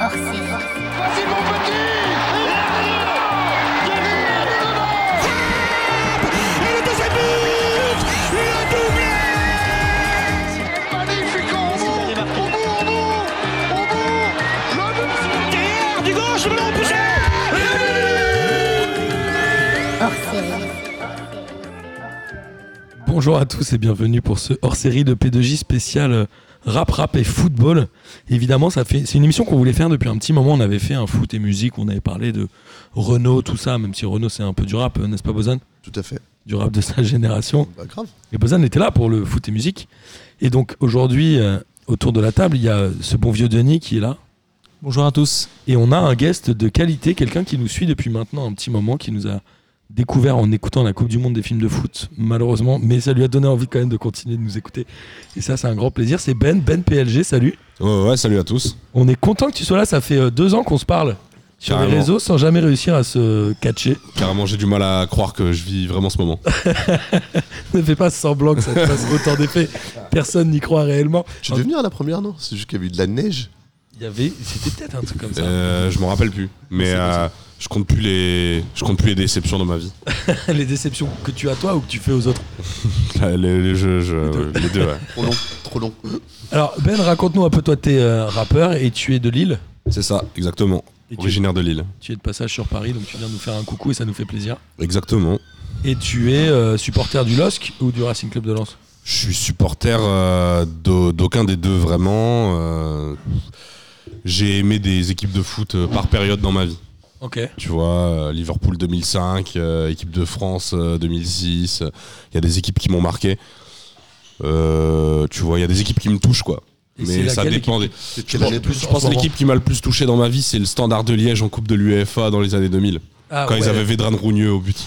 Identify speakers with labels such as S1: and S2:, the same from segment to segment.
S1: hors série.
S2: Vas-y mon
S1: Hors série.
S3: Bonjour à tous et bienvenue pour ce hors-série de P2J spécial euh, rap, rap et football. Évidemment, ça fait, c'est une émission qu'on voulait faire depuis un petit moment. On avait fait un foot et musique, on avait parlé de Renault, tout ça, même si Renault c'est un peu du rap, euh, n'est-ce pas Bozan
S4: Tout à fait.
S3: Du rap de sa génération.
S4: Bah, grave.
S3: Et Bozan était là pour le foot et musique. Et donc aujourd'hui, euh, autour de la table, il y a euh, ce bon vieux Denis qui est là.
S5: Bonjour à tous.
S3: Et on a un guest de qualité, quelqu'un qui nous suit depuis maintenant un petit moment, qui nous a découvert en écoutant la Coupe du Monde des films de foot, malheureusement, mais ça lui a donné envie quand même de continuer de nous écouter. Et ça, c'est un grand plaisir. C'est Ben, Ben PLG, salut.
S6: Ouais, ouais, salut à tous.
S3: On est content que tu sois là, ça fait euh, deux ans qu'on se parle sur les
S6: Carrément.
S3: réseaux sans jamais réussir à se catcher.
S6: Carrément, j'ai du mal à croire que je vis vraiment ce moment.
S3: ne fais pas semblant que ça te fasse autant d'effet. Personne n'y croit réellement.
S4: Tu devais venir à la première, non C'est juste qu'il y avait eu de la neige.
S3: Il y avait, c'était peut-être un truc comme ça.
S6: Euh, je m'en rappelle plus, mais
S4: C'est comme ça.
S6: euh, je compte plus les, je compte plus les déceptions dans ma vie.
S3: les déceptions que tu as toi ou que tu fais aux autres.
S6: Les, les- je- je- les deux. ouais.
S4: Trop long, trop long.
S3: Alors Ben, raconte-nous un peu toi, t'es euh, rappeur et tu es de Lille.
S6: C'est ça, exactement.
S3: Et tu,
S6: Originaire de Lille.
S3: tu es de passage sur Paris, donc tu viens nous faire un coucou et ça nous fait plaisir.
S6: Exactement.
S3: Et tu es euh, supporter du LOSC ou du Racing Club de Lens
S6: Je suis supporter euh, d'au- d'aucun des deux vraiment. euh, j'ai aimé des équipes de foot euh, par période dans ma vie.
S3: Ok.
S6: Tu vois, euh, Liverpool 2005, euh, équipe de France euh, 2006. euh, Il y a des équipes qui m'ont marqué. Euh, tu vois, il y a des équipes qui me touchent, quoi. Mais ça dépend des.
S4: C'est
S6: Je
S4: quelle
S6: pense,
S4: année
S3: plus
S6: je pense
S3: en ce
S6: l'équipe qui m'a le plus touché dans ma vie, c'est le Standard de Liège en Coupe de l'UEFA dans les années 2000.
S3: Ah
S6: quand ils avaient Vedran Rougneux au but.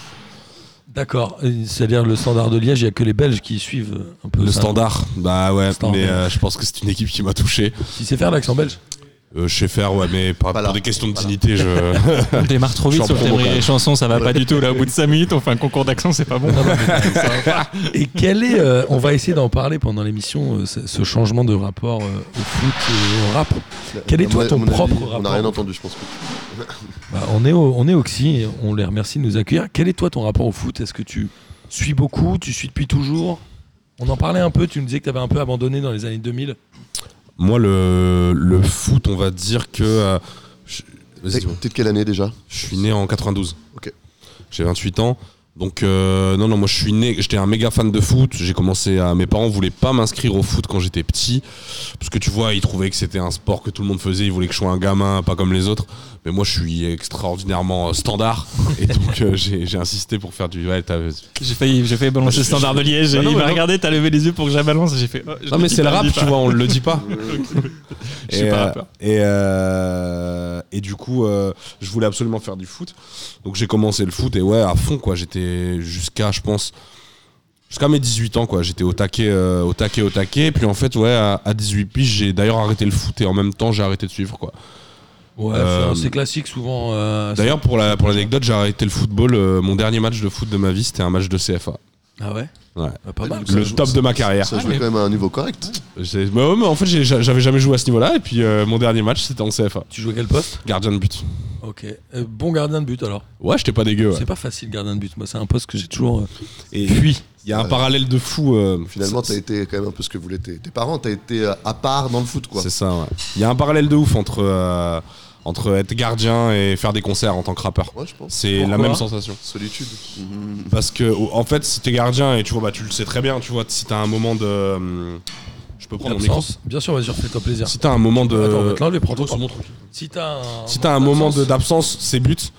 S3: D'accord. Euh, C'est-à-dire le standard de Liège, il n'y a que les Belges qui suivent euh, un peu
S6: Le
S3: ça.
S6: Standard, bah ouais,
S3: Standard.
S6: mais euh, je pense que c'est une équipe qui m'a touché.
S3: Tu sais faire l'accent belge
S6: Euh, je sais faire, ouais, mais par-
S4: Pas là.
S6: pour des questions de
S4: Pas là.
S6: dignité, je.
S5: On démarre trop
S6: Je
S5: vite
S6: suis en
S5: sur le
S6: promo,
S5: thème
S6: quand
S5: des
S6: même.
S5: chansons, ça va pas du tout. Là, au bout de 5 minutes, on fait un concours d'action, c'est pas bon.
S3: Et quel est, euh, on va essayer d'en parler pendant l'émission, euh, ce ce changement de rapport euh, au foot et au rap. Quel est,
S4: À
S3: toi,
S4: mon-
S3: ton
S4: à mon avis,
S3: propre
S4: On
S3: rapport
S4: n'a rien entendu, je pense. que-
S3: Bah, on est au, on est Oxy, et on les remercie de nous accueillir. Quel est toi ton rapport au foot Est-ce que tu suis beaucoup Tu suis depuis toujours On en parlait un peu, tu nous disais que tu avais un peu abandonné dans les années 2000.
S6: Moi, le, le foot, on va dire que. euh, je- vas-y,
S4: T'es
S6: dis-moi.
S4: t'es de quelle année déjà
S6: Je suis né en 92.
S4: Ok.
S6: J'ai 28 ans. Donc euh, non non moi je suis né j'étais un méga fan de foot j'ai commencé à mes parents voulaient pas m'inscrire au foot quand j'étais petit parce que tu vois ils trouvaient que c'était un sport que tout le monde faisait ils voulaient que je sois un gamin pas comme les autres mais moi je suis extraordinairement euh, standard et donc euh, j'ai j'ai insisté pour faire du ouais, t'as-
S5: J'ai failli, j'ai failli balancer le standard de Liège.
S6: Ah
S5: et
S6: non,
S5: il
S6: mais
S5: m'a
S6: non.
S5: regardé, t'as levé les yeux pour que je la balance. et J'ai fait. oh, je
S6: non
S5: le
S6: mais
S5: dis
S6: c'est le
S5: pas, je
S6: rap
S5: le dis
S6: tu
S5: pas.
S6: vois on le dit pas
S5: Je suis
S6: et,
S5: pas
S6: euh,
S5: rappeur.
S6: et, euh, et du coup, euh, je voulais absolument faire du foot. Donc j'ai commencé le foot et ouais, à fond quoi. J'étais jusqu'à, je pense, jusqu'à mes 18 ans quoi. J'étais au taquet, euh, au taquet, au taquet. Puis en fait, ouais, à, à 18 piges, j'ai d'ailleurs arrêté le foot et en même temps, j'ai arrêté de suivre quoi.
S3: Ouais,
S6: Euh,
S3: c'est classique souvent. euh,
S6: D'ailleurs, pour la- pour l'anecdote, j'ai arrêté le football. euh, mon dernier match de foot de ma vie, c'était un match de CFA.
S3: Ah ouais
S6: Ouais.
S3: Bah, Pas mal.
S6: Le top de ma carrière.
S4: Ça
S5: Ah,
S4: jouait
S5: mais-
S4: quand même à un niveau correct.
S6: J'ai- bah ouais, mais en fait, j'ai- j'avais jamais joué à ce niveau-là. Et puis euh, mon dernier match, c'était en CFA.
S3: Tu jouais quel poste
S6: Gardien de but.
S3: Ok. Euh, bon gardien de but alors.
S6: Ouais, j'étais pas dégueu. ouais.
S3: C'est pas facile gardien de but. Moi, c'est un poste que j'ai toujours. euh,
S6: Et-
S3: Puis.
S6: Il y a un parallèle de fou. euh,
S4: Finalement,
S6: c'est-
S4: t'as été quand même un peu ce que voulaient tes, tes parents. T'as été euh, à part dans le foot, quoi.
S6: C'est ça, ouais. Il y a un parallèle de ouf entre, euh, entre être gardien et faire des concerts en tant que rappeur.
S4: Ouais, je pense.
S6: C'est
S3: Pourquoi
S6: la même sensation.
S4: Solitude.
S6: Parce que, au- en fait, si t'es gardien et tu vois, bah, tu le sais très bien, tu vois, si t'as un moment de. euh, Je peux prendre mon micro
S3: absence. Bien sûr, vas-y, fais-toi plaisir.
S6: Si t'as un moment de.
S3: Attends, on va te l'enlever, prends-toi sur
S6: si
S3: mon truc. Si t'as un.
S6: t'as un moment de-
S3: d'absence,
S6: d'absence, c'est but.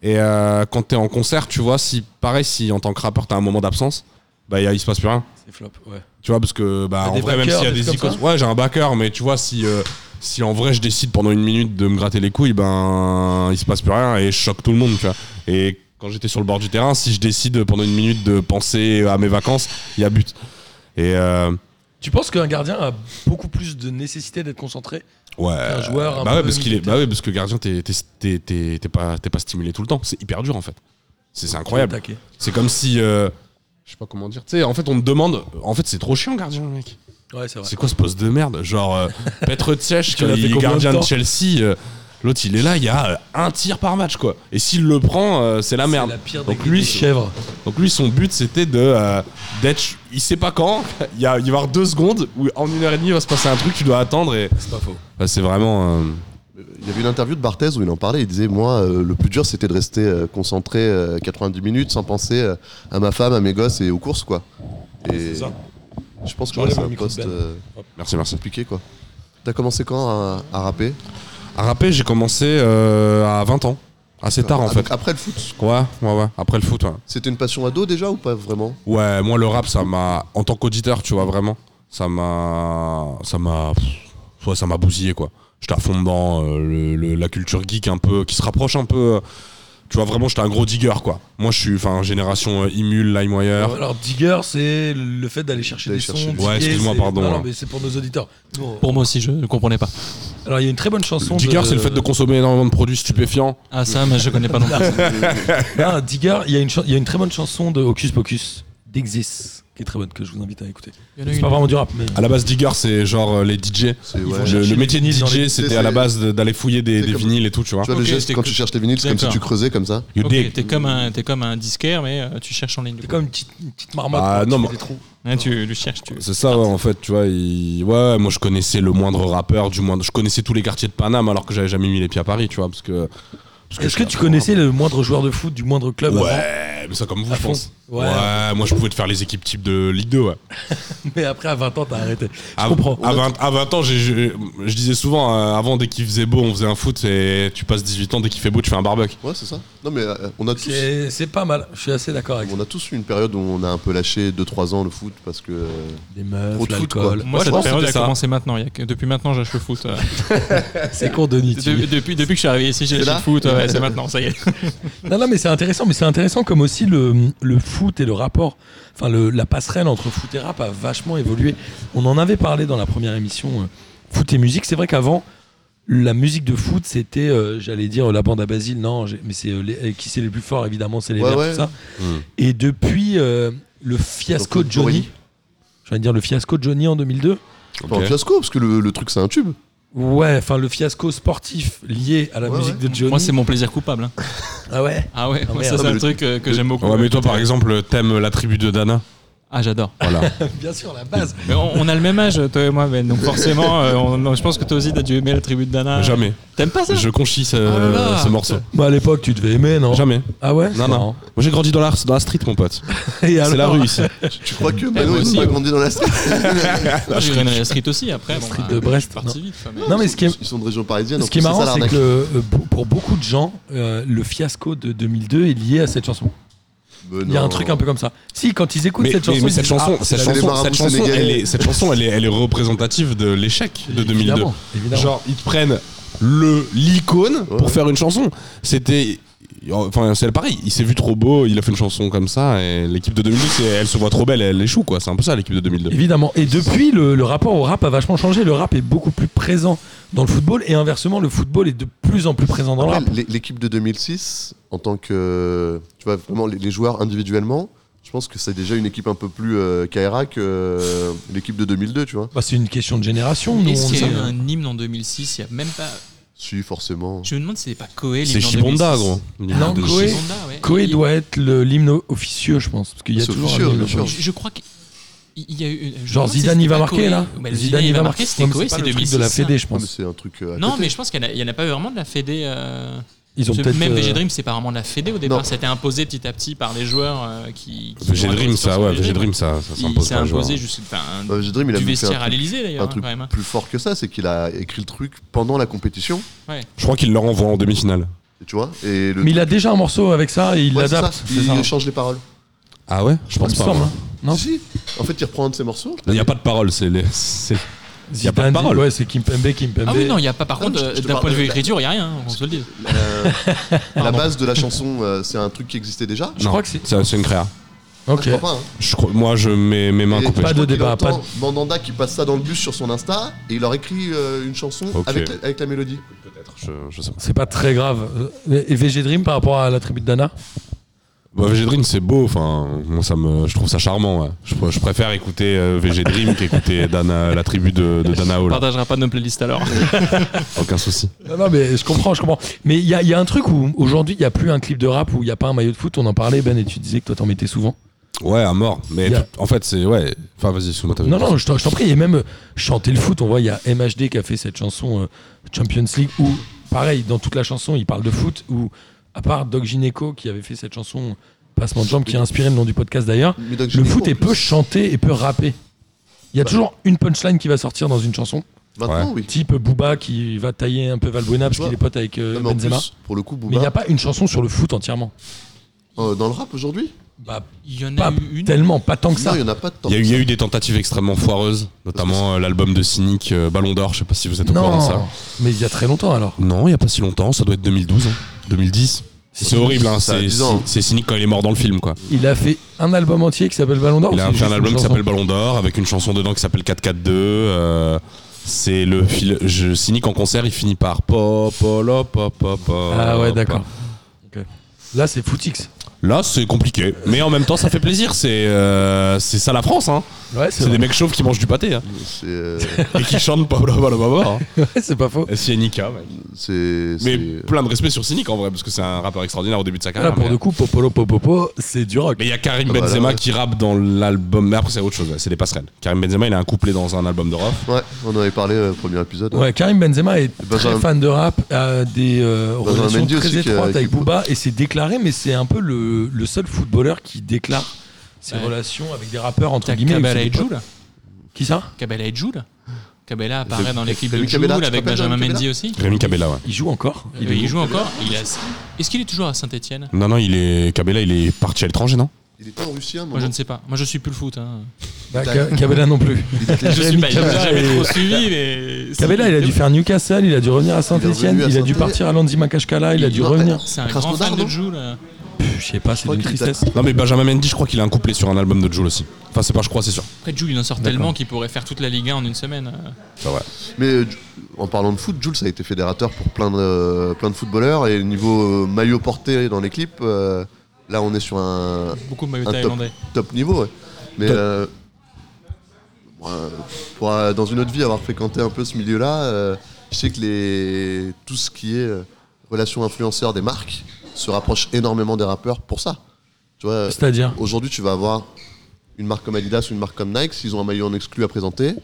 S6: Et euh, quand t'es en concert, tu vois, si pareil, si en tant que rappeur t'as un moment d'absence, bah, y a- il se passe plus rien.
S3: C'est flop, ouais.
S6: Tu vois, parce que bah,
S3: T'as
S6: en
S3: des
S6: vrai, même
S3: backers,
S6: s'il y a
S3: des
S6: des
S3: trucs comme
S6: icônes. Ouais, j'ai un backer, mais tu vois, si, euh, si en vrai je décide pendant une minute de me gratter les couilles, ben il se passe plus rien et je choque tout le monde, tu vois. Et quand j'étais sur le bord du terrain, si je décide pendant une minute de penser à mes vacances, il y a but. Et euh,
S3: Tu penses qu'un gardien a beaucoup plus de nécessité d'être concentré
S6: ouais.
S3: qu'un joueur un
S6: bah,
S3: peu
S6: ouais, parce qu'il est,
S3: militaire
S6: bah ouais, parce que gardien, t'es t'es- t'es- t'es- t'es pas, t'es pas stimulé tout le temps. C'est hyper dur en fait. C'est c'est incroyable.
S3: Attaqué.
S6: C'est comme si. euh, je sais pas comment dire. Tu sais, en fait, on te demande. En fait, c'est trop chiant, gardien, mec.
S3: Ouais, c'est vrai.
S6: C'est quoi ce poste de merde Genre, euh, Petr Cech,
S3: Tu l'as fait
S6: qui est
S3: combien de
S6: gardien de
S3: temps
S6: Chelsea, euh, l'autre il est là, il y a euh, un tir par match quoi. Et s'il le prend, euh, c'est la merde.
S3: C'est la pire des,
S6: Donc lui,
S3: des chèvres.
S6: Donc lui, son but c'était de euh, d'être, il sait pas quand, il y a- il va y avoir deux secondes où en une heure et demie il va se passer un truc, tu dois attendre et
S3: C'est pas faux.
S6: Bah, c'est vraiment. euh,
S4: Il y avait une interview de Barthez où il en parlait. Il disait Moi, euh, le plus dur, c'était de rester euh, concentré euh, 90 minutes sans penser euh, à ma femme, à mes gosses et aux courses, quoi. Et
S3: C'est ça.
S4: je pense que
S3: J'enlève
S4: ouais, c'est
S3: le
S4: un
S3: micro de
S4: poste
S3: Ben.
S4: euh,
S6: Merci, merci.
S4: compliqué, quoi. T'as commencé quand à, à rapper
S6: À rapper, j'ai commencé euh, à 20 ans,
S3: Ah,
S6: assez tard en
S4: Avec-
S6: fait.
S4: Après le foot
S6: Ouais, ouais, ouais. Après le foot, ouais.
S4: C'était une passion ado déjà ou pas vraiment
S6: Ouais, moi le rap, ça m'a, en tant qu'auditeur, tu vois vraiment, ça m'a, ça m'a, pff, ouais, ça m'a bousillé quoi. J'étais à fond dedans, euh, le- le- la culture geek un peu, qui se rapproche un peu. euh, tu vois vraiment, j'étais un gros digger quoi. Moi, je suis, enfin, génération euh, Imul, LimeWire.
S3: Alors, digger, c'est le fait d'aller chercher des
S4: D'aller
S3: sons.
S4: chercher des-
S6: Ouais,
S3: diguer,
S6: excuse-moi,
S3: c'est-
S6: pardon,
S3: Non, non,
S6: hein.
S3: mais c'est pour nos auditeurs. Nous, on-
S5: Pour moi aussi, je ne comprenais pas.
S3: Alors, il y a une très bonne chanson.
S6: Digger,
S3: de-
S6: c'est le fait de consommer énormément de produits stupéfiants.
S5: Ah ça, mais je connais pas non plus.
S3: Ah, Digger, il y, a une chan- il y a une très bonne chanson de Hocus Pocus, d'Exis, qui est très bonne, que je vous invite à écouter.
S5: Il y en a
S3: C'est
S5: une.
S3: pas vraiment du rap, mais.
S6: À la base, digger, c'est genre euh, les DJ.
S4: C'est
S3: vont
S4: ouais.
S3: chercher
S6: Le, le
S3: les
S6: métier de
S3: vinyles dans
S6: DJ,
S3: les-
S6: c'était
S4: C'est-
S6: à la base de- d'aller fouiller des,
S4: c'est
S6: des
S4: comme-
S6: vinyles et tout, tu vois.
S4: Tu vois le
S5: Ok,
S4: geste
S5: c'est
S4: quand
S5: cool.
S4: tu cherches les vinyles, c'est comme si
S5: D'accord.
S4: tu creusais comme ça.
S6: You
S5: Ok,
S6: dig.
S5: t'es comme un, t'es comme un disquaire, mais euh, tu cherches en ligne. du
S3: C'est
S5: coup.
S3: comme une petite, une petite marmotte
S6: Bah,
S3: quoi, qui
S6: non,
S3: fait
S6: mais-
S3: des trous.
S5: Hein, tu le cherches, tu.
S6: C'est ça, ouais, en fait, tu vois. il- Ouais, moi je connaissais le moindre rappeur, du moindre. Je connaissais tous les quartiers de Paname alors que j'avais jamais mis les pieds à Paris, tu vois. Parce que. parce
S3: Est-ce que
S6: j'étais
S3: tu
S6: un
S3: connaissais le moindre joueur de foot du moindre club
S6: peu-
S3: avant
S6: Ouais, mais ça comme vous,
S3: À
S6: je
S3: fond.
S6: pense.
S3: Ouais.
S6: Ouais. moi je pouvais te faire les équipes type de Ligue 2, ouais.
S3: Mais après, à 20 ans, t'as arrêté. Je
S6: à,
S3: comprends.
S6: À 20, à 20 ans, j'ai- j'ai- je disais souvent, euh, avant dès qu'il faisait beau, on faisait un foot et tu passes 18 ans, dès qu'il fait beau, tu fais un barbecue.
S4: Ouais, c'est ça. Non, mais euh, on a tous.
S3: C'est c'est pas mal, je suis assez d'accord avec ça.
S4: On a tous eu une période où on a un peu lâché 2-3 ans le foot parce que. euh,
S3: Des meufs,
S4: Trop de foot,
S3: l'alcool.
S5: Moi,
S6: Ouais,
S5: cette
S6: ouais,
S5: période
S6: c'était
S5: a
S6: ça.
S5: commencé maintenant. il y a que- Depuis maintenant, j'achète le foot. euh.
S3: C'est con, Denis. tu-
S5: De- depuis, depuis que je suis arrivé ici, j'ai
S4: C'est
S5: lâché
S4: là
S5: le foot. ouais, c'est maintenant, ça y est.
S3: Non, non, mais c'est intéressant. Mais c'est intéressant comme aussi le, le foot et le rapport, enfin le- la passerelle entre foot et rap a vachement évolué. On en avait parlé dans la première émission euh, foot et musique. C'est vrai qu'avant la musique de foot c'était, euh, j'allais dire la bande à Basile. Non, j'ai- mais c'est euh, les- euh, qui c'est les plus forts évidemment, c'est les
S4: Ouais,
S3: Verts,
S4: ouais.
S3: tout ça.
S6: Hmm.
S3: Et depuis euh, le fiasco
S4: Donc,
S3: de Johnny,
S4: Borini.
S3: je viens de dire le fiasco de Johnny en 2002.
S4: Pas un fiasco, parce que le, le truc c'est un tube.
S3: Ouais, enfin le fiasco sportif lié à la
S4: Ouais,
S3: musique de Johnny.
S5: Moi, c'est mon plaisir coupable. hein.
S3: ah ouais.
S5: Ah ouais,
S3: Ah
S5: moi,
S3: merde.
S5: ça, c'est
S4: Ah,
S5: un
S4: mais
S5: truc euh, que
S4: le-
S5: j'aime beaucoup.
S6: Ouais, mais toi par exemple, t'aimes la tribu de Dana.
S5: Ah, j'adore.
S6: Voilà.
S3: Bien sûr, la base.
S5: Mais on, on a le même âge, toi et moi, Ben. Donc forcément, euh, on- on- je pense que toi aussi, t'as dû aimer la tribu de Dana.
S6: Jamais.
S5: T'aimes pas ça
S6: Je conchis ce,
S5: Oh là là.
S6: ce morceau.
S3: Bah, à l'époque, tu devais aimer, non
S6: Jamais.
S3: Ah ouais
S6: Non, non. Moi j'ai grandi dans la, dans la street, mon pote.
S3: Et
S6: C'est la
S3: alors
S6: rue ici.
S4: Tu crois
S3: Eh,
S4: que Mano
S5: moi
S4: il
S5: aussi,
S4: pas
S5: ouais.
S4: grandi dans la street
S5: Moi, J'ai grandi à la street aussi après. bon,
S3: Ah, street
S5: bah,
S3: de Brest.
S5: je suis parti vite, ça, mais-
S3: Non, mais ce qui est,
S4: Ils sont de région parisienne. en
S3: ce qui est
S4: plus, ça,
S3: marrant, c'est
S4: l'arnaque.
S3: que euh, pour- pour beaucoup de gens, euh, le fiasco de 2002 est lié à cette chanson.
S4: Mais
S3: Il y a
S4: non.
S3: un truc un peu comme ça. Si, quand ils écoutent
S6: Mais,
S3: cette
S6: mais-
S3: chanson,
S6: mais
S3: ils
S6: cette
S3: disent,
S6: chanson,
S3: ah,
S6: cette
S4: la- les
S6: chanson,
S4: marabouts
S6: cette chanson,
S4: sénégalais.
S6: elle est, cette chanson, elle est, elle est représentative de l'échec de 2002.
S3: ah, Évidemment, évidemment.
S6: Genre, ils te prennent le l'icône
S4: Ouais,
S6: pour
S4: ouais.
S6: faire une chanson. C'était, enfin, c'est pareil. Il s'est vu trop beau, il a fait une chanson comme ça, et l'équipe de 2002, c'est- elle se voit trop belle, elle échoue quoi. C'est un peu ça l'équipe de 2002.
S3: Évidemment. Et depuis, le, le rapport au rap a vachement changé. Le rap est beaucoup plus présent dans le football et inversement, le football est de plus en plus présent dans le
S4: Après,
S3: rap.
S4: l'é- L'équipe de 2006, en tant que. euh, Tu vois, vraiment, les- les joueurs individuellement, je pense que c'est déjà une équipe un peu plus euh, KRA que euh, l'équipe de 2002, tu vois.
S3: Bah, c'est une question de génération. Nous,
S5: Est-ce
S3: on
S5: qu'il y a
S3: est-
S5: eu un hymne en 2006 Il y a même pas.
S4: Si, forcément.
S5: Je me demande si c'est pas Coé.
S6: C'est Shibonda, gros.
S3: Non,
S6: De-
S3: Koé.
S5: Shibonda, ouais.
S3: Coé
S5: Il-
S3: doit être le- l'hymne officieux, je pense. Parce qu'il y a
S4: C'est
S3: toujours
S4: officieux,
S3: un hymne
S4: bien sûr.
S5: Je, je crois que. Il il y a eu. je
S3: Genre
S5: pense que
S3: Zidane, il va
S5: c'était pas
S3: marquer
S5: Koé.
S3: là
S5: Mais Zidane, il va marquer, c'était
S3: Non, mais
S5: Coé,
S3: pas
S5: c'est
S3: le truc
S5: 2006.
S3: de la Fédé, je
S4: Non,
S3: pense.
S4: mais c'est un truc. euh, à
S5: Non,
S4: côté.
S5: mais je pense qu'il n'y en, a pas vraiment de la Fédé. euh,
S3: Ils ont
S5: parce que
S3: peut-être.
S5: même
S3: euh,
S5: VG Dream, c'est pas vraiment de la Fédé au départ.
S4: Non.
S5: C'était imposé petit à petit par les joueurs euh, qui. qui
S6: VG
S5: ont
S6: Dream,
S5: adoré
S6: ça,
S5: sur
S6: ouais,
S5: VG
S6: VG Dream, ça, ça
S5: Il
S6: s'impose
S5: s'est
S6: pas, hein. genre.
S5: imposé juste. Enfin,
S4: Euh, J'ai Dream, il a
S5: du
S4: même fait un
S5: vestiaire à
S4: truc-
S5: l'Elysée
S4: un
S5: d'ailleurs, hein, quand
S4: truc
S5: même. hein.
S4: plus fort que ça, c'est qu'il a écrit le truc pendant la compétition,
S6: Je crois qu'il le renvoie en demi-finale.
S4: tu vois. Et le
S3: Mais il a déjà un morceau avec ça et il
S4: Ouais, c'est
S3: l'adapte.
S4: ça,
S3: c'est
S4: Il
S3: ça, hein.
S4: change les paroles.
S6: Ah ouais Je pense
S3: Il me
S6: pas.
S3: semble,
S6: moi.
S3: hein. Non.
S4: Si, si. En fait, il reprend un de ses morceaux.
S6: Il n'y a pas de parole, c'est les. c'est- Y a pas de
S3: Zidane,
S6: parole.
S3: Ouais, c'est Kimpembe, Kimpembe.
S5: Ah oui, non, il n'y a pas. Par
S4: Ah non,
S5: contre,
S4: je- je
S5: euh,
S4: te
S5: d'un
S4: parle
S5: point de
S4: de
S5: vue
S4: la-
S5: écriture, il n'y a rien, hein, on se le dit.
S4: Euh, la
S5: Pardon.
S4: base de la chanson, euh, c'est un truc qui existait déjà.
S3: Je
S6: Non,
S3: crois que c'est-
S6: C'est une créa.
S3: Ok.
S4: Je crois pas. hein.
S6: Je crois- moi, je mets mes mains
S4: Et
S6: coupées.
S3: Pas
S4: je
S3: de
S4: crois qu'il
S3: débat, pas de-
S4: entend Mandanda qui passe ça dans le bus sur son Insta et il leur écrit euh, une chanson
S6: Ok.
S4: avec, la, avec la mélodie.
S6: Peut-être, je, je sais pas.
S3: C'est pas très grave. Euh, Et VG Dream par rapport à la tribu de Dana
S6: Bah, VG Dream, c'est beau. Enfin, moi, ça me, je trouve ça charmant. ouais. Je, pr- je préfère écouter euh, VG Dream qu'écouter Dana, la tribu de, de Dana
S5: On
S6: Hall.
S5: partagera pas nos playlists alors.
S6: Aucun souci.
S3: Non, non, mais je comprends, je comprends. Mais il y a, il y a un truc où aujourd'hui, il n'y a plus un clip de rap où il n'y a pas un maillot de foot. On en parlait, Ben, et tu disais que toi, t'en mettais souvent.
S6: Ouais, à mort. Mais
S3: Y a-
S6: tout- en fait, c'est. Ouais. Enfin, vas-y, excuse-moi. t'avais
S3: Non,
S6: dit.
S3: non, je t'en je t'en prie. Et même euh, chanter le foot, on voit, il y a MHD qui a fait cette chanson euh, Champions League où, pareil, dans toute la chanson, il parle de foot. Ou, à part Doc Gineco qui avait fait cette chanson Passement de jambes, qui a inspiré le nom du podcast d'ailleurs,
S4: Mais donc,
S3: le
S4: j'ai
S3: foot
S4: dit,
S3: est
S4: en plus,
S3: peu chanté et peu rappé. Il
S4: Bah.
S3: y a toujours une punchline qui va sortir dans une chanson,
S4: Maintenant, oui.
S3: type Booba qui va tailler un peu Valbuena parce
S4: Tu vois.
S3: qu'il est pote avec euh,
S4: Non, mais en
S3: Benzema.
S4: plus, pour le coup,
S3: Mais il n'y a
S4: Booba,
S3: pas une chanson sur le foot entièrement.
S4: euh, dans le rap aujourd'hui,
S3: Bah,
S5: Il y en
S3: pas tellement, pas tant que
S4: non,
S3: ça.
S4: il n'y en a pas de temps.
S6: Il y, a eu- il y a eu des tentatives extrêmement foireuses, notamment euh, l'album de Cynic, euh, Ballon d'Or, je sais pas si vous êtes au courant de ça.
S3: Non, mais il y a très longtemps alors.
S6: Non, il y a pas si longtemps, ça doit être 2012, hein, 2010. C'est horrible, hein,
S4: ça a
S6: c'est
S4: dix ans.
S6: c'est- c'est Cynic quand il est mort dans le film, quoi.
S3: Il a fait un album entier qui s'appelle Ballon d'Or.
S6: Il
S3: ou
S6: a
S3: Oh, c'est
S6: fait un
S3: juste
S6: album
S3: une
S6: qui
S3: chanson
S6: s'appelle Ballon d'Or, avec une chanson dedans qui s'appelle 442. euh, c'est le fil. Je, Cynic en concert, il finit par pop, pop, pop, pop.
S3: Ah
S6: euh,
S3: ouais, d'accord. Ok. Là, c'est Footix.
S6: Là, c'est compliqué, mais en même temps, ça fait plaisir. C'est euh, c'est ça la France, hein.
S3: Ouais,
S6: C'est des mecs chauves qui mangent du pâté hein,
S4: C'est, euh,
S6: et qui chantent pas, pas, pas, pas,
S3: c'est pas faux.
S6: pas. C'est Nika, mec.
S4: c'est-
S6: hein. Mais
S4: c'est-
S6: plein de respect sur Cynic en vrai, parce que c'est un rappeur extraordinaire au début de sa
S3: Là,
S6: carrière.
S3: Ah, pour
S6: mais-
S3: le coup, Ah bah Popolo Popopo, c'est du rock.
S6: Ah, Mais il y a Karim
S4: Voilà,
S6: Benzema
S4: ouais.
S6: qui rappe dans l'album. Mais après, c'est autre chose, ouais, c'est des passerelles. Karim Benzema, il a un couplet dans un album de Rof.
S4: Ouais, on en avait parlé euh, au premier épisode.
S3: Ouais, Karim Benzema est
S4: Benjamin-
S3: très fan de rap, a des euh,
S4: Benjamin
S3: relations
S4: Mendy aussi
S3: très
S4: qui a-
S3: étroites
S4: qui-
S3: avec Booba et c'est déclaré, mais c'est un peu le, le seul footballeur qui déclare ses
S5: Ouais.
S3: relations avec des rappeurs entre
S5: T'as
S3: guillemets. ou
S5: Cabella
S3: c'est
S5: et
S3: des potes.
S5: Joule
S3: Qui ça
S5: Cabella et Joule Cabella apparaît
S4: Rémi-
S5: dans l'équipe de
S4: Rémi Cabella,
S5: Joule
S4: tu
S5: avec
S4: te rappelles de
S5: Benjamin
S4: Rémi
S5: Mendy aussi.
S6: Rémi Cabella, ouais.
S3: Il joue encore
S5: Il,
S3: est où
S5: joue encore. Il a... Est-ce qu'il est toujours à Saint-Etienne
S6: Non, non, il est. Cabella, il est parti à l'étranger, non
S4: Il était en Russie hein, à un moment.
S5: Moi je ne sais pas. Moi je suis plus le foot. hein.
S3: Bah, Ca- Cabella non plus.
S5: Je suis
S3: Rémi
S5: pas, j'ai
S3: Cabella
S5: jamais
S3: est-
S5: trop suivi, mais.
S3: Cabella, il a dû faire Newcastle, il a dû revenir à Saint-Etienne,
S4: revenu à
S3: il a dû
S4: Saint-Étienne.
S3: partir à Landy Makashkala, il a dû
S4: Non,
S3: revenir.
S4: mais-
S5: C'est un grand
S4: Krasnodar,
S5: fan de
S4: non
S5: Joule.
S3: Pff, Je sais pas, c'est
S4: crois
S3: d'une
S4: qu'il est à-
S3: tristesse.
S6: Non, mais Benjamin Mendy, je crois qu'il a un couplet sur un album de Joule aussi. Enfin, c'est pas, je crois, c'est sûr.
S5: Après Joule il en sort
S3: D'accord.
S5: tellement qu'il pourrait faire toute la Ligue 1 en une semaine.
S6: Enfin, ouais.
S4: Mais euh, Ju- en parlant de foot, Jules a été fédérateur pour plein de, plein de footballeurs et niveau euh, maillot porté dans les clips, euh, là on est sur un
S5: Beaucoup de maillots
S4: Un top.
S5: thaïlandais.
S4: top niveau. ouais. Mais
S6: Top.
S4: euh, moi, euh, pour, euh, dans une autre vie avoir fréquenté un peu ce milieu-là, euh, je sais que les, tout ce qui est euh, relations influenceurs des marques se rapproche énormément des rappeurs pour ça. Tu vois,
S3: C'est-à-dire
S4: Aujourd'hui, tu vas avoir une marque comme Adidas ou une marque comme Nike, s'ils ont un maillot en exclu à présenter,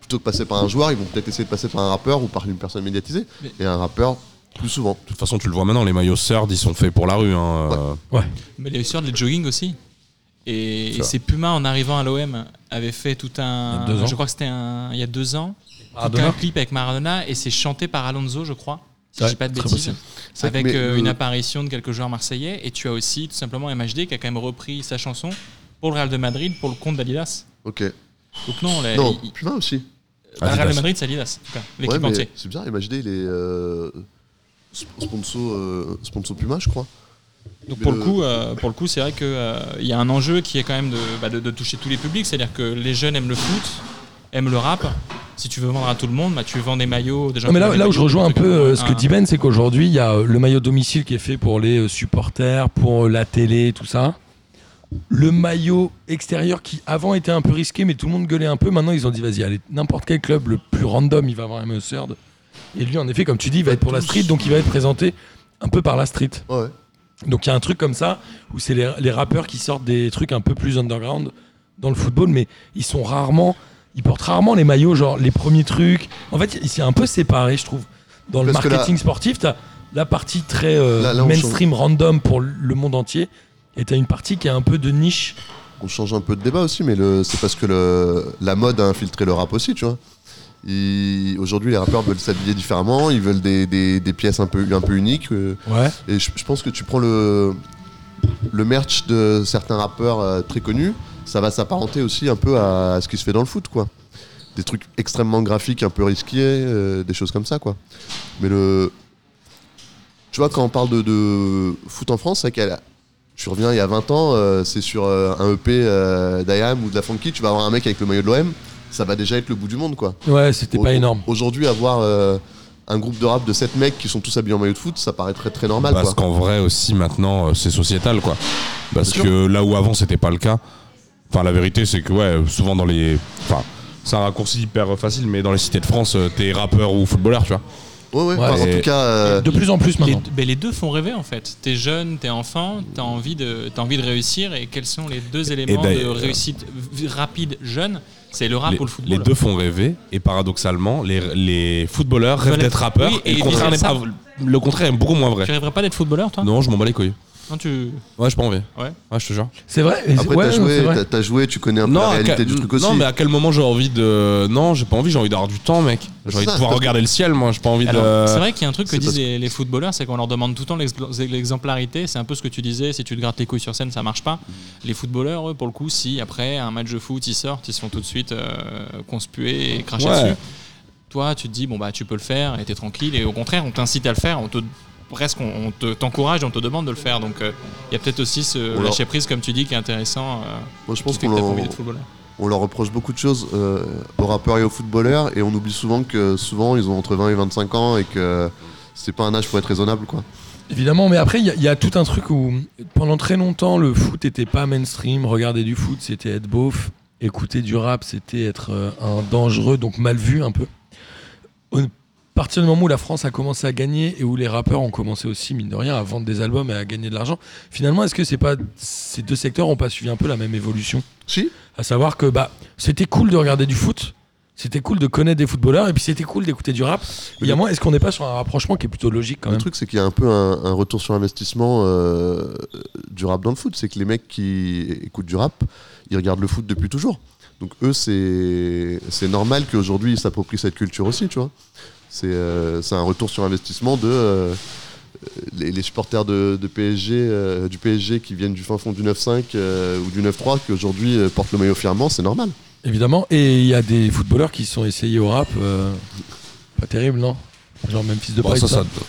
S4: plutôt que passer par un joueur, ils vont peut-être essayer de passer par un rappeur ou par une personne médiatisée.
S5: Mais-
S4: Et un rappeur, plus souvent.
S6: De toute façon, tu le vois maintenant, les maillots Surd, ils sont faits pour la rue. Hein. euh.
S3: Ouais.
S5: Mais les sur les jogging aussi. Et,
S6: C'est
S5: et
S6: vrai.
S5: c'est Puma en arrivant à l'OM avait fait tout un.
S3: Il y a deux ans.
S5: Je crois que c'était un. Il y a deux ans. Tout un
S3: Maradona
S5: clip avec Maradona et c'est chanté par Alonso, je crois. Si
S3: Ouais,
S5: je dis pas de
S3: très
S5: bêtises.
S3: possible.
S4: C'est vrai que-
S5: Avec
S4: mais
S5: euh,
S4: le-
S5: une apparition de quelques joueurs marseillais. Et tu as aussi tout simplement MHD qui a quand même repris sa chanson pour le Real de Madrid pour le compte d'Adidas.
S4: Ok.
S5: Donc non, les-
S4: Non,
S5: il-
S4: Puma aussi.
S5: le Real de
S6: Adidas.
S5: Madrid c'est Adidas, en tout cas,
S4: Ouais,
S5: l'équipe
S4: mais
S5: entière.
S4: c'est bizarre, MHD, il est euh, sp- sponsor, euh, sponsor Puma, je crois.
S5: Donc
S4: Mais
S5: pour
S4: le-
S5: le coup, euh, pour le coup, c'est vrai que euh, il y a un enjeu qui est quand même de, bah, de, de toucher tous les publics, c'est-à-dire que les jeunes aiment le foot, aiment le rap. Si tu veux vendre à tout le monde, bah, tu vends des maillots. Des gens
S3: Non, mais
S5: qui
S3: là,
S5: vendent des
S3: là où je
S5: maillots,
S3: rejoins un
S5: des
S3: peu
S5: trucs
S3: euh,
S5: comme
S3: ce
S5: ça.
S3: que dit Ben, c'est qu'aujourd'hui, il y a euh, le maillot domicile qui est fait pour les euh, supporters, pour euh, la télé, tout ça. Le maillot extérieur qui avant était un peu risqué, mais tout le monde gueulait un peu. Maintenant, ils ont dit vas-y, allez, n'importe quel club, le plus random, il va avoir un maillot third. Et lui, en effet, comme tu dis, il va être
S5: Bah,
S3: pour la street, donc il va être présenté un peu par la street.
S4: Ah Ouais, ouais.
S3: Donc il y a un truc comme ça où c'est les, les rappeurs qui sortent des trucs un peu plus underground dans le football, mais ils sont rarement, ils portent rarement les maillots, genre les premiers trucs. En fait, il s'est un peu séparé, je trouve. Dans le
S4: Parce que là-
S3: marketing sportif, t'as la partie très euh,
S4: Là- là, on
S3: mainstream, random pour le monde entier, et t'as une partie qui est un peu de niche.
S4: On change un peu de débat aussi, mais le- c'est parce que le- la mode a infiltré le rap aussi, tu vois. Ils- Aujourd'hui, les rappeurs veulent s'habiller différemment, ils veulent des, des- des pièces un peu, un peu uniques. euh,
S3: Ouais.
S4: Et je, je pense que tu prends le, le merch de certains rappeurs euh, très connus, ça va s'apparenter aussi un peu à, ce qui se fait dans le foot, quoi. Des trucs extrêmement graphiques, un peu risqués, euh, des choses comme ça, quoi. Mais le. Tu vois, quand on parle de, de foot en France, c'est vrai qu'elle- tu reviens il y a 20 ans, euh, c'est sur euh, un EP euh, d'IAM ou de la Funky, tu vas avoir un mec avec le maillot de l'OM, ça va déjà être le bout du monde, quoi.
S3: Ouais, c'était
S4: Au-
S3: pas énorme.
S4: Aujourd'hui, avoir euh, un groupe de rap de 7 mecs qui sont tous habillés en maillot de foot, ça paraît très très normal.
S3: Bah,
S6: Parce
S4: quoi.
S6: qu'en vrai aussi maintenant euh, c'est sociétal quoi. Parce
S4: Bien sûr.
S6: que là où avant c'était pas le cas. Enfin la vérité c'est que ouais souvent dans les. Enfin c'est un raccourci hyper facile mais dans les cités de France euh, t'es rappeur ou footballeur tu vois.
S4: Ouais, ouais,
S3: Ouais,
S4: enfin, en
S6: et-
S4: tout cas, euh,
S3: De plus en plus
S5: Les,
S3: maintenant.
S5: ben, les deux font rêver en fait. T'es jeune, t'es enfant, t'as envie de, t'as envie de réussir. Et quels sont les
S6: Eh
S5: deux éléments de
S6: d'ailleurs-
S5: réussite v- rapide jeune C'est le rap
S6: ben, euh, les,
S5: ou Ah, le
S6: les
S5: football.
S6: deux font rêver et paradoxalement les, les footballeurs rêvent
S5: Voilà.
S6: d'être rappeurs
S5: Oui,
S6: et,
S5: et
S6: le, contraire n'est
S5: vice-versa.
S6: pas, le contraire est beaucoup moins vrai.
S5: Tu rêverais pas d'être footballeur, toi
S6: Non je m'en bats les couilles.
S5: Non, tu.
S6: Ouais j'ai pas envie.
S5: Ouais.
S6: Ouais je te jure.
S3: C'est vrai et-
S4: après
S3: ouais,
S4: t'as
S3: non, c'est
S4: joué,
S3: vrai.
S4: t'as- t'as joué, tu connais un peu la
S6: à
S4: réalité
S6: quel-
S4: du truc
S6: non,
S4: aussi.
S6: mais à quel moment j'ai envie de. Non, j'ai pas envie, j'ai envie d'avoir du temps, mec. J'ai
S4: C'est
S6: envie de
S4: ça,
S6: pouvoir
S4: parce-
S6: regarder le ciel, moi. J'ai pas envie
S5: Alors,
S6: de.
S5: c'est vrai qu'il y a un truc que
S4: c'est
S5: disent
S4: parce
S5: les, les footballeurs, c'est qu'on leur demande tout le temps l'ex- l'exemplarité. C'est un peu ce que tu disais, si tu te grattes les couilles sur scène, ça
S4: Mm.
S5: marche pas. Les footballeurs, eux, pour le coup, si après un match de foot, ils sortent, ils se font tout de suite euh, conspuer et cracher
S6: Ouais.
S5: dessus. Toi, tu te dis, bon, bah, tu peux le faire et t'es tranquille. Et au contraire, on t'incite à le faire, on te. Presque, on, on te- t'encourage, on te demande de le faire. Donc, euh, il y a peut-être aussi ce
S4: Ou alors-
S5: lâcher prise, comme tu dis, qui est intéressant. euh,
S4: Moi je
S5: qui
S4: pense
S5: fait
S4: qu'on
S5: que t'as pas
S4: leur,
S5: envie d'être footballeur.
S4: on leur reproche beaucoup de choses euh, aux rappeurs et aux footballeurs et on oublie souvent que souvent ils ont entre 20 et 25 ans et que c'est pas un âge pour être raisonnable quoi.
S3: Évidemment, mais après, il y, a- il y a tout un truc où pendant très longtemps, le foot était pas mainstream. Regarder du foot, c'était être beauf. Écouter du rap, c'était être euh, un dangereux, donc mal vu un peu. Au- À partir du moment où la France a commencé à gagner et où les rappeurs ont commencé aussi, mine de rien, à vendre des albums et à gagner de l'argent, finalement, est-ce que c'est pas ces deux secteurs ont pas suivi un peu la même évolution
S4: Si
S3: à savoir que bah, c'était cool de regarder du foot, c'était cool de connaître des footballeurs, et puis c'était cool d'écouter du rap. Il y a moins, est-ce qu'on n'est pas sur un rapprochement qui est plutôt logique quand
S4: Le
S3: même
S4: truc, c'est qu'il y a un peu un, un retour sur investissement euh, du rap dans le foot. C'est que les mecs qui écoutent du rap, ils regardent le foot depuis toujours. Donc eux, c'est c'est normal qu'aujourd'hui, ils s'approprient cette culture aussi, tu vois. C'est euh, c'est un retour sur investissement de... euh, les, les supporters de, de PSG, euh, du PSG qui viennent du fin fond du 9-5 euh, ou du 9-3 qui aujourd'hui euh, portent le maillot fièrement, c'est normal.
S3: Évidemment, et il y a des footballeurs qui se sont essayés au rap. euh, pas terrible, non Genre même fils de
S6: Bon,
S3: Paille,
S6: Bah, ça,
S3: ça.
S6: ça-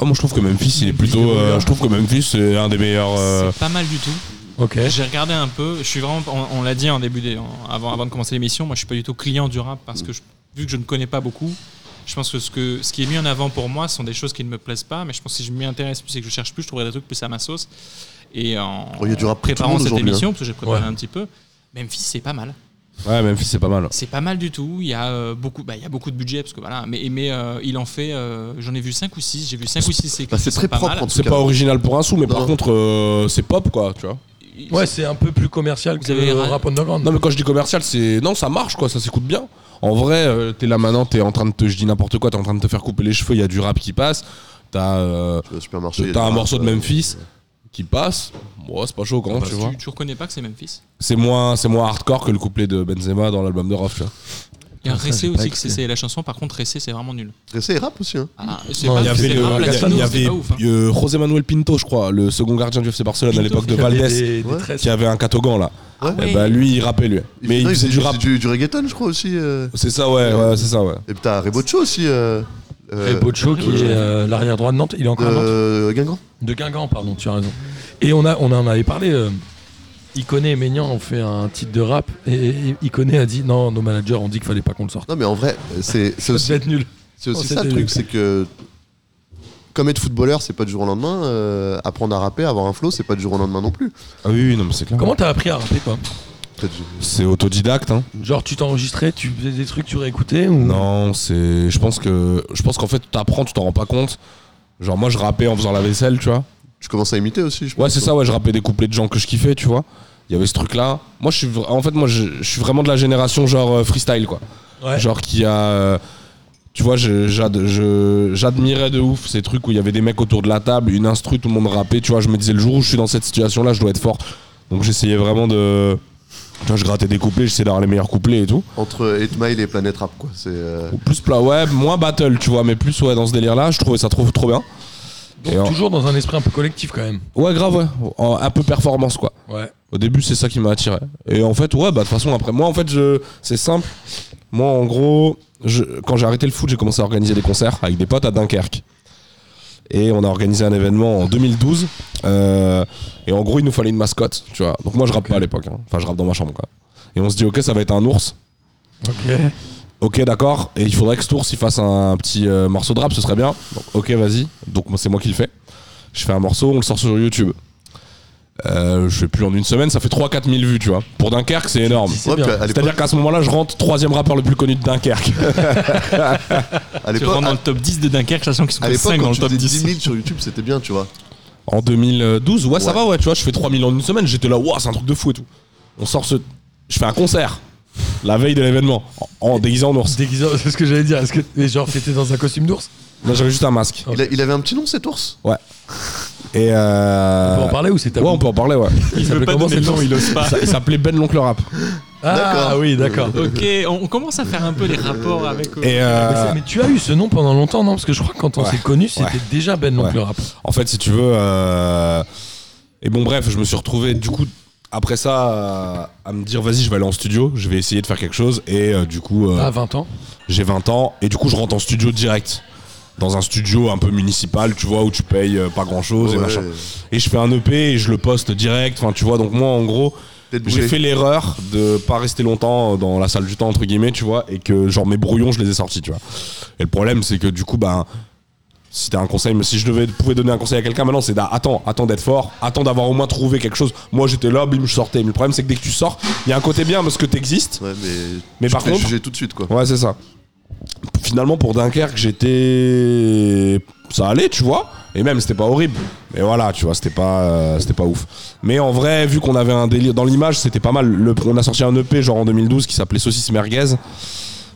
S6: Ah, moi je trouve que Memphis il
S3: Memphis,
S6: est plutôt.
S3: c'est
S6: euh,
S3: bon,
S6: je trouve que Memphis c'est un des meilleurs. euh,
S5: C'est pas mal du tout.
S3: Ok.
S5: J'ai regardé un peu. Je suis vraiment. On, on l'a dit en début, des- en- avant, avant de commencer l'émission. Moi, je suis pas du tout client du rap
S4: Mm.
S5: parce que je- vu que je ne connais pas beaucoup, je pense que ce que ce qui est mis en avant pour moi sont des choses qui ne me plaisent pas. Mais je pense que si je m'y intéresse plus et que je cherche plus, je trouverai des trucs plus à ma sauce. Et en
S4: Oh, il y a du rap pour tout le
S5: préparant
S4: monde
S5: cette
S4: aujourd'hui,
S5: émission, parce que j'ai préparé
S3: Ouais.
S5: un petit peu, Memphis, c'est pas mal.
S6: Ouais, Memphis c'est pas mal.
S5: C'est pas mal du tout. Il y a euh, beaucoup. bah, il y a beaucoup de budget parce que voilà. Mais mais euh, il en fait. euh, J'en ai vu 5 ou 6 J'ai vu 5 ou 6 C'est
S4: Bah, c'est très propre en tout
S6: C'est
S4: cas.
S6: pas original pour un sou, mais par
S4: Non.
S6: contre euh, c'est pop quoi, tu vois.
S3: Ouais, c'est un peu plus commercial
S5: Vous
S3: que
S5: avez
S3: le
S5: ra-
S3: rap underground.
S6: Non, mais quand je dis commercial, c'est. Non, ça marche quoi, ça s'écoute bien. En vrai, euh, t'es là maintenant, t'es en train de te. Je dis n'importe quoi, t'es en train de te faire couper les cheveux, il y a du rap qui passe. T'as. euh,
S4: Le supermarché, il y a
S6: T'as
S4: du
S6: un
S4: rap,
S6: morceau de
S4: euh,
S6: Memphis qui passe. Bon, c'est pas chaud quand Ah, bah, tu vois.
S5: tu, tu reconnais pas que c'est Memphis
S6: C'est moins, c'est moins hardcore que le couplet de Benzema dans l'album de Rof. tu vois.
S5: Il y a
S3: Ah, ça,
S5: Ressé
S3: j'ai pas
S5: aussi, que
S3: écouté.
S5: c'est c'est la chanson, par contre Ressé c'est vraiment nul.
S4: Dressé et rap aussi. hein.
S5: Ah, c'est
S3: Non,
S5: pas
S3: il y
S5: c'est
S3: avait le-
S5: grave,
S3: il
S5: la
S3: y a-
S5: Casano,
S3: il y
S5: c'était pas ouf, hein.
S6: euh, José Manuel Pinto, je crois, le second gardien du FC Barcelone à
S5: Pinto,
S6: l'époque de
S5: qui
S3: Il y avait
S6: Valdés,
S3: des- des
S4: Ouais.
S3: tresses.
S6: qui avait un catogan là.
S4: Ouais.
S5: Ouais.
S6: Eh ben, lui, il rappelait lui. Mais il
S4: non,
S6: faisait du rap.
S4: du, du reggaeton, je crois aussi. euh.
S6: C'est ça, ouais, ouais, c'est ça, ouais.
S4: Et puis t'as Rebocho aussi. Euh,
S3: Et
S4: euh,
S3: Bocho, qui est euh, l'arrière droit de Nantes, il est encore à Nantes
S4: de Guingamp.
S6: euh,
S3: De Guingamp, pardon, tu as raison. Et on, a, on en avait parlé. euh, Iconé et Ménian ont fait un titre de rap et, et Iconé a dit non, nos managers ont dit qu'il fallait pas qu'on le sorte.
S4: Non, mais en vrai, c'est c'est
S3: Ça
S4: aussi,
S3: devait être nul.
S4: c'est aussi
S3: Oh,
S4: ça le
S3: c'était
S4: truc,
S3: nul.
S4: c'est que comme être footballeur, c'est pas du jour au lendemain. euh, apprendre à rapper, avoir un flow, c'est pas du jour au lendemain non plus.
S6: Ah oui, oui, non, mais c'est clair.
S3: Comment t'as appris à rapper quoi
S4: Peut-être-
S6: C'est autodidacte, hein.
S3: Genre tu t'enregistrais, tu faisais des trucs, tu réécoutais ou
S6: Non, c'est. Je pense que. Je pense qu'en fait, t'apprends, tu t'en rends pas compte. Genre, moi, je rappais en faisant la vaisselle, tu vois.
S4: Tu commences à imiter aussi, je pense.
S6: Ouais, c'est ça, ouais, je rappelais des couplets de gens que je kiffais, tu vois. Il y avait ce truc-là. Moi, je suis vra- en fait, moi, je, je suis vraiment de la génération genre euh, freestyle, quoi.
S3: Ouais.
S6: Genre qui a. euh, tu vois, je- j'ad- je- j'admirais de ouf ces trucs où il y avait des mecs autour de la table, une instru, tout le monde rappait. Tu vois, je me disais le jour où je suis dans cette situation-là, je dois être fort. Donc j'essayais vraiment de. Tu vois, je grattais des couplets, j'essayais d'avoir les meilleurs couplets et tout.
S4: Entre 8 Mile et Planet Rap, quoi. C'est euh,
S6: Ou plus plat, ouais, moins battle, tu vois, mais plus ouais, dans ce délire-là, je trouvais ça trop, trop bien.
S3: Donc
S6: Et en-
S3: toujours dans un esprit un peu collectif quand même.
S6: Ouais, grave, ouais. En- un peu performance, quoi.
S3: Ouais.
S6: Au début, c'est ça qui m'a attiré. Et en fait, ouais, bah de toute façon, après, moi, en fait, je, c'est simple. Moi, en gros, je, quand j'ai arrêté le foot, j'ai commencé à organiser des concerts avec des potes à Dunkerque. Et on a organisé un événement en 2012. euh, et en gros, il nous fallait une mascotte, tu vois. Donc moi, je rappe pas à l'époque. hein. Enfin, je rappe dans ma chambre, quoi. Et on se dit, ok, ça va être un ours.
S3: Ok.
S6: ok d'accord, et il faudrait que Stours il fasse un petit euh, morceau de rap, ce serait bien. Donc, ok vas-y, donc moi, c'est moi qui le fais. Je fais un morceau, on le sort sur YouTube. Euh, je sais plus, en une semaine, ça fait 3-4 000 vues, tu vois. Pour Dunkerque, c'est énorme.
S3: C'est
S4: Ouais,
S3: bien.
S4: puis à l'époque-
S6: C'est-à-dire qu'à ce moment-là, je rentre troisième rappeur le plus connu de Dunkerque.
S4: à
S5: Tu
S4: l'époque,
S5: rentres dans le top 10 de Dunkerque, sachant qu'ils sont
S4: à
S5: que
S4: l'époque,
S5: 5 dans
S4: quand
S5: le
S4: tu
S5: top
S4: faisais
S5: 10.
S4: 10 000 sur YouTube, c'était bien, tu vois.
S6: En 2012, ouais, ça
S4: Ouais.
S6: va, ouais, tu vois, je fais 3000 en une semaine, j'étais là, waouh, c'est un truc de fou et tout. On sort ce. Je fais un concert, la veille de l'événement, en, en déguisé en ours.
S3: Déguisé, c'est ce que j'allais dire. Est-ce que mais genre t'étais dans un costume d'ours
S6: Là, j'avais juste un masque.
S4: Il, a- il avait un petit nom, cet ours
S6: Et euh.
S3: On peut en parler ou c'est
S6: ouais,
S3: tabou
S6: on peut en parler, ouais.
S5: Il
S3: s'appelait
S5: veut pas
S3: comment, c'est
S5: donner le nom,
S3: le
S5: il ose pas.
S6: Ça- Il s'appelait Ben l'oncle rap.
S3: Ah
S4: D'accord.
S3: oui, d'accord.
S5: Ok, on on commence à faire un peu les rapports avec.
S6: Et
S5: euh,
S3: Mais, c'est-
S6: euh,
S3: mais tu as eu ce nom pendant longtemps, non Parce que je crois que quand on
S6: Ouais.
S3: s'est connus, c'était déjà Ben l'oncle rap.
S6: en fait, si tu veux. euh, Et bon, bref, je me suis retrouvé, du coup, après ça, euh, à me dire, vas-y, je vais aller en studio, je vais essayer de faire quelque chose. Et euh, du coup. euh,
S3: À
S5: Ah.
S3: 20 ans.
S6: j'ai 20 ans et du coup je rentre en studio direct dans un studio un peu municipal tu vois où tu payes euh, pas grand chose et
S4: Ouais.
S6: machin et je fais un EP et je le poste direct enfin tu vois donc moi en gros
S4: Tête
S6: j'ai
S4: brûlée.
S6: fait l'erreur de pas rester longtemps euh, dans la salle du temps entre guillemets tu vois et que genre mes brouillons je les ai sortis tu vois et le problème c'est que du coup ben si t'as un conseil, mais si je devais pouvais donner un conseil à quelqu'un maintenant, c'est d'a- attends, attends d'être fort, attends d'avoir au moins trouvé quelque chose. Moi j'étais là, bim, je sortais. Mais le problème c'est que dès que tu sors, il y a un côté bien parce que t'existes,
S4: Ouais, mais,
S6: Mais
S4: tu
S6: par
S4: te fais
S6: contre-
S4: juger tout de suite, quoi.
S6: Ouais, c'est ça. Finalement, pour Dunkerque, j'étais. Ça allait, tu vois. Et même, c'était pas horrible. Mais voilà, tu vois, c'était pas, euh, c'était pas ouf. Mais en vrai, vu qu'on avait un délire. Dans l'image, c'était pas mal. Le- on a sorti un EP, genre en 2012, qui s'appelait Saucisse Merguez.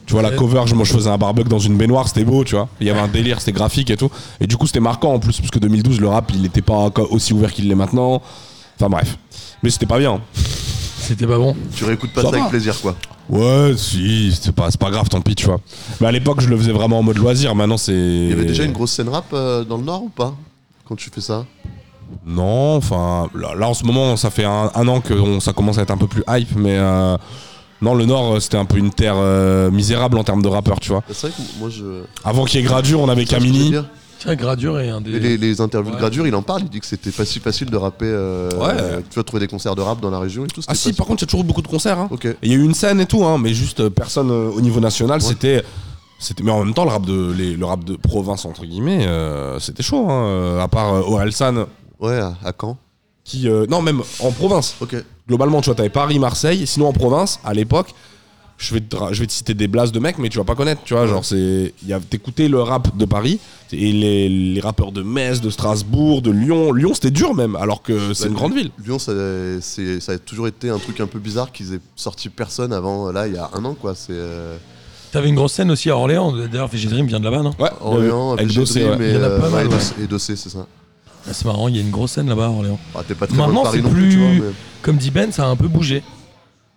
S6: Tu vois, la cover, je, moi, je faisais un barbecue dans une baignoire, c'était beau, tu vois. Il y avait un délire, c'était graphique et tout. Et du coup, c'était marquant en plus, parce que 2012, le rap, il était pas co- aussi ouvert qu'il l'est maintenant. Enfin, bref. Mais c'était pas bien.
S3: C'était pas bon.
S4: Tu réécoutes pas
S6: Ça
S4: ça,
S6: va.
S4: avec plaisir, quoi.
S6: Ouais, si, c'est pas, c'est pas grave, tant pis, tu vois. Mais à l'époque, je le faisais vraiment en mode loisir. Maintenant, c'est.
S4: Il y avait déjà une grosse scène rap euh, dans le Nord ou pas Quand tu fais ça
S6: Non, enfin. Là, là, en ce moment, ça fait un, un an que on- ça commence à être un peu plus hype, mais. euh, non, le Nord, euh, c'était un peu une terre euh, misérable en termes de rappeurs, tu vois.
S4: C'est vrai que moi, je.
S6: Avant qu'il y ait Gradure, on avait
S4: C'est ce que je veux
S6: Camini.
S4: dire.
S3: Tiens, Gradure est un des.
S4: Et les, les interviews
S3: Ouais.
S4: de Gradure, il en parle. Il dit que c'était pas si facile de rapper. euh,
S6: Ouais.
S4: euh, Tu vas trouver des concerts de rap dans la région et tout.
S6: Ah, si,
S4: c'était
S6: par contre, il y a toujours eu beaucoup de concerts, hein.
S4: pas- Ok.
S6: Il y a eu une scène et tout, hein, mais juste euh, personne euh, au niveau national. C'était, c'était, mais en même temps, le rap de, les- le rap de province entre guillemets, euh, c'était chaud. Hein, euh, à part euh, Orelsan,
S4: Ouais, à, à Caen.
S6: qui, euh, non, même en province.
S4: Ok.
S6: Globalement, tu vois, t'avais Paris, Marseille. Sinon, en province, à l'époque, je vais te, ra- je vais te citer des blases de mecs, mais tu vas pas connaître. Tu vois, genre, c'est, il y a- t'écoutais le rap de Paris et les, les rappeurs de Metz, de Strasbourg, de Lyon. Lyon, c'était dur même, alors que c'est
S4: Bah,
S6: une grande ville.
S4: Lyon, ça, c'est- ça a toujours été un truc un peu bizarre qu'ils aient sorti personne avant, euh, là, il y a un an, quoi. C'est euh,
S3: T'avais une grosse scène aussi à Orléans. D'ailleurs, VG Dream vient de là-bas, non
S6: Ouais.
S4: Orléans,
S6: avec
S4: VG
S6: Dossé,
S4: Dream
S6: ouais.
S4: et,
S3: Il y en a
S4: euh,
S3: pas mal,
S4: ouais,
S3: ouais.
S4: Dossé- et Dossé, c'est ça.
S3: Ah, C'est marrant, il y a une grosse scène là-bas à Orléans.
S4: Ah, T'es pas très
S3: Maintenant,
S4: loin de Paris
S3: c'est
S4: non plus, tu
S3: plus-
S4: vois. mais-
S3: Comme dit Ben, ça a un peu bougé.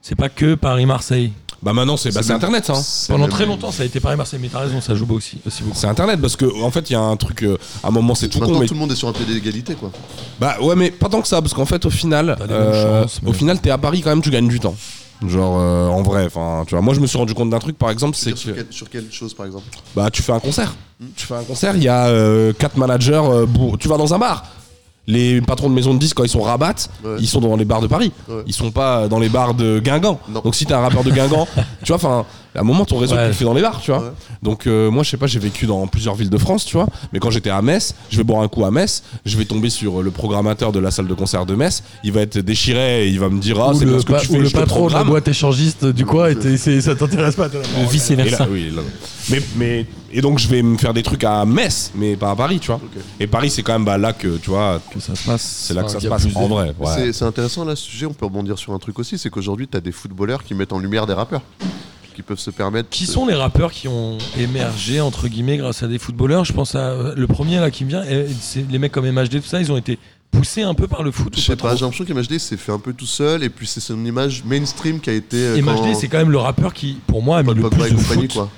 S3: C'est pas que Paris-Marseille.
S6: Bah maintenant, c'est, bah,
S4: C'est
S6: c'est
S4: même-
S6: Internet, ça. hein.
S4: c'est
S3: Pendant
S4: même-
S3: très longtemps, ça a été Paris-Marseille. Mais t'as raison, ça joue beau aussi, aussi beaucoup.
S6: C'est internet parce que en fait il y a un truc euh, à un moment c'est tout con
S4: Maintenant,
S6: mais
S4: tout le monde est sur un pied d'égalité, quoi.
S6: bah ouais mais pas tant que ça parce qu'en fait au final euh,
S3: T'as les mêmes chances, mais-
S6: au final t'es à Paris quand même tu gagnes du temps genre euh, en vrai enfin tu vois moi je me suis rendu compte d'un truc par exemple c'est
S4: Sur,
S6: que
S4: quelle, sur quelle chose, par exemple
S6: bah tu fais un concert tu fais un concert il y a euh, quatre managers euh, bourr- tu vas dans un bar les patrons de maisons de disques quand ils sont rabat
S4: Ouais.
S6: ils sont dans les bars de Paris
S4: Ouais.
S6: ils sont pas dans les bars de Guingamp
S4: Non.
S6: donc si t'es un rappeur de Guingamp tu vois enfin à un moment ton réseau
S3: Ouais.
S6: tu le fais dans les bars tu vois
S4: Ouais.
S6: donc euh, moi je sais pas, j'ai vécu dans plusieurs villes de France, tu vois, mais quand j'étais à Metz, je vais boire un coup à Metz, je vais tomber sur euh, le programmateur de la salle de concert de Metz, il va être déchiré et il va me dire ah
S3: ou
S6: c'est
S3: le,
S6: bien ce que
S3: pa-
S6: tu
S3: ou
S6: fais,
S3: le
S6: je te
S3: patron de la
S6: programme.
S3: boîte échangiste du coin, et t'es- c'est- ça t'intéresse pas. toi, là.
S5: Le vice
S6: Et Oh, là,
S5: versa.
S6: oui, là, mais, mais et donc je vais me faire des trucs à Metz, mais pas à Paris, tu vois. Et Paris c'est quand même bah, là que tu vois,
S3: Que ça se passe.
S6: c'est là que ça
S3: qu'il
S6: se
S3: y a
S6: passe
S3: plus
S6: en
S3: de-
S6: vrai. ouais.
S4: C'est- C'est intéressant là ce sujet, on peut rebondir sur un truc aussi, c'est qu'aujourd'hui t'as des footballeurs qui mettent en lumière des rappeurs, qui peuvent se permettre.
S3: Qui sont les rappeurs qui ont émergé entre guillemets grâce à des footballeurs Je pense à euh, le premier là qui me vient, euh, c'est les mecs comme MHD tout ça, ils ont été poussés un peu par le foot.
S4: Je
S3: ou
S4: sais
S3: pas
S4: pas, j'ai
S3: trop
S4: l'impression qu'MHD s'est fait un peu tout seul et puis c'est son image mainstream qui a été. euh,
S3: MHD
S4: quand
S3: c'est quand même le rappeur qui pour moi a mis
S4: Paul
S3: le
S4: Pogba
S3: plus
S4: et
S3: de
S4: compagnie,
S3: foot,
S4: quoi.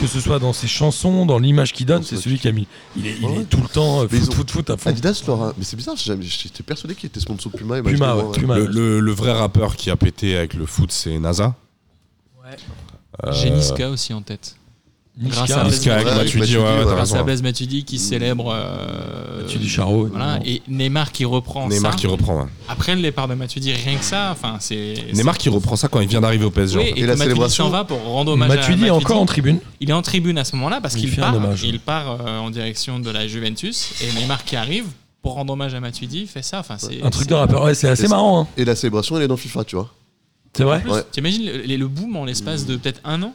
S3: que ce soit dans ses chansons, dans l'image qu'il donne,
S4: Dans
S3: c'est
S4: ses-
S3: celui qui a mis. Il est, il
S4: Ouais.
S3: est tout le temps euh,
S4: Mais ils
S3: foot,
S4: ont-
S3: foot, foot à fond.
S4: Adidas leur a- Mais c'est bizarre, j'ai jamais- j'étais persuadé qu'il était sponsor Puma et MHD,
S3: Puma,
S4: ouais.
S3: ouais, Puma.
S6: Le, le- le vrai rappeur qui a pété avec le foot c'est NASA.
S4: euh,
S5: J'ai Niska aussi en tête. Grâce
S3: Niska,
S5: à-
S6: Niska avec
S4: Ouais,
S6: Matuidi, ouais,
S4: Matuidi,
S6: ouais,
S4: ouais.
S6: t'as
S5: Grâce
S6: raison.
S5: à Blaise Matuidi
S4: Mm.
S5: qui célèbre. euh,
S3: Matuidi Charo,
S5: Voilà, et Neymar qui reprend
S6: Neymar
S5: ça.
S6: qui reprend. ouais.
S5: Après le départ de Matuidi, rien que ça, enfin c'est.
S6: Neymar qui reprend ça quand il vient d'arriver au PSG.
S5: Oui,
S6: en fait.
S5: et,
S4: Et
S5: que
S4: la
S5: Matuidi
S4: célébration.
S5: s'en va pour rendre hommage à
S3: Matuidi est
S5: Matuidi.
S3: encore en tribune.
S5: Il est en tribune à ce moment-là parce
S3: Il
S5: qu'il
S3: fait un
S5: part,
S3: hommage.
S5: il part euh, en direction de la Juventus et Neymar qui arrive pour rendre hommage à Matuidi fait ça. Enfin, c'est
S3: Un truc
S5: c'est-
S3: de rappeur. Ouais, c'est assez
S4: Et-
S3: marrant. hein.
S4: Et la célébration, elle est dans FIFA, tu vois.
S3: C'est vrai
S5: Plus,
S4: Ouais.
S5: T'imagines le, le- le boom en l'espace de peut-être un an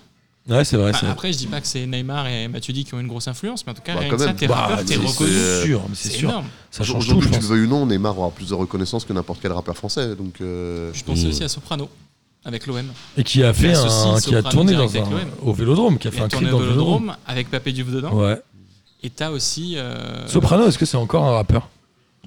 S3: Ouais, c'est vrai.
S5: Enfin,
S3: c'est vrai.
S5: Après, je dis pas que c'est Neymar et Matuidi qui ont une grosse influence, mais en tout cas,
S4: Bah,
S5: rien
S4: quand
S5: que ça,
S4: même.
S5: t'es
S3: Bah,
S5: rappeur, t'es
S3: c'est-
S5: reconnu.
S3: C'est sûr, mais c'est
S5: C'est
S3: sûr.
S5: énorme.
S3: Ça change tout, je
S4: Aujourd'hui, tu le
S3: pense.
S4: veuilles ou non, Neymar aura plus de reconnaissance que n'importe quel rappeur français. Donc, euh,
S5: Je pensais
S6: Mmh.
S5: aussi à Soprano avec l'OM.
S3: Et qui a fait
S5: associe
S3: un, qui a
S5: Bah, Soprano
S3: tourné dans
S5: direct
S3: un-
S5: avec l'OM.
S3: au Vélodrome, qui a
S5: Il
S3: fait
S5: a
S3: un clip
S5: tourné
S3: dans
S5: au
S3: le Vélodrome.
S5: Vélodrome avec Papé Diouf dedans.
S3: Ouais.
S5: Et t'as aussi. euh,
S3: Soprano, est-ce que c'est encore un rappeur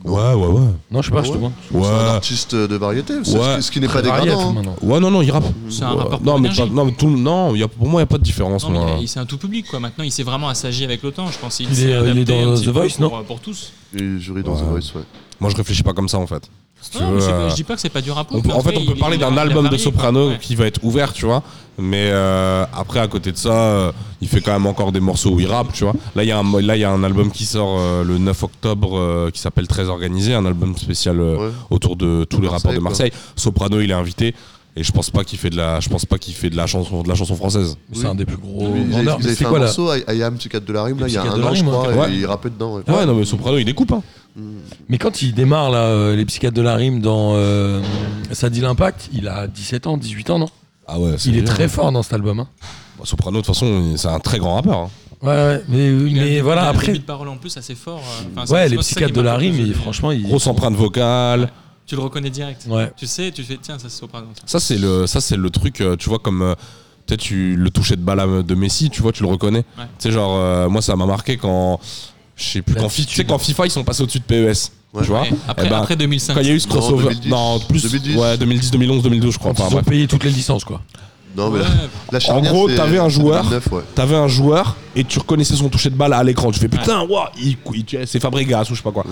S6: Ouais, ouais, ouais.
S3: Non, je sais pas, je te
S4: Ouais.
S3: demande.
S4: c'est un
S6: Ouais.
S4: artiste de variété, c'est-
S6: Ouais.
S4: ce qui n'est pas
S3: Variette,
S4: dégradant. hein.
S3: maintenant.
S6: Ouais, non, non, il rappe.
S5: C'est un
S6: Ouais.
S5: rapport
S6: non, mais
S5: d'énergie.
S6: pas- non, mais tout le- non, il y a- pour moi, il n'y a pas de différence.
S5: Non, mais
S6: moi.
S5: il- c'est un tout public quoi. Maintenant, il s'est vraiment assagi avec le temps. Je pense qu'il
S3: hein. Il
S5: s'est
S3: est- euh, il est
S5: adapté
S3: dans
S5: un petit
S3: The
S5: peu
S3: Voice,
S5: pour,
S3: non
S5: euh, Pour tous.
S4: Et jury dans
S6: Ouais.
S4: The Voice, ouais.
S6: Moi, je réfléchis pas comme ça, en fait. Si tu
S5: Non,
S6: veux,
S5: mais c'est
S6: euh,
S5: pas- je dis pas que c'est pas du rap. hein,
S6: on peut- en fait, on peut parler d'un album de Soprano qui va être ouvert, tu vois. Mais euh, après, à côté de ça, euh, il fait quand même encore des morceaux où il rappe, tu vois. Là, il y, a un mo- là, il y a un album qui sort euh, le 9 octobre euh, qui s'appelle Très Organisé, un album spécial euh,
S4: Ouais.
S6: autour de tous les
S4: Marseille,
S6: rapports de
S4: quoi.
S6: Marseille. Soprano, il est invité. Et je pense pas qu'il fait de la, je pense pas qu'il fait de la chanson, de la chanson française.
S3: C'est
S4: Oui.
S3: un des plus gros
S4: Ils avaient-
S3: vendeurs.
S4: ils
S3: Mais
S4: avaient
S3: C'est
S4: fait un
S3: quoi là
S4: morceau, I I am Psychiatre de la Rime, là, il y a
S3: Psychiatre
S4: un
S3: de la
S4: an, je
S3: Rime, hein,
S4: crois,
S6: ouais.
S4: et il rappait dedans. ouais.
S6: Ouais, non, mais Soprano, il découpe. Hein.
S3: Mais quand il démarre là, euh, les psychiatres de la rime dans euh, Ça dit l'impact, il a 17 ans, 18 ans, non
S6: Ah ouais.
S3: Il est
S6: bien.
S3: très fort dans cet album. hein.
S6: Bah, Soprano, de toute façon, c'est un très grand rappeur. hein.
S3: Ouais, ouais, mais, mais voilà, après.
S5: De parole en plus assez fort. euh, enfin, c'est-
S3: Ouais,
S5: c'est
S3: les
S5: pas ça qui
S3: psychiatres de
S5: m'a
S3: la
S5: fait
S3: rime,
S5: plus,
S3: ils-
S5: euh,
S3: franchement, ils.
S6: Grosse empreinte vocale.
S5: Tu le reconnais direct.
S3: Ouais.
S5: Tu sais, tu fais tiens, ça c'est Soprano. ça.
S6: Ça, c'est le, ça, c'est le truc, euh, tu vois, comme. euh, Peut-être tu le toucher de balle à- de Messi, tu vois, tu le reconnais.
S5: Ouais.
S6: Tu sais, genre, euh, moi, ça m'a marqué quand. Je sais plus, quand, fi-
S3: L'attitude.
S6: tu sais, quand FIFA, ils sont passés au-dessus de PES.
S4: Ouais.
S6: Tu vois
S3: Ah,
S5: Ouais, Après,
S6: Eh ben,
S5: après 2005.
S6: Quand il y a eu ce
S4: Non,
S6: crossover.
S4: 2010.
S6: Non, plus.
S4: 2010.
S6: Ouais, 2010, 2011, 2012, je crois.
S3: Quand
S6: Enfin,
S3: ils ont
S6: bref.
S3: payé toutes les licences, quoi.
S4: Non, mais
S5: Ouais,
S4: la- la
S6: En
S4: charnière,
S6: gros,
S4: c'est-
S6: t'avais un
S4: c'est
S6: joueur,
S4: 2009, ouais.
S6: t'avais un joueur et tu reconnaissais son toucher de balle à l'écran. Tu fais putain, waouh, il- il- c'est Fabregas ou je sais pas quoi.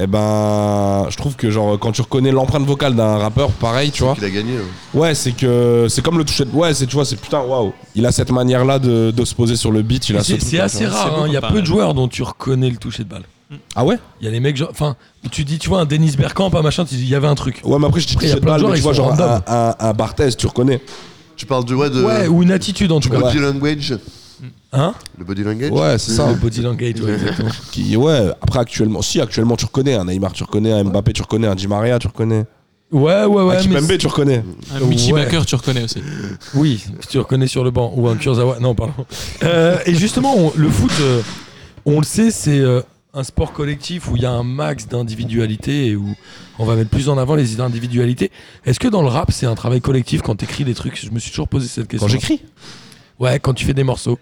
S6: Eh ben, je trouve que genre quand tu reconnais l'empreinte vocale d'un rappeur, pareil, tu vois.
S4: qu'il a gagné. ouais.
S6: Ouais, c'est que c'est comme le toucher de ouais, c'est tu vois, c'est putain, waouh. Il a cette manière là de, de se poser sur le beat, il a
S3: Et
S6: ce
S3: C'est
S6: truc,
S3: c'est
S6: là,
S3: assez
S6: tu vois.
S5: c'est
S3: rare, hein.
S5: beau
S3: il y a peu
S5: comparé.
S3: de joueurs dont tu reconnais le toucher de balle.
S6: Ah ouais
S3: Il y a les mecs, genre- enfin, tu dis, tu vois, un Denis Bergkamp, un machin, tu dis, il y avait un truc.
S6: Ouais, mais après je dis
S3: Après, il y a
S6: toucher de
S3: plein de
S6: balle,
S3: joueurs,
S6: mais tu
S3: ils
S6: vois
S3: sont
S6: genre
S3: random.
S6: un, un, un Barthez, tu reconnais.
S4: Tu parles du ouais de
S3: Ouais, ou une attitude en tout cas.
S6: Ouais.
S4: body language.
S3: Hein
S4: Le body language
S6: Ouais, c'est ça.
S3: Le body language, ouais, exactement.
S6: Qui, ouais, après actuellement, si actuellement tu reconnais un Neymar, tu reconnais un Mbappé, tu reconnais un Di Maria, tu reconnais.
S3: Ouais, ouais, ouais.
S6: un
S3: mais
S6: Kimpembe, tu reconnais.
S5: Un Michi
S3: Ouais.
S5: Baker, tu reconnais aussi.
S3: c'est- Oui, si tu reconnais sur le banc. Ou un Kurzawa. Non, pardon. Euh, et justement, on- le foot, euh, on le sait, c'est euh, un sport collectif où il y a un max d'individualité et où on va mettre plus en avant les individualités. Est-ce que dans le rap, c'est un travail collectif quand t'écris des trucs Je me suis toujours posé cette question.
S6: Quand j'écris
S3: Ouais, quand tu fais des morceaux.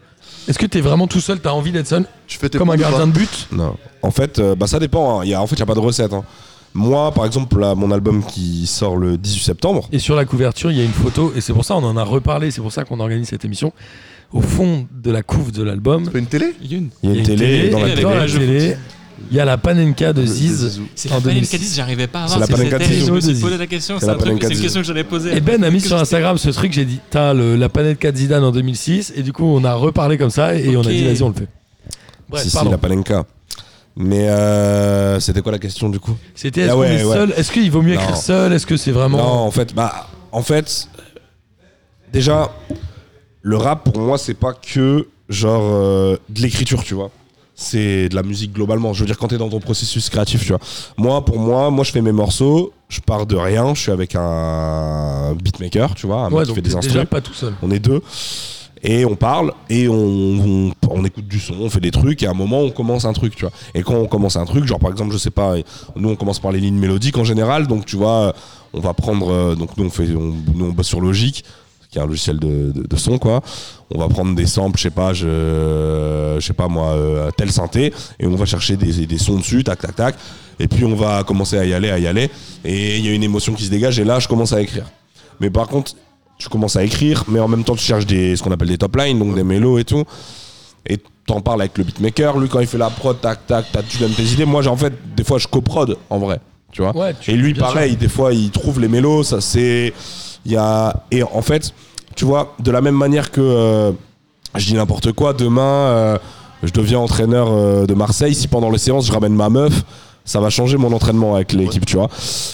S3: Est-ce que t'es vraiment tout seul T'as envie d'être seul
S4: Tu fais tes
S3: Comme un
S4: prods ou pas
S3: gardien de but
S6: Non. En fait, euh, bah, ça dépend. hein. Il Y a, en fait, il n'y a pas de recette. hein. Moi, par exemple, là, mon album qui sort le 18 septembre.
S3: Et sur la couverture, il y a une photo, et c'est pour ça on en a reparlé, c'est pour ça qu'on organise cette émission. Au fond de la couve de l'album,
S4: Tu fais une télé
S5: Yun.
S6: Il y a une télé, et dans la
S5: avec
S6: télé. Euh,
S3: dans la
S5: la jeu
S3: télé, il y a la Panenka de Ziz.
S4: Zizou.
S5: C'est
S3: En
S5: la Panenka
S3: 2006.
S5: 10, j'arrivais pas à
S6: C'est la
S5: voir. si
S6: Panenka
S5: c'était-
S6: 10.
S5: Je me suis
S3: Zizou.
S5: posé la question.
S6: C'est
S5: C'est
S6: la
S5: un truc-
S6: Panenka
S5: c'est une
S6: 10.
S5: question que j'avais posée.
S3: Et Ben a mis
S5: Que
S3: sur
S5: je-
S3: Instagram ce truc, j'ai dit, t'as le- la Panenka de Zidane en 2006, et du coup on a reparlé comme ça, et on a
S5: Ok.
S3: dit, vas-y, on le fait. Bref,
S6: si, si,
S3: pardon.
S6: la palenka. Mais euh, c'était quoi la question du coup
S3: C'était, est-ce
S6: Ah
S3: qu'on
S6: ouais,
S3: est
S6: ouais.
S3: seul Est-ce qu'il vaut mieux écrire
S6: Non.
S3: seul Est-ce que c'est
S6: Non,
S3: vraiment.
S6: en fait, bah, en fait, déjà, le rap pour moi, c'est pas que genre euh, de l'écriture, tu vois. C'est de la musique globalement. Je veux dire, quand t'es dans ton processus créatif, tu vois. Moi, pour moi, moi, je fais mes morceaux, je pars de rien, je suis avec un beatmaker, tu vois, un mec
S3: Ouais,
S6: qui
S3: donc
S6: fait
S3: t'es
S6: des
S3: déjà
S6: instruments.
S3: pas tout seul.
S6: On est deux. Et on parle, et on, on, on écoute du son, on fait des trucs, et à un moment on commence un truc, tu vois. Et quand on commence un truc, genre par exemple, je sais pas, nous on commence par les lignes mélodiques en général, donc tu vois, on va prendre, euh, donc nous on, fait, on, nous, on bosse sur Logic, qui est un logiciel de, de- de son, quoi. On va prendre des samples, je sais pas, je, je sais pas moi, euh, tel synthé, et on va chercher des, des sons dessus, tac, tac, tac. Et puis on va commencer à y aller, à y aller, et il y a une émotion qui se dégage, et là je commence à écrire. Mais par contre, tu commences à écrire, mais en même temps tu cherches des, ce qu'on appelle des top lines, donc des mélos et tout. Et t'en parles avec le beatmaker, lui quand il fait la prod, tac tac, tac tu donnes tes idées. Moi j'ai en fait des fois je coprod en vrai, tu vois.
S3: Ouais, tu-
S6: et lui
S3: bien sûr.
S6: pareil, des fois il trouve les mélos, ça c'est il y a et en fait, tu vois, de la même manière que euh, je dis n'importe quoi, demain euh, je deviens entraîneur euh, de Marseille, si pendant les séances je ramène ma meuf, ça va changer mon entraînement avec l'équipe, tu vois.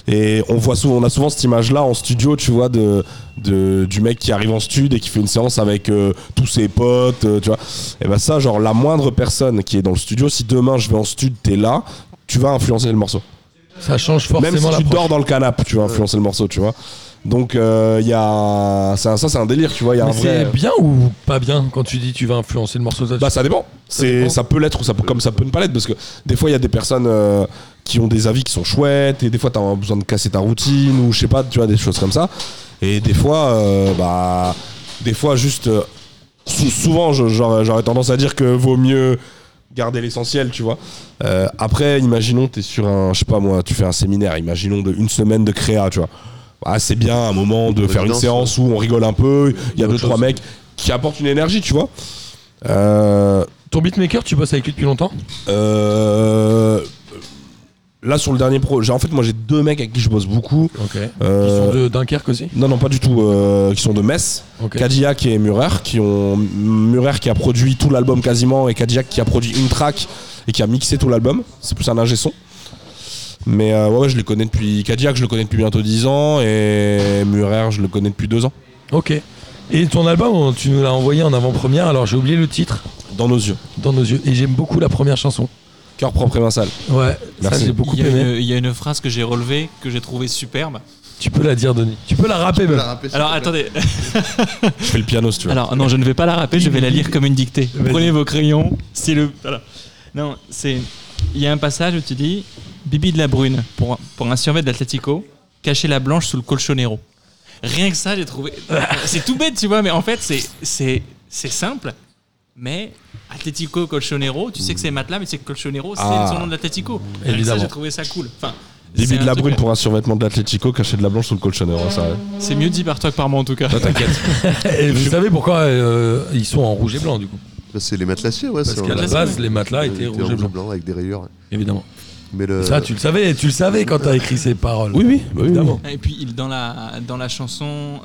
S6: Et on voit souvent, on a souvent cette image-là en studio, tu vois, de, de- du mec qui arrive en stud et qui fait une séance avec euh, tous ses potes, euh, tu vois. Et ben ça, genre la moindre personne qui est dans le studio, si demain je vais en stud, t'es là, tu vas influencer le morceau.
S3: Ça change forcément
S6: Même si tu
S3: l'approche.
S6: dors dans le canapé, tu vas influencer le morceau, tu vois. Donc euh, il y a, c'est un- ça c'est un délire, tu vois, il y a un
S3: Mais
S6: vrai.
S3: c'est bien ou pas bien quand tu dis tu vas influencer le morceau de
S6: Bah ça dépend. C'est
S3: dépend.
S6: ça peut l'être ou ça peut comme ça peut ne pas l'être parce que des fois il y a des personnes euh, qui ont des avis qui sont chouettes et des fois t'as un besoin de casser ta routine ou je sais pas tu vois des choses comme ça et des fois euh, bah des fois juste euh, sou- souvent je- j'aurais j'aurais tendance à dire que vaut mieux garder l'essentiel tu vois Euh, après imaginons t'es sur un je sais pas moi tu fais un séminaire imaginons de une semaine de créa tu vois ah, c'est bien un moment de faire une
S4: Évidence,
S6: séance où on rigole un peu il y a
S4: Autre
S6: deux trois
S4: chose.
S6: mecs qui apportent une énergie tu vois euh,
S3: Ton beatmaker, tu bosses avec lui depuis longtemps
S6: euh, Là sur le dernier pro, j'ai en fait moi j'ai deux mecs avec qui je bosse beaucoup.
S3: Ok. Ils
S6: Euh,
S3: sont de Dunkerque aussi
S6: Non non pas du tout, euh, qui sont de Metz.
S3: Ok.
S6: Cadillac et Murer qui ont Murer qui a produit tout l'album quasiment et Cadillac qui a produit une track et qui a mixé tout l'album. C'est plus un ingé son. Mais euh, ouais, ouais, je les connais depuis Cadillac, je le connais depuis bientôt 10 ans et Murer je le connais depuis 2 ans.
S3: Ok. Et ton album, tu nous l'as envoyé en avant-première, alors j'ai oublié le titre,
S6: Dans nos yeux.
S3: dans nos yeux. Et j'aime beaucoup la première chanson.
S6: Cœur propre et main sale.
S3: Ouais, ça
S6: Merci.
S3: j'ai beaucoup
S5: Il y, a
S3: aimé.
S5: une, il y a une phrase que j'ai relevée, que j'ai trouvée superbe.
S3: Tu peux la dire, Denis. Tu peux la rapper même.
S5: Alors attendez,
S6: Je fais le piano si tu veux.
S5: alors non, je ne vais pas la rapper, je vais la lire comme une dictée.
S3: Vas-y.
S5: Prenez vos crayons, c'est le. Voilà. Non, c'est. Il y a un passage où tu dis Bibi de la Brune, pour, pour un survêt de l'Atlético, cacher la blanche sous le colchonero. Rien que ça, j'ai trouvé. c'est tout bête, tu vois, mais en fait, c'est- c'est c'est simple, mais. Atlético Colchonero, tu sais que c'est Matelas, mais c'est que Colchonero, c'est
S6: Ah.
S5: son nom de l'Atlético. Rien que
S3: Évidemment.
S5: Ça, j'ai trouvé ça cool. Enfin, c'est
S6: Bibi de
S5: un
S6: la
S5: truc-
S6: brune pour un survêtement de l'Atletico, caché de la blanche sous le colchonneur, hein, ça. ouais.
S5: C'est mieux dit par toi que par moi en tout cas.
S3: Et Eh, vous savez pourquoi euh, ils sont en rouge et blanc du coup
S4: C'est les matelassiers, ouais.
S3: Parce
S4: c'est
S3: qu'à
S4: en-
S3: la base, les matelas étaient
S4: Ils étaient Euh,
S3: rouge et
S4: rouge
S3: blanc,
S4: avec des rayures.
S3: évidemment.
S4: Mais le...
S3: Ça, tu le savais, tu le savais quand t'as écrit ces paroles. Bah,
S6: Oui, oui, oui,
S3: évidemment.
S5: Et puis il- dans la, dans la chanson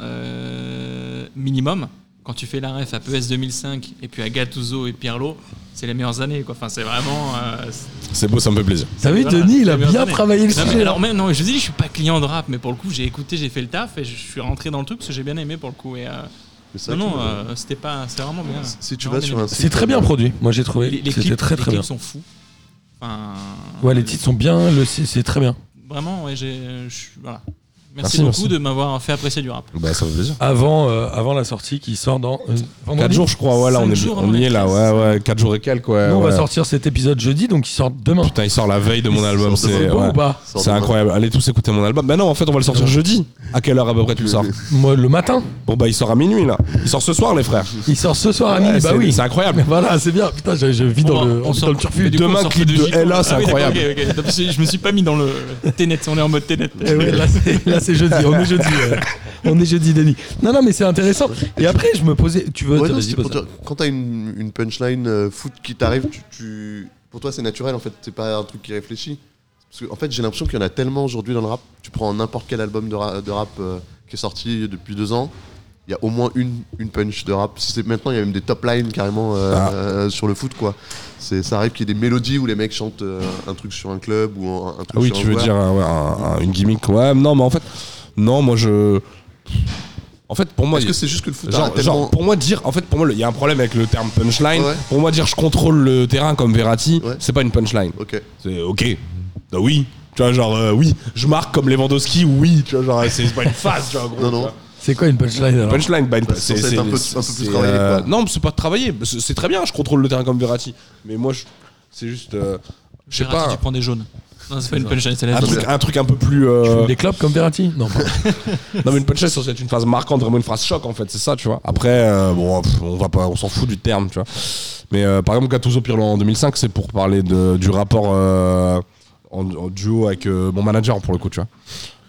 S5: euh, Minimum, quand tu fais la ref à PES 2005 et puis à Gattuso et Pirlo, c'est les meilleures années quoi. Enfin c'est vraiment. euh, c'est-
S6: C'est beau, ça me fait plaisir.
S3: T'as vu,
S5: voilà,
S3: Denis, il
S5: c'est
S3: a
S5: les meilleures
S3: bien
S5: années.
S3: travaillé le
S5: Non, mais
S3: sujet.
S5: alors même non, je vous ai dit je suis pas client de rap, mais pour le coup j'ai écouté, j'ai fait le taf et je suis rentré dans le truc parce que j'ai bien aimé pour le coup. Et, euh,
S4: Mais c'est
S5: non
S4: vrai que
S5: non,
S4: le-
S5: euh, c'était pas, c'est vraiment bien.
S4: Si tu
S5: Vraiment
S4: vas
S5: bien
S4: sur
S5: aimé.
S4: un site- euh,
S3: C'est très bien produit, moi j'ai trouvé.
S5: les, les
S3: C'était
S5: clips,
S3: très
S5: les
S3: très bien.
S5: clips sont fous. Enfin,
S3: Ouais, les titres sont bien, le c'est c'est très bien.
S5: Vraiment, ouais, j'ai, je suis- voilà. Merci,
S6: Merci,
S5: beaucoup
S6: merci.
S5: de m'avoir fait apprécier du rap.
S6: Bah, ça me fait plaisir.
S3: Avant, euh, avant la sortie qui sort dans euh, vendredi
S6: 4 jours, je crois, ouais, là, on,
S5: Cinq
S6: est,
S5: jours,
S6: on y
S5: on
S6: est, là,
S5: est
S6: ouais, ouais, 4 jours et quelques, ouais.
S3: Nous, on va
S6: ouais.
S3: sortir cet épisode jeudi, donc il sort demain.
S6: Putain, il sort la veille de mon
S4: Il
S6: album,
S4: sort demain.
S6: c'est
S3: C'est bon
S6: ouais.
S3: ou pas
S4: sort
S6: C'est
S4: demain.
S6: incroyable. Allez tous écouter mon album. Bah non, en fait, on va le sortir jeudi. À quelle heure à peu près tu le sors
S3: Moi, le matin.
S6: Bon, bah, il sort à minuit, là. Il sort ce soir, les frères.
S3: Il sort ce soir à
S6: Ouais,
S3: minuit,
S6: c'est-
S3: bah oui.
S6: C'est incroyable.
S3: Voilà, c'est bien. Putain, je, je vis dans le, on vit dans le turfu.
S6: du- Demain, clip de LA, c'est incroyable.
S5: Je me suis pas mis dans le Ténet, on est en mode Ténet.
S3: Eh ouais, là, c'est- là, c'est jeudi. On est jeudi. euh, on est jeudi, Denis. Non, non, mais c'est intéressant. Et après, je me posais. Tu veux.
S4: Ouais, non,
S3: vas-y,
S4: c'est
S3: pose
S4: pour
S3: ça.
S4: toi- Quand t'as une, une punchline euh, foot qui t'arrive, tu, tu- pour toi c'est naturel en fait, c'est pas un truc qui réfléchit. Parce que, en fait j'ai l'impression qu'il y en a tellement aujourd'hui dans le rap. Tu prends n'importe quel album de, ra- de rap euh, qui est sorti depuis deux ans, il y a au moins une, une punch de rap. C'est- Maintenant il y a même des top lines carrément euh,
S6: Ah.
S4: euh, sur le foot quoi. C'est, ça arrive qu'il y ait des mélodies où les mecs chantent euh, un truc sur un club ou un, un truc
S6: Ah oui,
S4: sur un
S6: tu veux
S4: joueur.
S6: dire euh, ouais, un- un- une gimmick. Ouais, non, mais en fait, non, moi, je. En fait, pour moi,
S4: Est-ce
S6: il-
S4: que c'est juste que le foot a
S6: Genre,
S4: tellement...
S6: genre, pour moi dire en fait pour moi le- il y a un problème avec le terme punchline
S4: Ouais.
S6: pour moi dire je contrôle le terrain comme Verratti
S4: Ouais.
S6: c'est pas une punchline
S4: Ok.
S6: c'est ok bah oui tu vois genre euh, oui je marque comme Lewandowski oui tu vois genre c'est c'est pas une phase tu vois gros,
S4: Non,
S6: tu
S4: non.
S6: vois.
S3: C'est quoi une punchline alors
S6: punchline bah, une-
S4: Bah, c'est censé être un peu- un peu plus travaillé, quoi.
S6: non mais c'est pas travaillé c'est c'est très bien je contrôle le terrain comme Verratti mais moi je- c'est juste euh, je sais pas
S5: Tu prends des jaunes. Non, c'est pas une punchline, c'est la
S6: un
S5: vie.
S6: truc, un truc un peu plus
S3: Tu
S6: euh,
S3: fumes des clopes comme Verratti Non, pardon.
S6: Non mais une punchline c'est une phase marquante, vraiment une phrase choc en fait, c'est ça tu vois. Après euh, bon pff, on va pas on s'en fout du terme tu vois. Mais euh, par exemple Gattuso Pirlo en 2005 c'est pour parler de, du rapport euh, en, en duo avec euh, mon manager pour le coup tu vois.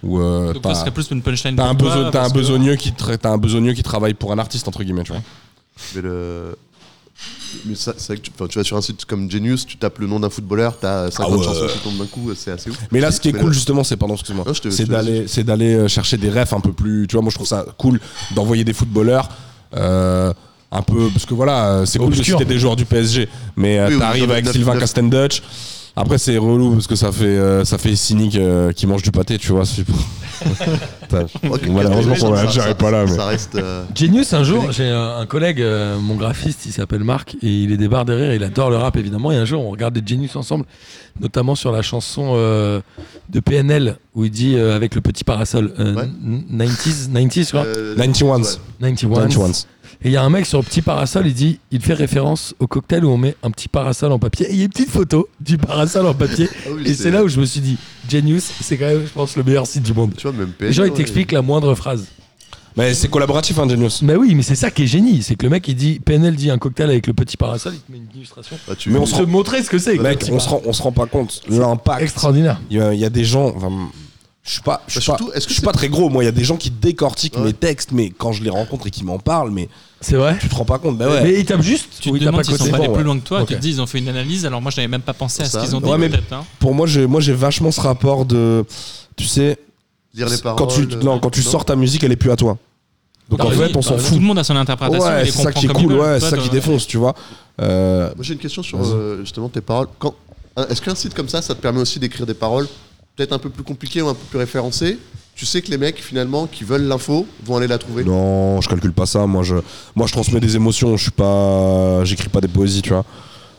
S6: Où euh,
S5: Donc,
S6: t'as-
S5: ça serait plus une punchline.
S6: t'as un,
S5: pour toi,
S6: beso- t'as un
S5: parce que-
S6: besogneux qui tra- t'as un besogneux qui travaille pour un artiste entre guillemets tu vois.
S4: Mais le. Mais ça, c'est vrai que tu, enfin, tu vas sur un site comme Genius, tu tapes le nom d'un footballeur, t'as 50
S6: Ah ouais.
S4: chansons qui tombent d'un coup, c'est assez ouf.
S6: Mais là, ce qui est
S4: Mais
S6: cool,
S4: le-
S6: justement, c'est pardon, excuse-moi,
S4: Non, je te-
S6: c'est
S4: je te
S6: d'aller, c'est d'aller euh, chercher des refs un peu plus. Tu vois, moi, je trouve ça cool d'envoyer des footballeurs. euh, un peu parce que voilà euh, c'est cool de
S3: Obscur.
S6: citer des joueurs du PSG mais euh,
S4: Oui, oui,
S6: t'arrives
S4: neuf-
S6: avec
S4: neuf-
S6: Sylvain
S4: neuf-
S6: Castendutch après c'est relou parce que ça fait euh, ça fait cynique euh, qui mange du pâté tu vois c'est-
S4: Ok,
S6: Malheureusement,
S4: ça-
S6: pour
S4: ça-
S6: manager
S4: ça-
S6: est pas là, mais-
S4: Ça reste. euh,
S3: Genius, un jour, j'ai euh, un collègue, euh, mon graphiste, il s'appelle Marc, et il est des barres derrière, il adore le rap évidemment. Et un jour, on regardait Genius ensemble, notamment sur la chanson euh, de PNL, où il dit euh, avec le petit parasol, euh,
S4: Ouais.
S3: n- 90s, 90s, quoi.
S4: euh,
S6: 91.
S4: ouais.
S3: 91. Et il y a un mec sur le petit parasol, il dit, il fait référence au cocktail où on met un petit parasol en papier. Et il y a une petite photo du parasol en papier.
S4: Ah oui,
S3: et c'est là où je me suis dit, Genius, c'est quand même, je pense, le meilleur site du monde.
S4: Tu vois, même PSG.
S3: Les gens, ils
S4: ouais,
S3: t'expliquent la moindre phrase.
S6: mais c'est collaboratif hein Genius
S3: Mais Bah oui, mais c'est ça qui est génie, c'est que le mec il dit PNL dit un cocktail avec le petit parasol, il te met une illustration.
S4: bah, tu-
S6: Mais on
S3: Pour se montrer ce que c'est.
S6: mec on se rend on se rend pas compte l'impact
S3: extraordinaire.
S6: il y, a- il y a des gens enfin, je suis pas je suis
S4: Bah,
S6: pas,
S4: surtout, est-ce que
S6: je suis
S4: c'est-
S6: pas très gros moi il y a des gens qui décortiquent
S4: Ouais.
S6: mes textes mais quand je les rencontre et qui m'en parlent mais
S3: C'est vrai.
S6: tu te rends pas compte bah ouais
S3: Mais il tape juste.
S5: Tu
S3: ou
S5: te
S3: il tape à
S5: demandes s'ils
S3: côté.
S5: sont pas allés
S6: Bon,
S5: plus
S6: ouais.
S5: loin que toi, tu
S3: Ok.
S5: te dis ils ont fait une analyse, alors moi je n'avais même pas pensé à ce
S4: Ça,
S5: qu'ils ont dit
S6: ouais, mais-
S5: peut-être. hein.
S6: pour moi j'ai moi j'ai vachement ce rapport de tu sais
S4: Dire les paroles.
S6: quand tu
S4: euh,
S6: non quand tu sors ta musique elle est plus à toi donc
S5: Ah
S6: en
S5: oui,
S6: fait on s'en
S5: bah,
S6: fout
S5: Tout le monde a son interprétation,
S6: ouais
S5: il
S6: c'est
S5: les
S6: ça
S5: comprend
S6: qui est
S5: comme il
S6: cool
S5: veut.
S6: ouais
S5: Toi,
S6: c'est ça qui
S5: t'as-
S6: défonce tu vois Euh,
S4: Moi, j'ai une question sur
S6: Vas-y.
S4: euh, justement tes paroles. Quand... un- Est-ce qu'un site comme ça, ça te permet aussi d'écrire des paroles peut-être un peu plus compliquées ou un peu plus référencées Tu sais que les mecs, finalement, qui veulent l'info, vont aller la trouver.
S6: non je calcule pas ça moi je moi je transmets des émotions je suis pas j'écris pas des poésies tu vois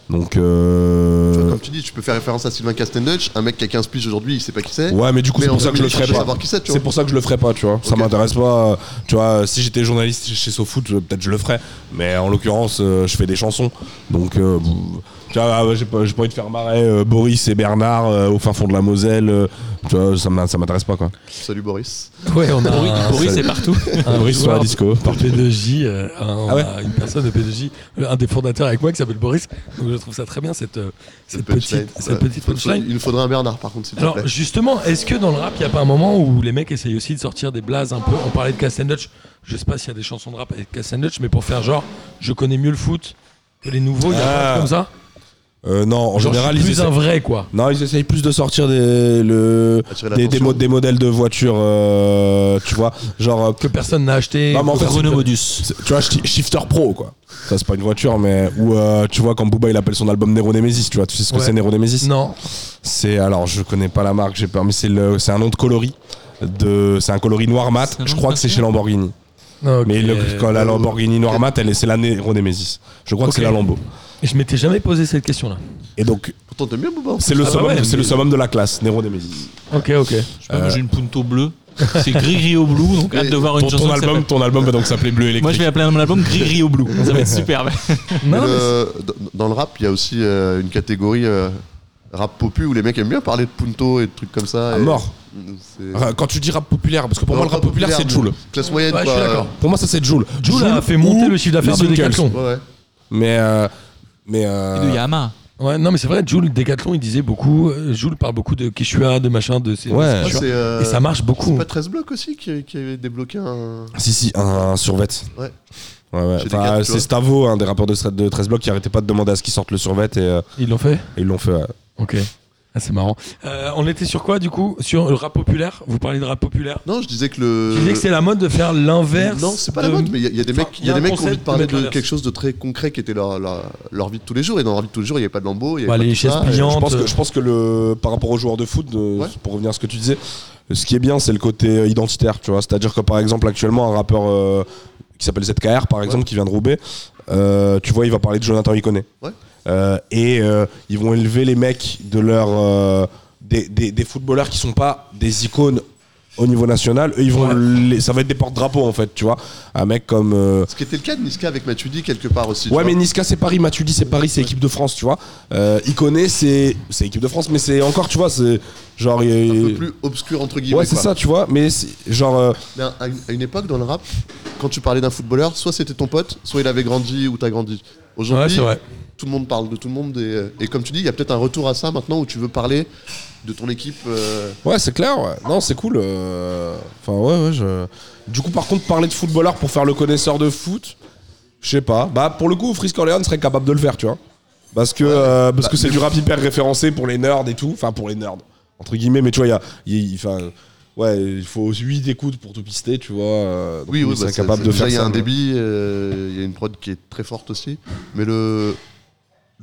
S6: donc
S4: Tu vois,
S6: euh,
S4: Comme tu dis, tu peux faire référence à Sylvain Castendutch, un mec qui a 15 piges aujourd'hui, il sait pas qui c'est.
S6: ouais mais du coup
S4: Mais
S6: c'est
S4: on
S6: pour
S4: va
S6: ça que je
S4: aller
S6: le ferai
S4: chercher à
S6: pas
S4: savoir qui c'est, tu
S6: C'est
S4: vois.
S6: pour ça que je le ferai pas, tu vois. Ça
S4: Ok.
S6: m'intéresse pas. euh, Tu vois, euh, si j'étais journaliste chez SoFoot, euh, peut-être je le ferais. Mais en l'occurrence, euh, je fais des chansons. Donc, euh, pff, tu vois, ah ouais, j'ai pas, j'ai pas envie de faire marrer euh, Boris et Bernard euh, au fin fond de la Moselle. euh, tu vois, ça m'a- ça m'intéresse pas, quoi.
S4: Salut Boris.
S3: Ouais, on a
S5: Boris-
S3: un,
S5: Boris,
S6: salut.
S5: c'est partout.
S3: un
S6: Euh, Boris sur
S3: joueur
S6: la disco.
S3: de P2J, euh, un- on
S6: Ah ouais
S3: a une personne de P2J, euh, un des fondateurs avec moi qui s'appelle Boris. Donc je trouve ça très bien cette euh, cette
S4: punchline.
S3: petite cette
S4: Ouais.
S3: petite
S4: Faut- faut-
S3: punchline.
S4: Il nous faudrait un Bernard, par contre, s'il te
S3: Alors
S4: plaît.
S3: justement, est-ce que dans le rap, il n'y a pas un moment où les mecs essayent aussi de sortir des blazes un peu On parlait de Castanutch, je sais pas s'il y a des chansons de rap avec Castanutch, mais pour faire genre, je connais mieux le foot que les nouveaux, il y a
S6: Ah.
S3: un truc comme ça
S6: Euh, non, en
S3: Genre,
S6: général,
S3: je suis
S6: ils
S3: plus
S6: essaient.
S3: un vrai quoi.
S6: Non, ils essayent plus de sortir des, le,
S4: Attirer
S6: des, des,
S4: l'attention.
S6: mo- des modèles de voitures, euh, tu vois. Genre, euh,
S3: Que personne n'a acheté.
S6: Non, mais en fait,
S3: Renault
S6: c'est-
S3: Modus.
S6: C'est- tu vois shi- shifter pro quoi ça c'est pas une voiture mais ou euh, tu vois quand Booba il appelle son album Nero Nemesis tu vois tu sais ce que
S3: Ouais.
S6: c'est Nero Nemesis
S3: Non.
S6: c'est alors je connais pas la marque j'ai peur mais c'est le c'est un nom de coloris de c'est un coloris noir mat
S5: C'est un
S6: je
S5: nom
S6: crois
S5: de
S6: que c'est
S5: voiture
S6: chez Lamborghini
S3: Ah, Ok.
S6: mais le- quand la Lamborghini noir mat elle est- c'est la Nero Nemesis je crois
S3: Ok.
S6: que c'est la Lambo
S3: Je m'étais jamais posé cette question là.
S6: et donc
S4: Pourtant, t'aimes bien Bouba en hein.
S6: c'est le
S3: Ah bah
S6: summum
S3: ouais,
S6: c'est
S3: mais-
S6: le summum de la classe Nero Nemesis
S3: Ok, ok.
S5: Je sais pas, moi, J'ai une punto bleue. C'est gris gris au bleu, donc hâte de voir une
S6: ton,
S5: chanson.
S6: ton
S5: qui
S6: album
S5: s'appelle-
S6: ton album va donc s'appeler Bleu électrique
S5: Moi je vais appeler mon album gris gris au bleu. Ça va être superbe.
S6: hein,
S3: Non,
S4: Mais
S3: mais
S4: le- dans- dans le rap, il y a aussi euh, une catégorie euh, rap popu où les mecs aiment bien parler de punto et de trucs comme ça.
S6: à
S4: et-
S6: Ah, mort
S4: C'est-
S6: quand tu dis rap populaire parce que pour
S4: Non,
S6: moi le rap populaire c'est
S4: mais
S6: Joule
S4: Classe moyenne,
S3: c'est- ouais, je
S4: quoi.
S3: suis d'accord.
S6: pour moi ça c'est Joule
S3: Euh, Joule a fait monter le chiffre d'affaires de Decathlon.
S4: Ouais, ouais.
S6: Mais euh, mais euh,
S5: Et de Yamaha.
S3: Ouais, non, mais c'est vrai, Joule, Decathlon, il disait beaucoup. euh, Joule parle beaucoup de Kishua, de machin, de ces.
S6: Ouais.
S3: de ces-
S4: C'est, euh,
S3: Et ça marche
S4: C'est
S3: beaucoup.
S4: pas 13 blocs aussi qui, qui avait débloqué un.
S6: si si un, un survet.
S4: Ouais.
S6: Ouais, ouais.
S4: Chez
S6: Enfin,
S4: Decat, tu
S6: c'est
S4: vois.
S6: Stavo, un des rappeurs de, Stre- de 13 blocs, qui arrêtait pas de demander à ce qu'ils sortent le survet et, euh,
S3: Ils l'ont fait
S6: et ils l'ont fait. ouais.
S3: Ok. Ah, c'est marrant. Euh, on était sur quoi du coup Sur le rap populaire Vous parlez de rap populaire
S4: Non, je disais que le.
S3: Tu disais que c'est la mode de faire l'inverse.
S4: Non, c'est pas
S3: de-
S4: la mode, mais il y a- il y, a des
S3: Enfin,
S4: mecs, il
S3: il
S4: y
S3: y a
S4: a des
S3: un
S4: mecs qui ont envie
S3: concept
S4: de parler
S3: de mettre
S4: de
S3: l'inverse.
S4: quelque chose de très concret qui était leur, leur, leur vie de tous les jours. Et dans leur vie de tous les jours, il n'y avait pas de lambeau. il y
S3: Bah,
S4: avait
S3: les
S4: pas tout
S3: chaises
S4: ça, et-
S3: pliantes.
S6: Je pense que je pense que le par rapport aux joueurs de foot, de-
S4: Ouais.
S6: pour revenir à ce que tu disais, ce qui est bien, c'est le côté euh, identitaire, tu vois. C'est-à-dire que par exemple, actuellement, un rappeur euh, qui s'appelle ZKR, par exemple, qui vient de Roubaix, euh, tu vois, il va parler de Jonathan Iconé.
S4: Ouais.
S6: Euh, et euh, ils vont élever les mecs de leur euh, des, des- des footballeurs qui sont pas des icônes au niveau national. Eux, ils vont
S3: Ouais.
S6: les- ça va être des porte-drapeaux en fait, tu vois. Un mec comme euh,
S4: Ce qui était le cas de Niska avec Matuidi quelque part aussi. tu
S6: Ouais,
S4: vois.
S6: mais Niska c'est Paris, Matuidi c'est Paris, c'est équipe de France, tu vois. Euh, Iconé c'est c'est équipe de France, mais c'est encore, tu vois, c'est genre.
S4: un
S6: euh,
S4: peu plus obscur entre guillemets.
S6: ouais, c'est
S4: quoi.
S6: ça, tu vois, mais c'est- genre. euh,
S4: Mais à une, à une époque dans le rap, quand tu parlais d'un footballeur, soit c'était ton pote, soit il avait grandi ou t'as grandi.
S3: Ouais,
S4: Aujourd'hui,
S3: c'est vrai.
S4: tout le monde parle de tout le monde. Et, euh, et comme tu dis, il y a peut-être un retour à ça maintenant où tu veux parler de ton équipe. euh,
S6: ouais, c'est clair, ouais. Non, c'est cool. euh, Enfin, ouais, ouais, je. Du coup, par contre, parler de footballeur pour faire le connaisseur de foot, je sais pas. Bah, pour le coup, Frisk Orléans serait capable de le faire, tu vois. Parce que euh, parce
S4: Bah,
S6: que c'est
S4: mais-
S6: du rap hyper référencé pour les nerds et tout. Enfin, pour les nerds, entre guillemets, mais tu vois, il y a. il- il- Enfin.
S2: ouais, il faut 8 écoutes pour tout pister, tu vois. euh, donc
S4: Oui,
S2: lui,
S4: oui,
S2: c'est
S4: bah,
S2: incapable
S4: c'est-
S2: de
S4: déjà,
S2: faire
S4: Il y a
S2: ça,
S4: un
S2: mais-
S4: débit, euh, il y a une prod qui est très forte aussi. Mais le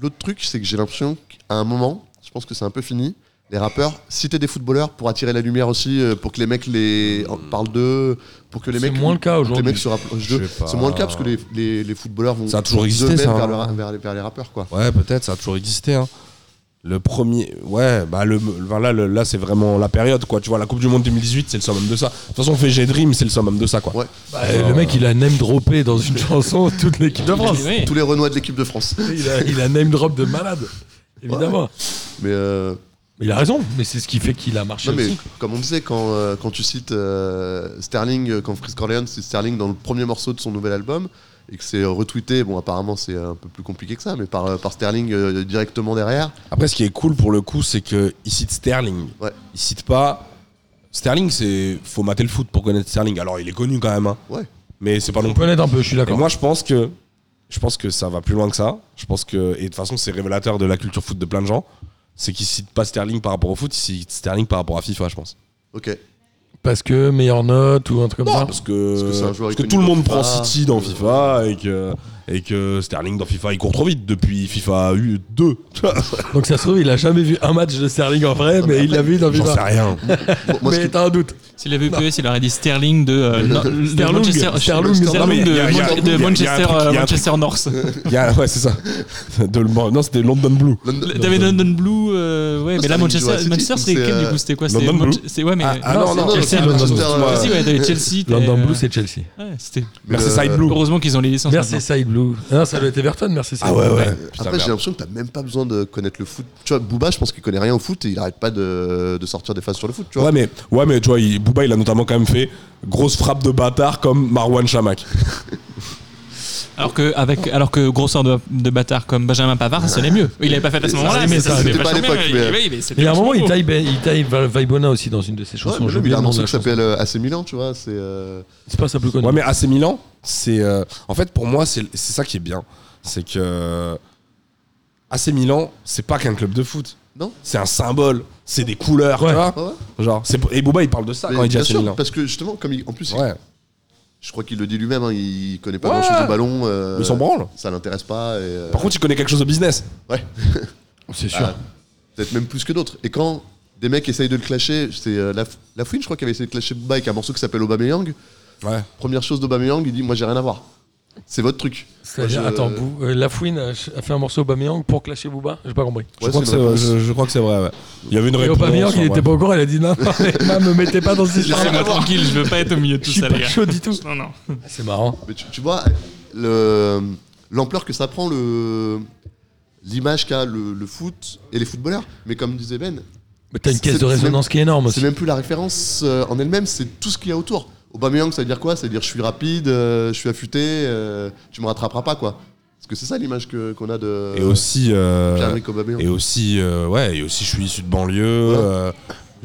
S4: l'autre truc, c'est que j'ai l'impression qu'à un moment, je pense que c'est un peu fini. Les rappeurs, citer des footballeurs pour attirer la lumière aussi, euh, pour que les mecs les en parlent d'eux, pour que les
S3: C'est
S4: mecs,
S3: moins le cas
S4: pour que les mecs
S3: aujourd'hui.
S4: se rapprochent
S6: Je
S4: d'eux.
S6: sais pas.
S4: C'est moins le cas parce que les, les, les footballeurs vont
S6: Ça a toujours existé,
S4: d'eux-mêmes
S6: ça,
S4: vers,
S6: hein.
S4: le ra- vers les, vers les rappeurs quoi.
S6: Ouais, peut-être, ça a toujours existé. hein. Le premier. Ouais, bah le, enfin, là, le- là c'est vraiment la période, quoi. Tu vois, la Coupe du Monde 2018, c'est le summum de ça. De toute façon, on fait G-Dream, c'est le summum de ça, quoi.
S4: Ouais.
S3: Bah, le mec, il a name droppé dans une chanson toute l'équipe de France.
S5: Oui.
S4: Tous les Renois de l'équipe de France.
S3: Il a, il a name drop de malade, évidemment.
S4: Mais euh,
S3: Mais il a raison, mais c'est ce qui fait qu'il a marché
S4: Non mais
S3: aussi.
S4: comme on disait quand, euh, quand tu cites euh, Sterling, euh, quand Chris Corleone cite Sterling dans le premier morceau de son nouvel album et que c'est euh, retweeté, bon apparemment c'est un peu plus compliqué que ça, mais par, euh, par Sterling euh, directement derrière.
S6: Après, ce qui est cool pour le coup, c'est qu'il cite Sterling.
S4: Ouais.
S6: Il cite pas. Sterling, c'est. Faut mater le foot pour connaître Sterling. Alors, il est connu quand même, hein.
S4: Ouais.
S6: Mais c'est pas non
S3: On
S6: plus.
S3: peut l'être un peu, je suis
S6: Et
S3: d'accord.
S6: moi, je pense que. Je pense que ça va plus loin que ça. Je pense que. Et de toute façon, c'est révélateur de la culture foot de plein de gens. C'est qu'il cite pas Sterling par rapport au foot, il cite Sterling par rapport à FIFA, je pense.
S4: Ok.
S3: Parce que meilleure note ou un truc comme
S6: Non,
S3: ça.
S6: parce que,
S4: Parce que c'est un joueur
S6: parce que
S4: iconique
S6: tout le
S4: dans
S6: monde prend
S4: FIFA.
S6: City dans FIFA et que, et que Sterling dans FIFA il court trop vite depuis FIFA 2.
S3: Donc ça se trouve, il a jamais vu un match de Sterling en vrai, mais il l'a vu dans
S6: J'en sais
S3: FIFA.
S6: rien.
S4: Moi, moi, ce
S3: Mais
S4: qui-
S3: t'as un doute.
S5: S'il avait PES, il aurait dit Sterling de, euh,
S4: Le-
S5: no-
S4: le-
S5: de
S3: Sterling,
S5: Manchester,
S3: Sterling,
S6: Non, mais
S5: de,
S6: il y a- il y a-
S5: Manche-
S6: il y a- il y a
S5: de
S6: un
S5: Manchester,
S6: truc, il y a un
S5: euh,
S6: truc.
S5: Manchester North.
S6: Il y a- ouais, c'est ça. De le- non, c'était London Blue.
S4: London-
S5: T'avais London Blue, euh, ouais, mais là
S4: Sterling joue à
S5: Manchester,
S4: City,
S5: Manchester
S4: donc
S5: c'est
S4: c'est,
S5: quel du
S4: euh,
S5: coup C'était quoi C'était
S6: London
S5: Manche-
S6: Blue
S5: c'est- Ouais, mais
S6: Ah, ah, non,
S4: c'est-
S6: non,
S5: Chelsea,
S4: c'est
S5: London
S4: Manchester,
S5: Blue.
S4: euh,
S5: Ah, si, ouais, t'avais Chelsea. t'avais,
S3: London
S5: euh,
S3: Blue, c'est Chelsea.
S5: ouais, c'était.
S4: mais
S6: Merci
S4: le-
S6: Side Blue.
S5: Heureusement qu'ils ont les licences.
S3: Merci Side Blue. Ah, ça doit être Everton, merci Side
S6: Ah ouais,
S3: Blue.
S6: ouais.
S4: Après
S6: Putain,
S4: j'ai
S6: merde.
S4: l'impression que t'as même pas besoin de connaître le foot. Tu vois, Booba je pense qu'il connaît rien au foot et il arrête pas de, de sortir des phases sur le foot, tu vois.
S6: Ouais mais, ouais, mais tu vois, il, Booba il a notamment quand même fait grosse frappe de bâtard comme Marwan Chamak.
S5: Alors que, avec, alors que grosseur de, de bâtard comme Benjamin Pavard, ça sonnait mieux. Il l'avait pas fait à ce
S4: Ça,
S5: moment-là,
S4: c'était-
S5: mais ça
S4: c'était
S5: sonnait
S4: pas à
S5: vachement
S4: l'époque, mais-
S5: bien. Oui, mais c'était
S3: Mais à un moment, il
S5: vachement
S3: taille, Ben- il taille Vaibona aussi dans une de ses
S4: Ouais,
S3: chansons.
S4: mais
S3: J'ai
S4: même, il
S3: oublié
S4: a un
S3: le nom de
S4: morceau
S3: la
S4: qui
S3: chanson.
S4: s'appelle euh, AC Milan, tu vois. C'est euh,
S3: C'est pas ça plus connu.
S6: Ouais, mais AC Milan, c'est. euh, en fait, pour moi, c'est c'est ça qui est bien. C'est que. AC Milan, c'est pas qu'un club de foot.
S4: Non.
S6: C'est un symbole. C'est des couleurs,
S3: Ouais.
S6: tu vois.
S4: ouais, ouais.
S6: Genre, c'est et Booba il parle de ça
S4: Mais
S6: quand il dit
S4: bien
S6: AC
S4: sûr,
S6: Milan.
S4: parce que Euh, justement, comme il- en plus, il-
S6: Ouais.
S4: je crois qu'il le dit lui-même, hein, il connaît pas
S6: Ouais.
S4: grand-chose au ballon. euh,
S6: Il s'en branle.
S4: Ça l'intéresse pas. Et, euh,
S6: Par contre, il connaît quelque chose au business.
S4: ouais.
S3: C'est sûr.
S4: Ah, Peut-être même plus que d'autres. Et quand des mecs essayent de le clasher, c'est euh, Laf- Lafouine, je crois, qui avait essayé de clasher Booba avec un morceau qui s'appelle Obameyang.
S6: Ouais.
S4: Première chose d'Obameyang, il dit Moi, j'ai rien à voir. C'est votre truc.
S3: C'est-à-dire,
S4: Moi, je-
S3: attends, Bou- euh, Lafouine a ch- a fait un morceau Aubameyang pour clasher Booba J'ai pas compris.
S6: je,
S4: Ouais,
S6: crois que
S4: c'est
S6: c'est,
S4: une réponse.
S6: je, je crois que c'est vrai. ouais. Il y avait une
S3: Et
S6: réponse.
S3: Aubameyang, il
S6: ouais.
S3: était pas au courant, il a dit non, non, mais moi, me mettez pas dans ces
S5: bon.
S3: histoires.
S5: Laissez-moi tranquille, je veux pas être au milieu de
S3: Je
S5: tout
S3: suis
S5: ça,
S3: pas
S5: les gars.
S3: chaud du tout.
S5: Non, non.
S3: C'est marrant.
S4: Mais tu, tu vois, le- l'ampleur que ça prend, le l'image qu'a le, le foot et les footballeurs. Mais comme disait Ben,
S3: Mais t'as une
S4: C'est-
S3: caisse de
S4: c'est-
S3: résonance qui est énorme
S4: c'est
S3: aussi.
S4: même plus la référence euh, en elle-même, c'est tout ce qu'il y a autour. Aubameyang, ça veut dire quoi Ça veut dire je suis rapide, euh, je suis affûté, euh, tu me rattraperas pas, quoi. Parce que c'est ça l'image que- qu'on a de
S6: Et aussi. euh,
S4: Pierre-Emerick Aubameyang.
S6: et aussi. euh, ouais, et aussi, je suis issu de banlieue. euh,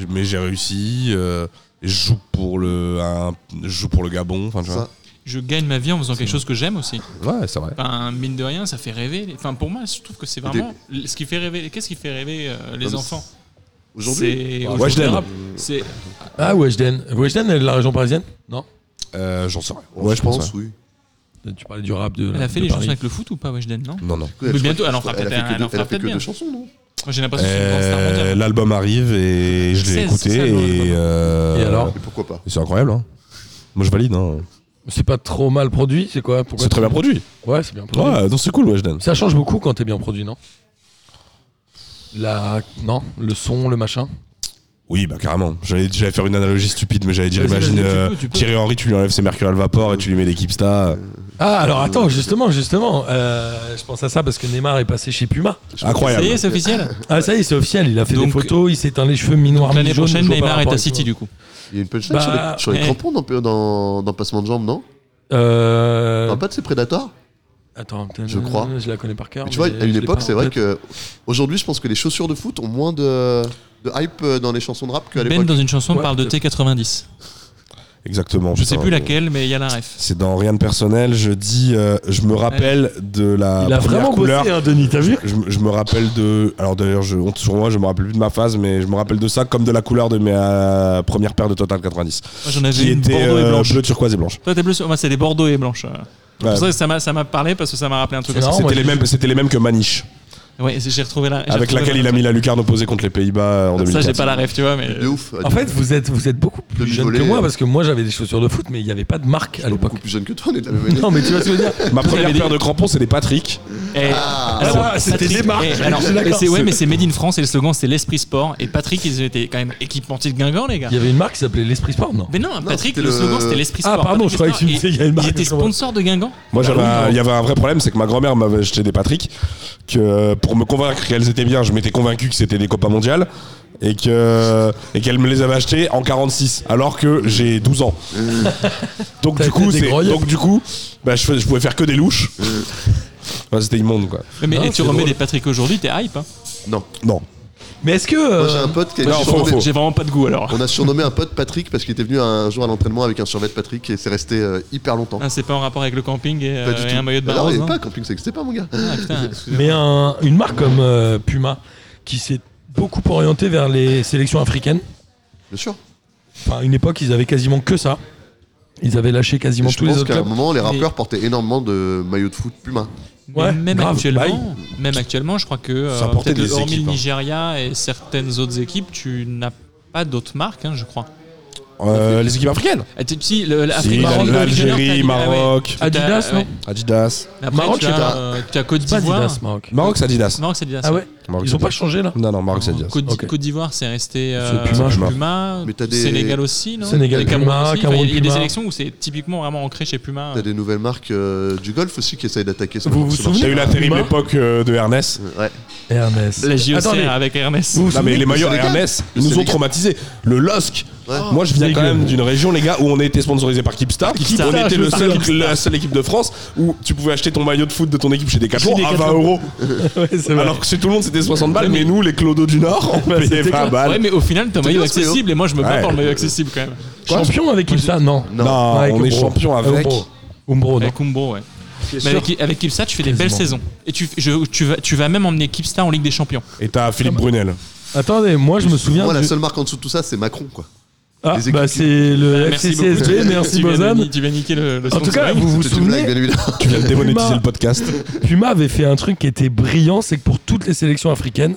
S6: mais j'ai réussi. euh, et je joue pour le, un- je joue pour le Gabon. Enfin, tu
S4: Ça.
S6: vois.
S5: Je gagne ma vie en faisant quelque chose que j'aime aussi.
S6: Ouais, c'est vrai.
S5: Enfin, mine de rien, ça fait rêver. Enfin, pour moi, je trouve que c'est vraiment ce qui fait rêver. Qu'est-ce qui fait rêver euh, les
S4: Non, mais
S5: enfants
S4: Aujourd'hui, hein. Mmh.
S5: C'est-
S6: Ouais, je l'aime.
S5: C'est
S3: Ah, Weshden. Weshden, elle est de la région parisienne Non
S6: Euh, J'en sais rien.
S4: on
S6: Ouais, je pense. ouais.
S4: oui.
S3: Tu parlais du rap de.
S5: Elle a fait
S3: de
S5: les
S3: Paris.
S5: chansons avec le foot ou pas, Weshden, non
S6: Non, non.
S4: Je crois-
S5: bientôt, elle en fera
S4: elle a
S5: peut-être
S4: fait que
S5: un-
S4: deux-
S5: elle en
S4: elle a fait
S5: fera
S4: que
S5: peut-être
S4: deux
S5: bien.
S4: chansons, non
S5: Moi, j'ai l'impression que c'est une grande star
S6: Euh,
S5: mondiale.
S6: L'album arrive et je l'ai
S5: 16,
S6: écouté.
S5: c'est ça, l'album.
S6: Et, euh,
S3: Et alors
S4: Et pourquoi pas
S6: C'est incroyable. Hein. Moi, je valide. Hein.
S3: C'est pas trop mal produit, c'est quoi Pourquoi
S6: C'est très bien produit.
S3: Ouais, c'est bien produit.
S6: Ouais, donc c'est cool, Weshden.
S3: Ça change beaucoup quand t'es bien produit, non La. Non Le son, le machin
S6: Oui, bah carrément. J'allais j'allais faire une analogie stupide, mais j'allais dire
S3: Vas-y,
S6: imagine
S3: vas-y, tu
S6: euh,
S5: peux, tu peux.
S6: Thierry Henry, tu lui enlèves ses Mercurial Vapor et tu lui mets des Kipsta.
S3: Ah, alors attends, justement, justement. euh, je pense à ça parce que Neymar est passé chez Puma.
S5: Ça y est,
S6: Incroyable.
S5: c'est officiel.
S3: Ah, ça y est, c'est officiel, il a fait des
S5: Donc-
S3: photos, il s'est teint les cheveux mi-noir,
S5: L'année
S3: mi-jaune,
S5: prochaine,
S3: je vois pas
S5: Neymar
S3: le
S5: est
S3: rapport
S5: à
S3: avec
S5: City
S3: toi.
S5: du coup.
S4: Il y a une punchline sur
S3: Bah,
S4: les, sur les
S5: eh.
S4: crampons dans, dans, dans Passement de Jambes, non
S3: Euh.
S4: T'en pas de ces prédateurs
S3: Attends, putain,
S4: Ah, Je crois.
S3: Je la connais par cœur.
S4: Mais Tu vois,
S3: mais
S4: à
S3: je
S4: une
S3: l'ai
S4: époque,
S3: pas en
S4: c'est vrai
S3: tête.
S4: que. Aujourd'hui, je pense que les chaussures de foot ont moins de, de hype euh, dans les chansons de rap qu'à
S5: Ben,
S4: l'époque.
S5: dans une chanson,
S3: Ouais,
S5: parle de
S3: peut-être.
S5: T90.
S6: Exactement.
S5: Je sais
S6: putain.
S5: plus laquelle, mais il y a la ref.
S6: C'est dans rien de personnel. Je dis, euh, je me rappelle de la
S3: Il a
S6: première
S3: vraiment
S6: couleur.
S3: bossé, hein, Denis, t'as vu
S6: Je, je me rappelle de. Alors d'ailleurs, je honte sur moi, je me rappelle plus de ma phase, mais je me rappelle de ça comme de la couleur de mes euh, premières paires de Total 90.
S5: Moi, j'en avais
S6: Qui
S5: une
S6: était
S5: bordeaux et
S6: euh,
S5: blanche.
S6: bleu, turquoise et blanche.
S5: Toi, t'es bleu, sur- moi, c'est des bordeaux et blanches. euh. C'est
S6: Ouais.
S5: pour ça que ça m'a- ça m'a parlé parce que ça m'a rappelé un truc.
S3: C'est
S5: comme ça.
S3: marrant, moi,
S6: C'était les,
S3: j'ai-
S6: mêmes- c'était les mêmes que Maniche,
S5: Ouais, c'est- j'ai retrouvé la. j'ai
S6: avec
S5: retrouvé
S6: laquelle il a mis la lucarne opposée contre les Pays-Bas en
S5: Ça,
S6: 2004.
S5: j'ai pas la ref, tu vois, mais.
S4: De ouf.
S3: En fait, vous êtes, vous êtes beaucoup plus
S4: Demi
S3: jeune
S4: volée,
S3: que moi
S4: euh.
S3: parce que moi j'avais des chaussures de foot, mais il n'y avait pas de marque à l'époque.
S4: beaucoup plus jeune que toi, on est de la même année.
S3: Non, mais tu vois ce que je veux dire
S6: Ma
S5: Vous
S6: première
S5: avez
S6: paire
S5: dit-
S6: de crampons, c'est des Patrick.
S5: Eh,
S4: Ah,
S5: alors,
S3: ouais, c'était
S5: Patrick-
S3: des marques,
S5: eh,
S3: je
S5: alors,
S3: suis d'accord.
S5: c'est- ouais,
S3: C'est-
S5: mais c'est Made in France et le slogan c'est l'esprit sport. Et Patrick, ils étaient quand même équipementiers de Guingamp, les gars.
S3: Il y avait une marque qui s'appelait l'Esprit Sport, non
S5: Mais non, Patrick,
S4: c'était
S5: le,
S4: le-
S5: slogan c'était l'esprit
S3: Ah,
S5: sport.
S3: pardon, je croyais
S5: Patrick
S3: que tu me disais
S5: Sport, et-
S3: qu'il y avait une marque.
S5: Il était sponsor de Guingamp
S6: Moi, j'avais,
S5: Bah oui,
S6: un-
S5: non.
S6: il y avait un vrai problème, c'est que ma grand-mère m'avait jeté des Patrick, que euh, pour me convaincre qu'elles étaient bien, je m'étais convaincu que c'était des copains mondiales. Et que et qu'elle me les avait achetés en 46, alors que j'ai 12 ans. donc
S3: T'as
S6: du coup,
S3: été
S6: c'est
S3: dégroyé.
S6: donc du coup, bah, je, fais- je pouvais faire que des louches. Ouais, c'était immonde quoi.
S5: Mais, mais
S3: Non,
S5: tu
S3: c'est
S5: remets
S3: drôle.
S5: des Patrick aujourd'hui, t'es hype. hein.
S4: non.
S6: Non.
S3: Mais est-ce que.
S4: Moi,
S3: euh,
S4: j'ai un pote qui a
S6: Non,
S4: été
S6: faut-
S4: surnommé-
S6: faut-
S5: J'ai vraiment pas de goût alors.
S4: On a surnommé un pote Patrick parce qu'il était venu un jour à l'entraînement avec un survêt de Patrick et c'est resté euh, hyper longtemps.
S5: Ah, c'est pas en rapport avec le camping et,
S4: Pas
S5: euh,
S4: du
S5: et
S4: tout.
S5: un maillot de bain
S4: Alors, il
S5: rose,
S4: y avait
S5: hein.
S4: pas camping, ça existait pas, mon gars.
S5: Ah, putain, excusez-moi.
S3: mais un- une marque comme euh, Puma qui s'est beaucoup orientée vers les sélections africaines.
S4: Bien sûr.
S3: Enfin, à une époque, ils avaient quasiment que ça. Ils avaient lâché quasiment
S4: Je
S3: tous les
S4: pense
S3: autres
S4: qu'à un
S3: clubs.
S4: moment, les rappeurs portaient énormément de maillots de foot Puma.
S5: Mais
S3: Ouais,
S5: même,
S3: grave,
S5: actuellement, même actuellement, je crois que euh,
S6: Ça portait
S5: peut-être
S6: des
S5: hormis
S6: équipes,
S5: le
S6: hein.
S5: Nigeria et certaines autres équipes, tu n'as pas d'autres marques, hein, je crois.
S6: Euh, les équipes africaines.
S5: Ah, tu- si, le- l'Afrique,
S6: Si,
S5: Maroc, le Nigeria,
S6: L'Algérie,
S5: t'as-
S6: Maroc,
S5: ah ouais. T'as-
S3: Adidas, non
S6: Adidas.
S5: Mais après,
S3: Maroc,
S5: tu
S3: c'est
S5: as,
S3: pas-
S5: euh, tu as Côte
S3: C'est pas
S5: d'Ivoire.
S3: Adidas, Maroc.
S6: Maroc, c'est Adidas.
S5: Maroc, c'est Adidas.
S3: Ah ouais
S6: Maroc,
S3: Ils
S6: c'est
S3: ont pas
S6: Adidas.
S3: changé là
S6: Non, non, Maroc, c'est
S5: Non,
S6: Adidas.
S5: Côte d'I-
S3: Ok.
S5: Côte d'Ivoire, c'est resté euh,
S3: C'est Puma, je crois.
S5: Puma,
S4: Mais t'as des-
S5: Sénégal aussi, non
S3: Sénégal,
S5: Et Cameroun
S3: Puma,
S5: aussi. Enfin,
S3: Cameroun,
S5: Il y a des
S3: Puma.
S5: sélections où c'est typiquement vraiment ancré chez Puma.
S4: T'as des nouvelles marques euh, du golf aussi qui essayent d'attaquer ce
S3: Ah. Vous vous
S4: ce marché.
S6: T'as eu la terrible
S3: Puma.
S6: époque euh, de Ernest.
S4: Ouais.
S3: Hermès.
S5: La JOC
S3: Attendez.
S5: avec Hermès.
S3: Vous vous
S6: Non mais
S3: souvenez
S6: les maillots
S4: c'est légal.
S6: Hermès, ils nous
S4: C'est
S6: ont
S4: légal.
S6: traumatisés. Le LOSC.
S4: Ouais.
S6: Moi je viens
S3: Dégueu.
S6: quand même d'une région les gars où on a été sponsorisé par Keepstar.
S5: Keepstar,
S6: on
S5: je
S6: était
S5: me
S6: le seul,
S5: souviens.
S6: la seule équipe de France où tu pouvais acheter ton maillot de foot de ton équipe chez Decathlon
S3: Chez
S6: à
S3: Decathlon.
S6: 20 euros.
S3: Ouais, c'est vrai.
S6: Alors que chez tout le monde c'était 60 balles,
S5: Ouais, mais-
S6: mais nous les clodos du Nord on payait
S3: c'était
S6: 20
S3: clair.
S5: Ouais,
S6: balles.
S5: mais au final, t'as un maillot
S4: bien, ce maillot.
S5: accessible et moi je me bats
S6: Ouais.
S5: pour le maillot accessible quand même.
S3: Champion avec Ipsa, non.
S4: Non.
S6: Non,
S3: Avec
S6: on est
S3: Umbro.
S6: champion avec.
S3: Umbro. Umbro, non.
S5: Avec Umbro, ouais. Mais
S3: sûr.
S5: avec, avec Kipsta, tu fais des belles
S3: Quasiment.
S5: saisons. Et tu, je- tu, vas, tu vas même emmener Kipsta en Ligue des Champions.
S6: Et t'as Philippe Brunel.
S3: Attendez, moi je me souviens.
S4: Moi, la
S3: du-
S4: seule marque en dessous de tout ça, c'est Macron, quoi.
S3: Ah,
S4: les équipes
S3: bah
S4: qui-
S3: c'est le FCCSB,
S5: beaucoup.
S3: merci
S5: tu, viens de-
S3: Bozan.
S5: tu viens niquer le, le
S3: En tout cas,
S5: sponsoring.
S3: vous vous
S4: C'était une blague,
S3: souvenez,
S4: bien évidemment.
S6: Tu viens de démonétiser
S3: Puma.
S6: le podcast.
S3: Puma avait fait un truc qui était brillant, c'est que pour toutes les sélections africaines,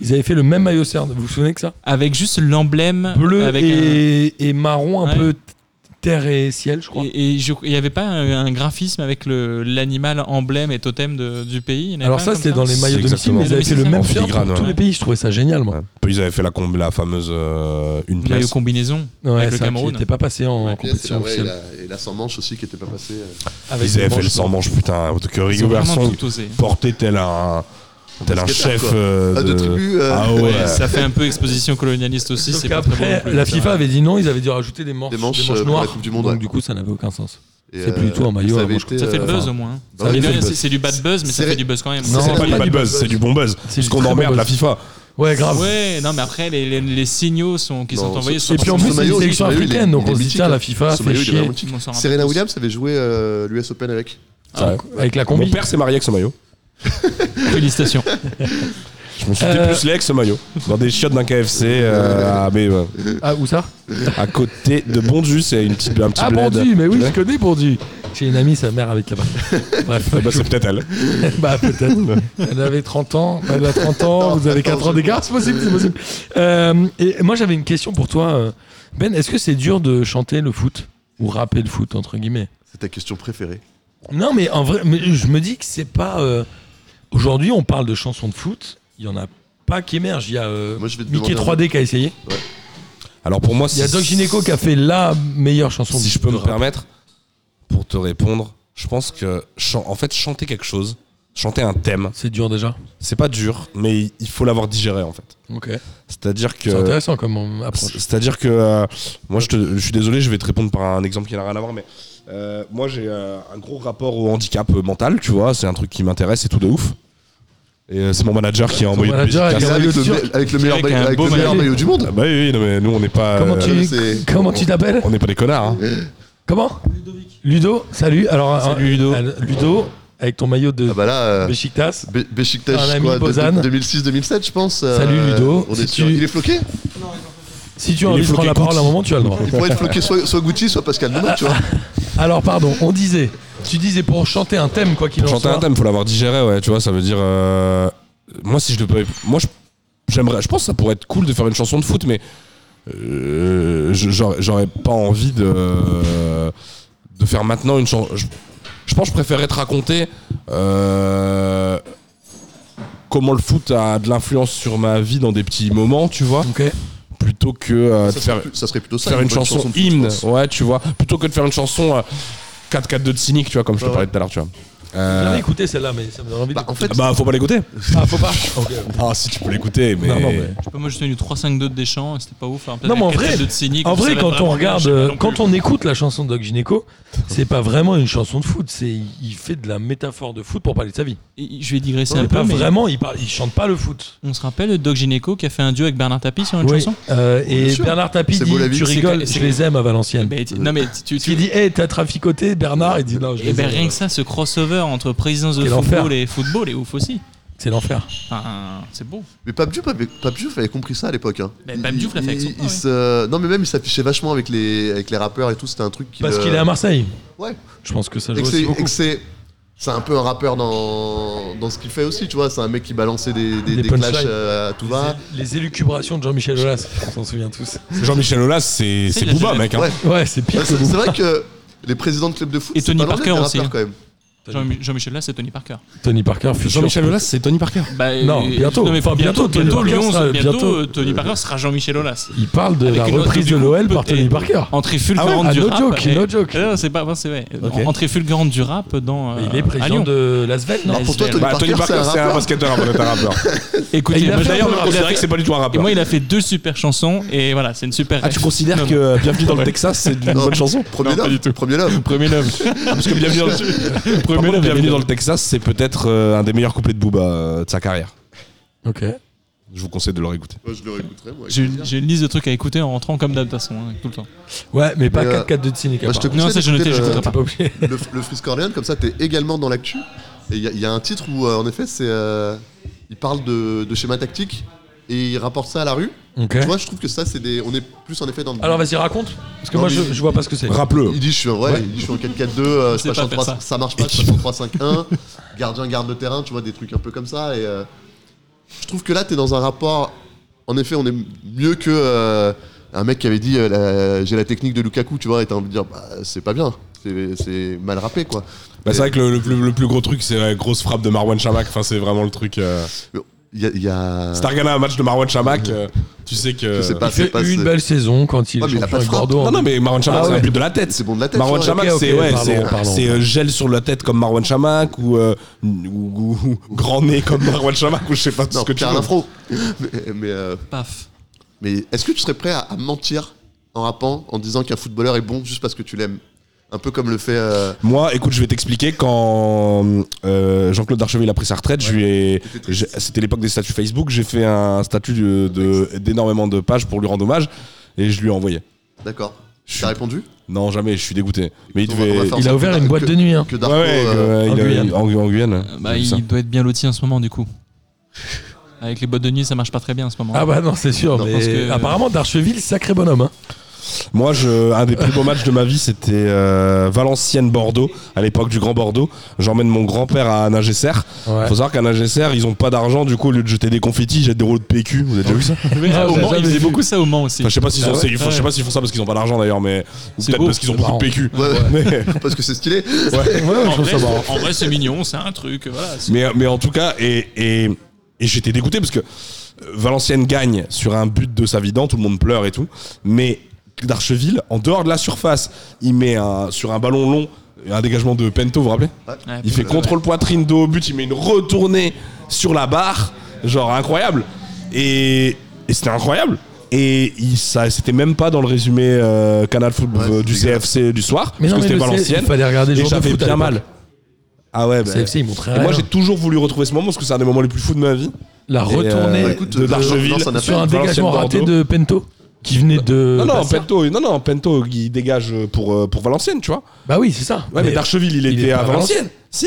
S3: ils avaient fait le même maillot CERN. Vous vous souvenez que ça
S5: avec juste l'emblème
S3: Bleu
S5: avec
S3: et, et marron, Ah, un
S5: Ouais.
S3: peu t- terre et ciel, je
S5: un-
S3: crois.
S5: et, et je- il n'y avait pas un, un graphisme avec le- l'animal emblème et totem de- du pays il y en avait
S3: Alors
S5: pas
S3: ça,
S5: comme
S3: c'était dans les maillots
S6: C'est
S3: domiciles, mais ils avaient fait le
S5: exactement
S3: même
S6: ça.
S3: shirt
S6: Filigrane,
S3: pour tous
S5: ouais.
S3: les pays. Je trouvais ça génial, moi.
S6: Ils avaient fait la, com- la fameuse euh, une
S5: Le maillot
S6: pièce.
S5: combinaison
S3: Ouais,
S5: avec le
S3: ça qui
S5: Cameroun.
S3: n'était pas passé en
S5: Ouais,
S4: Yes,
S3: compétition
S4: ouais, et,
S3: officielle.
S4: la, et la sans manche aussi qui était pas passée. euh.
S3: Avec
S6: Ils
S3: des
S6: avaient fait le
S3: manches.
S6: sans manche putain. Que
S5: Ils
S6: Rigo
S5: ont vraiment
S6: Garçon
S5: tout osé.
S6: portait tel un tel un
S4: Basketteur,
S6: chef
S4: quoi.
S6: euh,
S4: Ah, de tribu. euh,
S6: Ah ouais.
S5: Ouais, Ça fait un peu exposition colonialiste aussi.
S3: Sauf
S5: c'est pas très bon non
S3: qu'après,
S5: plus,
S3: la
S5: ça.
S3: FIFA avait dit non, ils avaient dû rajouter des manches,
S4: Des manches, euh, pour la
S3: noires.
S4: Coupe du Monde,
S3: donc
S4: ouais.
S3: du coup, ça n'avait aucun sens.
S4: et,
S3: c'est plus du tout un maillot,
S4: Ça, avait
S3: hein, moi,
S4: été,
S5: Ça fait le
S4: euh,
S5: buzz au moins.
S4: bah
S3: Ça
S5: Mais
S3: avait fait
S5: non,
S3: le
S5: C'est
S3: buzz.
S5: c'est du bad buzz, mais ça
S4: C'est-
S5: fait du buzz quand même.
S3: Non,
S6: C'est pas du
S3: pas du
S6: bad buzz, c'est du bon buzz.
S3: C'est
S6: Parce
S3: du
S6: qu'on
S3: très bon
S6: emmerde
S3: buzz.
S6: la FIFA.
S3: Ouais, grave.
S5: Ouais, non, mais après, les, les- les signaux sont, qui
S4: Non,
S5: sont envoyés
S4: c'est-
S5: sont-
S3: Et puis en
S4: Ce
S3: plus, c'est
S4: maillot,
S3: une
S4: il-
S3: sélection
S4: ce
S5: Bah
S4: maillot, il est-
S3: africaine, donc
S4: il est
S3: on se dit,
S4: mythique,
S3: tiens,
S4: hein.
S3: la FIFA,
S4: Ce
S3: fait
S4: maillot, il est
S3: chier.
S4: vraiment mythique.
S5: On s'en rappelle
S4: Serena
S5: tous.
S4: Williams avait joué euh, l'US Open avec.
S3: Ah, Avec la
S6: Mon
S3: combi.
S6: père s'est marié avec ce maillot.
S5: Félicitations.
S6: Je me suis dit
S3: Euh.
S6: plus laid que ce maillot. Dans des chiottes d'un KFC euh, à, mais, euh,
S3: Ah, où ça
S6: à côté de Bondu, c'est une petite, un petit
S3: Ah,
S6: bled.
S3: Bondu, mais oui,
S6: Ouais.
S3: je connais Bondu. J'ai une amie, sa mère habite là-bas. Bref,
S6: Ah bah, c'est peut-être elle.
S3: bah peut-être. Elle avait 30 ans, elle a 30 ans,
S4: Non,
S3: vous avez
S4: attends,
S3: 4 ans
S4: je-
S3: d'écart, c'est possible, c'est possible. Euh, et moi j'avais une question pour toi, euh, Ben. Est-ce que c'est dur de chanter le foot ou rapper le foot entre guillemets
S4: C'est ta question préférée.
S3: Non, mais en vrai, mais je me dis que c'est pas. euh, Aujourd'hui, on parle de chansons de foot. Il y en a pas qui émergent. Il y a euh,
S4: Moi, je vais te
S3: Mickey
S4: demander un-
S3: 3D qui a essayé.
S6: Alors pour moi,
S3: Il y a
S6: si-
S3: Doc Gineco qui a fait la meilleure chanson.
S6: Si
S3: de
S6: je peux
S3: de
S6: me
S3: rap.
S6: permettre, pour te répondre, je pense que chan- en fait chanter quelque chose, chanter un thème,
S3: C'est dur déjà.
S6: c'est pas dur, mais il faut l'avoir digéré en fait.
S3: Ok.
S6: C'est-à-dire que
S3: C'est intéressant comme approche.
S6: C'est-à-dire que euh, moi, je, te- je suis désolé, je vais te répondre par un exemple qui n'a rien à voir, mais euh, moi j'ai euh, un gros rapport au handicap euh, mental, tu vois, c'est un truc qui m'intéresse et tout de ouf. Et euh, c'est mon manager qui a envoyé une
S3: manager,
S6: dédicace.
S4: Et
S3: Ah,
S4: avec,
S3: bien
S4: le,
S3: sûr.
S4: me- avec le
S5: C'est
S4: meilleur,
S5: vrai qu'il y a
S4: ba-
S5: un
S4: avec
S5: beau
S4: le meilleur
S5: maillot.
S4: maillot du
S6: Ah
S4: monde.
S6: bah oui, oui, non, mais nous on n'est pas.
S3: Comment
S6: euh,
S3: tu
S4: c'est-
S3: comment tu t'appelles
S6: On n'est pas des connards. hein.
S3: Comment Ludo, salut. Alors
S5: Salut,
S3: euh,
S5: Ludo.
S3: euh, Ludo avec ton maillot de
S4: Ah bah là, euh,
S3: Beşiktaş.
S4: Be- Beşiktaş,
S3: Un ami
S4: quoi, de- de-
S3: Bozan.
S4: 2006-2007, je pense. euh,
S3: Salut, Ludo.
S4: on est
S3: Si
S4: sûr.
S3: tu-
S4: Il est floqué
S3: Si tu as
S6: Il
S3: envie de
S6: faut
S3: prendre la
S6: qu'il
S3: parole à un
S6: coûte.
S3: moment, tu as le droit.
S4: Il pourrait être floqué soit, soit Gucci, soit Pascal Nouma, tu vois.
S3: Alors pardon, on disait, tu disais pour chanter un thème quoi qu'il
S6: Pour
S3: en
S6: chanter
S3: soit.
S6: un thème, faut l'avoir digéré, ouais, tu vois, ça veut dire. euh, moi, si je le peux. Moi, je- j'aimerais. Je pense que ça pourrait être cool de faire une chanson de foot, mais. euh, je- j'aurais j'aurais pas envie de. de faire maintenant une chanson. Je, je pense que je préférerais te raconter. euh, comment le foot a de l'influence sur ma vie dans des petits moments, tu vois,
S3: Ok.
S6: plutôt que euh, de
S4: Ça serait,
S6: faire,
S4: plus- ça serait plutôt ça.
S6: faire une
S4: bonne
S6: chanson,
S4: de foot, je
S6: hymne,
S4: pense.
S6: ouais, tu vois, plutôt que de faire une chanson euh, 4-4-2 de cynique, tu vois, comme je te
S4: Ouais,
S6: parlais tout à l'heure, tu vois.
S3: J'avais
S6: Euh,
S3: écouté celle-là, mais ça me donne envie.
S4: Bah, en fait,
S6: ah Bah, faut pas l'écouter.
S3: de... Ah faut pas. Ok.
S6: Ah, si tu peux l'écouter, mais.
S3: Non, non, mais-
S5: Je sais pas, moi, j'ai tenu 3-5-2 de Deschamps, et c'était pas ouf. Alors, peut-être
S3: Non, mais en
S5: avec
S3: vrai-
S5: quatre deux de Sénic,
S3: En
S5: vous
S3: vrai,
S5: savez
S3: quand on
S5: vraiment, je
S3: regarde,
S5: sais pas
S3: euh,
S5: non
S3: quand
S5: plus.
S3: on écoute la chanson de Doc Gineco, c'est pas vraiment une chanson de foot. C'est il fait de la métaphore de foot pour parler de sa vie.
S5: Et Je vais digresser un
S3: C'est
S5: peu,
S3: pas
S5: mais
S3: vraiment. Il parle, il chante pas le foot.
S5: on se rappelle de Doc Gineco qui a fait un duo avec Bernard Tapie sur une
S3: Oui.
S5: chanson
S3: Euh, et
S4: Bien sûr.
S3: Bernard Tapie
S4: C'est
S3: dit
S4: beau la vie.
S3: tu
S5: C'est
S3: rigoles,
S5: que-
S3: je
S5: c'est-
S3: les aime à Valenciennes.
S5: Bah, tu- Non, mais tu,
S3: Qui
S5: tu,
S3: euh, dit hey t'as traficoté Bernard Il dit non je
S5: Et
S3: les aime.
S5: ben rien que ça, ce crossover entre présidence de
S3: Quel
S5: football
S3: enfer.
S5: et football est ouf aussi.
S3: C'est l'enfer.
S5: Enfin, c'est beau.
S4: mais Pape Diouf avait, Pape Diouf avait compris ça à l'époque. Hein.
S5: Mais
S4: Il-
S5: Pape Diouf l'a fait avec son
S4: il-
S5: poing,
S4: il
S5: ouais.
S4: se- Non, mais même il s'affichait vachement avec les, avec les rappeurs et tout. C'était un truc qui.
S3: Parce
S4: le-
S3: qu'il est à Marseille.
S4: Ouais.
S3: Je pense que ça
S4: Et
S3: joue
S4: que
S3: aussi
S4: c'est- et
S3: beaucoup.
S4: que c'est c'est un peu un rappeur dans, dans ce qu'il fait aussi, tu vois. C'est un mec qui balançait des, des,
S3: Des
S4: des clashs
S3: punchlines.
S4: euh, à tout va.
S3: Les, les élucubrations de Jean-Michel Aulas, on s'en souvient tous.
S6: Jean-Michel Aulas, c'est
S5: C'est
S6: c'est
S5: la
S6: Booba,
S5: jeunesse.
S6: mec. hein.
S4: Ouais.
S3: Ouais, c'est
S4: Ouais,
S3: pire que
S4: c'est
S3: vous.
S4: c'est vrai que les présidents de clubs de foot,
S5: Et
S4: c'est
S5: Tony
S4: pas loin d'être
S5: Parker
S4: des
S5: aussi,
S4: rappeurs,
S5: hein.
S4: quand même.
S5: Jean- Jean-Michel Las, c'est Tony Parker.
S3: Tony Parker, futur.
S6: Jean-Michel Aulas, c'est Tony Parker.
S5: Bah,
S3: Non,
S5: euh,
S3: bientôt.
S5: non, mais
S3: Enfin, bientôt,
S5: bientôt,
S3: Tony
S5: bientôt,
S3: Parker
S5: Lyon,
S3: sera-
S5: bientôt,
S3: bientôt.
S5: euh, Tony Parker sera Jean-Michel Aulas.
S3: Il parle de
S5: Avec
S3: la
S5: une autre
S3: reprise
S5: du
S3: de
S5: coup,
S3: l'OL
S5: peut-
S3: par Tony
S5: et-
S3: Parker.
S5: Entrée
S3: Ah
S5: fulgurante
S3: ouais,
S5: du
S3: no
S5: rap.
S3: joke,
S5: et- Ah
S3: no joke.
S5: Non, c'est pas, enfin, c'est vrai.
S3: Ok.
S5: Entrée fulgurante du rap dans. euh,
S3: Il est
S5: à
S3: président
S5: Lyon.
S3: de L'Asvel.
S5: Non,
S4: pour toi,
S5: SBL.
S4: Tony
S6: Bah, Tony
S4: Parker,
S6: Parker, c'est un
S4: rappeur.
S6: basketteur, avant d'être un rappeur.
S5: Écoutez,
S3: Et il a fait un peu de
S5: moi, d'ailleurs, on le
S6: C'est
S5: considère
S6: vrai que
S5: que
S6: c'est pas du tout un
S5: c'est- Et
S6: rappeur.
S5: moi, il a fait deux super chansons et voilà, c'est une super.
S6: Ah, tu
S5: ref.
S6: considères
S5: Non,
S6: que Bienvenue dans le Texas, c'est une
S4: Non.
S6: bonne chanson
S4: Premier love, premier love.
S6: Premier love. Parce que Bienvenue dans le, Par contre, Bienvenue dans le Texas, c'est peut-être euh, un des meilleurs couplets de Booba euh, de sa carrière.
S3: Ok.
S6: Je vous conseille de le réécouter.
S4: Moi, je le réécouterai, moi. avec
S5: J'ai
S4: plaisir.
S5: j'ai une liste de trucs à écouter en rentrant comme d'hab, de toute façon, hein, tout le temps.
S3: Ouais, mais pas
S4: Mais, euh,
S3: 4-4 de Cynic. à
S4: Bah, je te
S3: part.
S5: Non,
S4: conseille
S5: ça, je
S4: d'écouter
S5: notais,
S4: le-
S5: j'écouterai
S3: T'es pas obligé.
S4: le, le Frisk Orléans, comme ça, t'es également dans l'actu. Et il y, a- il y a un titre où, euh, en effet, c'est. euh, il parle de, de schéma tactique et il rapporte ça à la rue.
S3: Ok.
S4: Tu vois, je trouve que ça, c'est des. On est plus en effet dans le.
S3: Alors vas-y, raconte. Parce que
S4: Non,
S3: moi,
S4: mais-
S3: je, je vois pas ce que c'est.
S6: Rappeleux.
S4: il dit je suis en vrai,
S3: Ouais.
S4: il dit je suis en 4-4-2, euh, je
S5: sait
S4: passe
S5: pas
S4: en
S5: faire
S4: 3,
S5: ça.
S4: ça. marche pas, je passe en 3-5-1, gardien garde le terrain, tu vois, des trucs un peu comme ça. Et euh, je trouve que là, t'es dans un rapport. En effet, on est mieux que euh, un mec qui avait dit euh, la- j'ai la technique de Lukaku, tu vois, et t'as envie de dire bah, c'est pas bien, c'est- c'est mal rappé quoi.
S6: Bah, c'est vrai que le, le plus, le plus gros truc, c'est la grosse frappe de Marwan Chamak. Enfin, c'est vraiment le truc. Euh...
S4: Il y a. il y a-
S6: Si t'as regardé un match de Marwan Chamak, euh, tu sais que.
S4: Je sais pas.
S3: Il fait
S4: c'est pas-
S3: une
S4: c'est-
S3: belle saison quand il est
S4: Ouais, mais il a
S3: champion
S4: pas de
S3: avec
S4: frappe.
S3: Bordeaux.
S6: Non, non, mais Marwan Chamak,
S3: Ah
S6: c'est
S3: ouais.
S6: un but de la tête.
S4: C'est bon de la tête.
S6: Marwan
S4: tu vois,
S6: Chamak,
S3: ok, ok,
S6: c'est ouais,
S3: pardon,
S6: c'est-
S3: pardon.
S6: c'est, euh, gel sur la tête comme Marwan Chamak ou, euh, ou- ou- ou grand nez comme Marwan Chamak ou je sais pas
S4: Non,
S6: ce que tu
S4: Pierre
S6: veux.
S4: Lafro. Mais, mais, euh,
S5: Paf.
S4: mais est-ce que tu serais prêt à, à mentir en rappant, en disant qu'un footballeur est bon juste parce que tu l'aimes Un peu comme le fait. euh,
S6: Moi, écoute, je vais t'expliquer quand euh, Jean-Claude Darcheville a pris sa retraite, je lui ai- j'ai- c'était l'époque des statuts Facebook, j'ai fait un statut de- de- d'énormément de, pages pour lui rendre hommage et je lui ai envoyé.
S4: D'accord.
S6: Je suis-
S4: T'as répondu
S6: Non, jamais, je suis dégoûté. Mais il
S4: On va- on va
S6: devait.
S4: faire
S3: Il a
S4: ça
S3: ouvert
S4: que-
S3: une boîte
S4: que-
S3: de nuit. hein.
S4: Que
S6: Ouais,
S4: Darko.
S6: ouais,
S4: euh,
S6: que-
S3: en
S6: il a-
S3: Guyane.
S6: en, en Guyane.
S5: Euh, Bah,
S6: J'ai vu
S5: il
S6: ça.
S5: doit être bien loti en ce moment, du coup. Avec les boîtes de nuit, ça marche pas très bien en ce moment.
S3: Ah bah non, c'est sûr.
S4: Non,
S3: mais
S5: parce que-
S3: apparemment, Darcheville, sacré bonhomme. hein.
S6: Moi, je, un des plus beaux matchs de ma vie, c'était euh, Valenciennes-Bordeaux, à l'époque du Grand Bordeaux. J'emmène mon grand-père à Nagesser.
S3: Ouais.
S6: Faut savoir qu'à Nagesser, ils ont pas d'argent, du coup, au lieu de jeter des confettis, ils jettent des rouleaux de PQ. Vous avez déjà vu ça
S5: Oui,
S3: Ah,
S5: au
S3: j'ai
S5: Mans,
S3: jamais
S5: il faisait
S3: vu.
S5: beaucoup ça au Mans aussi.
S6: Enfin, je sais pas s'ils ont-
S5: Ah ouais
S6: ils font- je sais pas s'ils font ça parce qu'ils ont pas d'argent d'ailleurs, mais ou
S5: C'est
S6: peut-être
S5: beau.
S6: parce qu'ils ont
S3: C'est
S6: beaucoup
S3: marrant.
S6: de PQ.
S4: Ouais.
S6: Mais,
S4: Parce que c'est stylé.
S5: En
S3: Ouais, je trouve ça
S5: vrai,
S3: marrant.
S5: c'est- en vrai, c'est mignon, c'est un truc. Voilà, c'est-
S6: mais, mais en tout cas, et, et, et j'étais dégoûté parce que euh, Valenciennes gagne sur un but de Savidan, tout le monde pleure et tout. Mais Darcheville, en dehors de la surface, il met un, sur un ballon long un dégagement de Pento, vous vous rappelez
S5: Ouais,
S6: Il fait
S5: putain,
S6: contrôle poitrine dos au but, il met une retournée sur la barre, genre incroyable. Et, et c'était incroyable. Et il, ça, c'était même pas dans le résumé euh, Canal Foot
S4: Ouais,
S6: euh, du
S4: c'est dégueulasse.
S6: CFC du soir,
S3: Mais
S6: parce
S3: non,
S6: que
S3: mais
S6: c'était
S3: le C-
S6: Valenciennes.
S3: il fallait regarder
S6: Et
S3: Jour de
S6: j'avais
S3: foot à
S6: bien mal.
S3: l'époque.
S6: Ah ouais,
S3: Le
S6: bah,
S3: CFC, ils montraient
S6: et
S3: rien.
S6: moi j'ai toujours voulu retrouver ce moment parce que c'est un des moments les plus fous de ma vie.
S3: La
S6: Et,
S3: retournée
S6: euh,
S4: écoute,
S6: de
S4: euh,
S6: Darcheville.
S4: non, ça n'a
S3: sur
S4: pas
S3: un
S6: Valenciennes,
S3: dégagement raté
S6: Bordeaux.
S3: de Pento qui venait de.
S6: non, non,
S3: Bastia.
S6: Pento, non, non, Pento, il dégage pour, euh, pour Valenciennes, tu vois.
S3: Bah oui, c'est ça.
S6: Ouais, mais, Darcheville, il,
S3: il
S6: était
S3: est
S6: à
S3: pas à
S6: Valenciennes. Si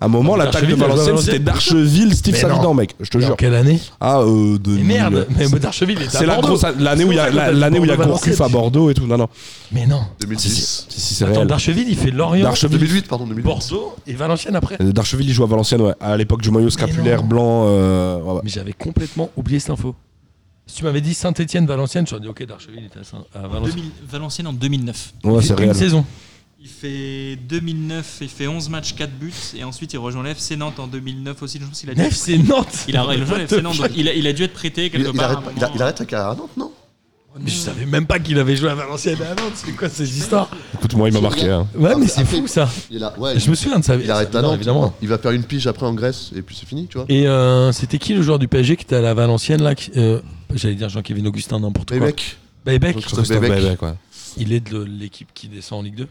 S6: À un moment,
S3: Mais
S6: l'attaque
S3: Darcheville,
S6: de
S3: il a joué à
S6: Valenciennes, c'était Darcheville, Steve
S3: Mais non.
S6: Savidan, mec, je te
S3: Dans
S6: jure.
S3: quelle année
S6: Ah, euh, de.
S3: Mais merde, mais Darcheville était à
S6: C'est la
S3: Bordeaux.
S6: grosse l'année où il y a
S3: C'est pour ça
S6: la-
S3: qu'on
S6: l'année où il y a
S3: appelle
S6: Gourcuff à
S3: Valenciennes.
S6: Bordeaux et tout. Non non.
S3: Mais non.
S4: 2010.
S6: Si si c'est
S3: Attends,
S6: réel.
S3: Darcheville, il fait Lorient,
S6: Darcheville.
S4: 2008, pardon, 2008.
S3: Bordeaux et Valenciennes après.
S6: Euh, Darcheville, il joue à Valenciennes, ouais. À l'époque du maillot scapulaire
S3: non.
S6: blanc. euh, ouais, ouais.
S3: Mais j'avais complètement oublié cette info. Si tu m'avais dit Saint-Etienne-Valenciennes, j'aurais dit ok, Darcheville était à, Saint- à Valenciennes.
S5: 2000 Valenciennes en 2009.
S6: Ouais,
S3: Il
S6: c'est
S3: fait une
S6: réel.
S3: saison.
S5: Il fait 2009, il fait 11 matchs, 4 buts, et ensuite il rejoint l'FC Nantes en 2009 aussi. Je pense qu'il a dû être
S3: FC Nantes
S5: il a, il, a rejoint
S3: What
S5: l'FC
S3: the
S5: Nantes,
S3: fuck
S5: donc il a- il a dû être prêté
S4: Il,
S5: quelque
S4: il
S5: part. à
S4: arrête,
S5: un
S4: il, a-
S5: moment.
S4: il arrête la carrière à Nantes, non
S3: Mais je savais même pas qu'il avait joué à Valenciennes et à Nantes. C'est quoi ces histoires
S6: Écoute, moi, il m'a marqué. hein.
S3: Ouais,
S4: Ah,
S3: mais
S4: mais
S3: c'est
S4: après-
S3: fou ça.
S4: il, a, ouais,
S3: Je me souviens de ça.
S4: il arrête la
S3: Non,
S4: Nantes.
S3: évidemment.
S4: Il va faire une pige après en Grèce et puis c'est fini, tu vois.
S3: Et euh, c'était qui le joueur du PSG qui était à la Valenciennes là qui- euh, J'allais dire Jean-Kevin Augustin, n'importe
S4: Les
S3: quoi.
S4: mecs,
S3: Baybeck.
S4: Christophe Bebec.
S6: quoi.
S3: Il est de l'équipe qui descend en Ligue 2.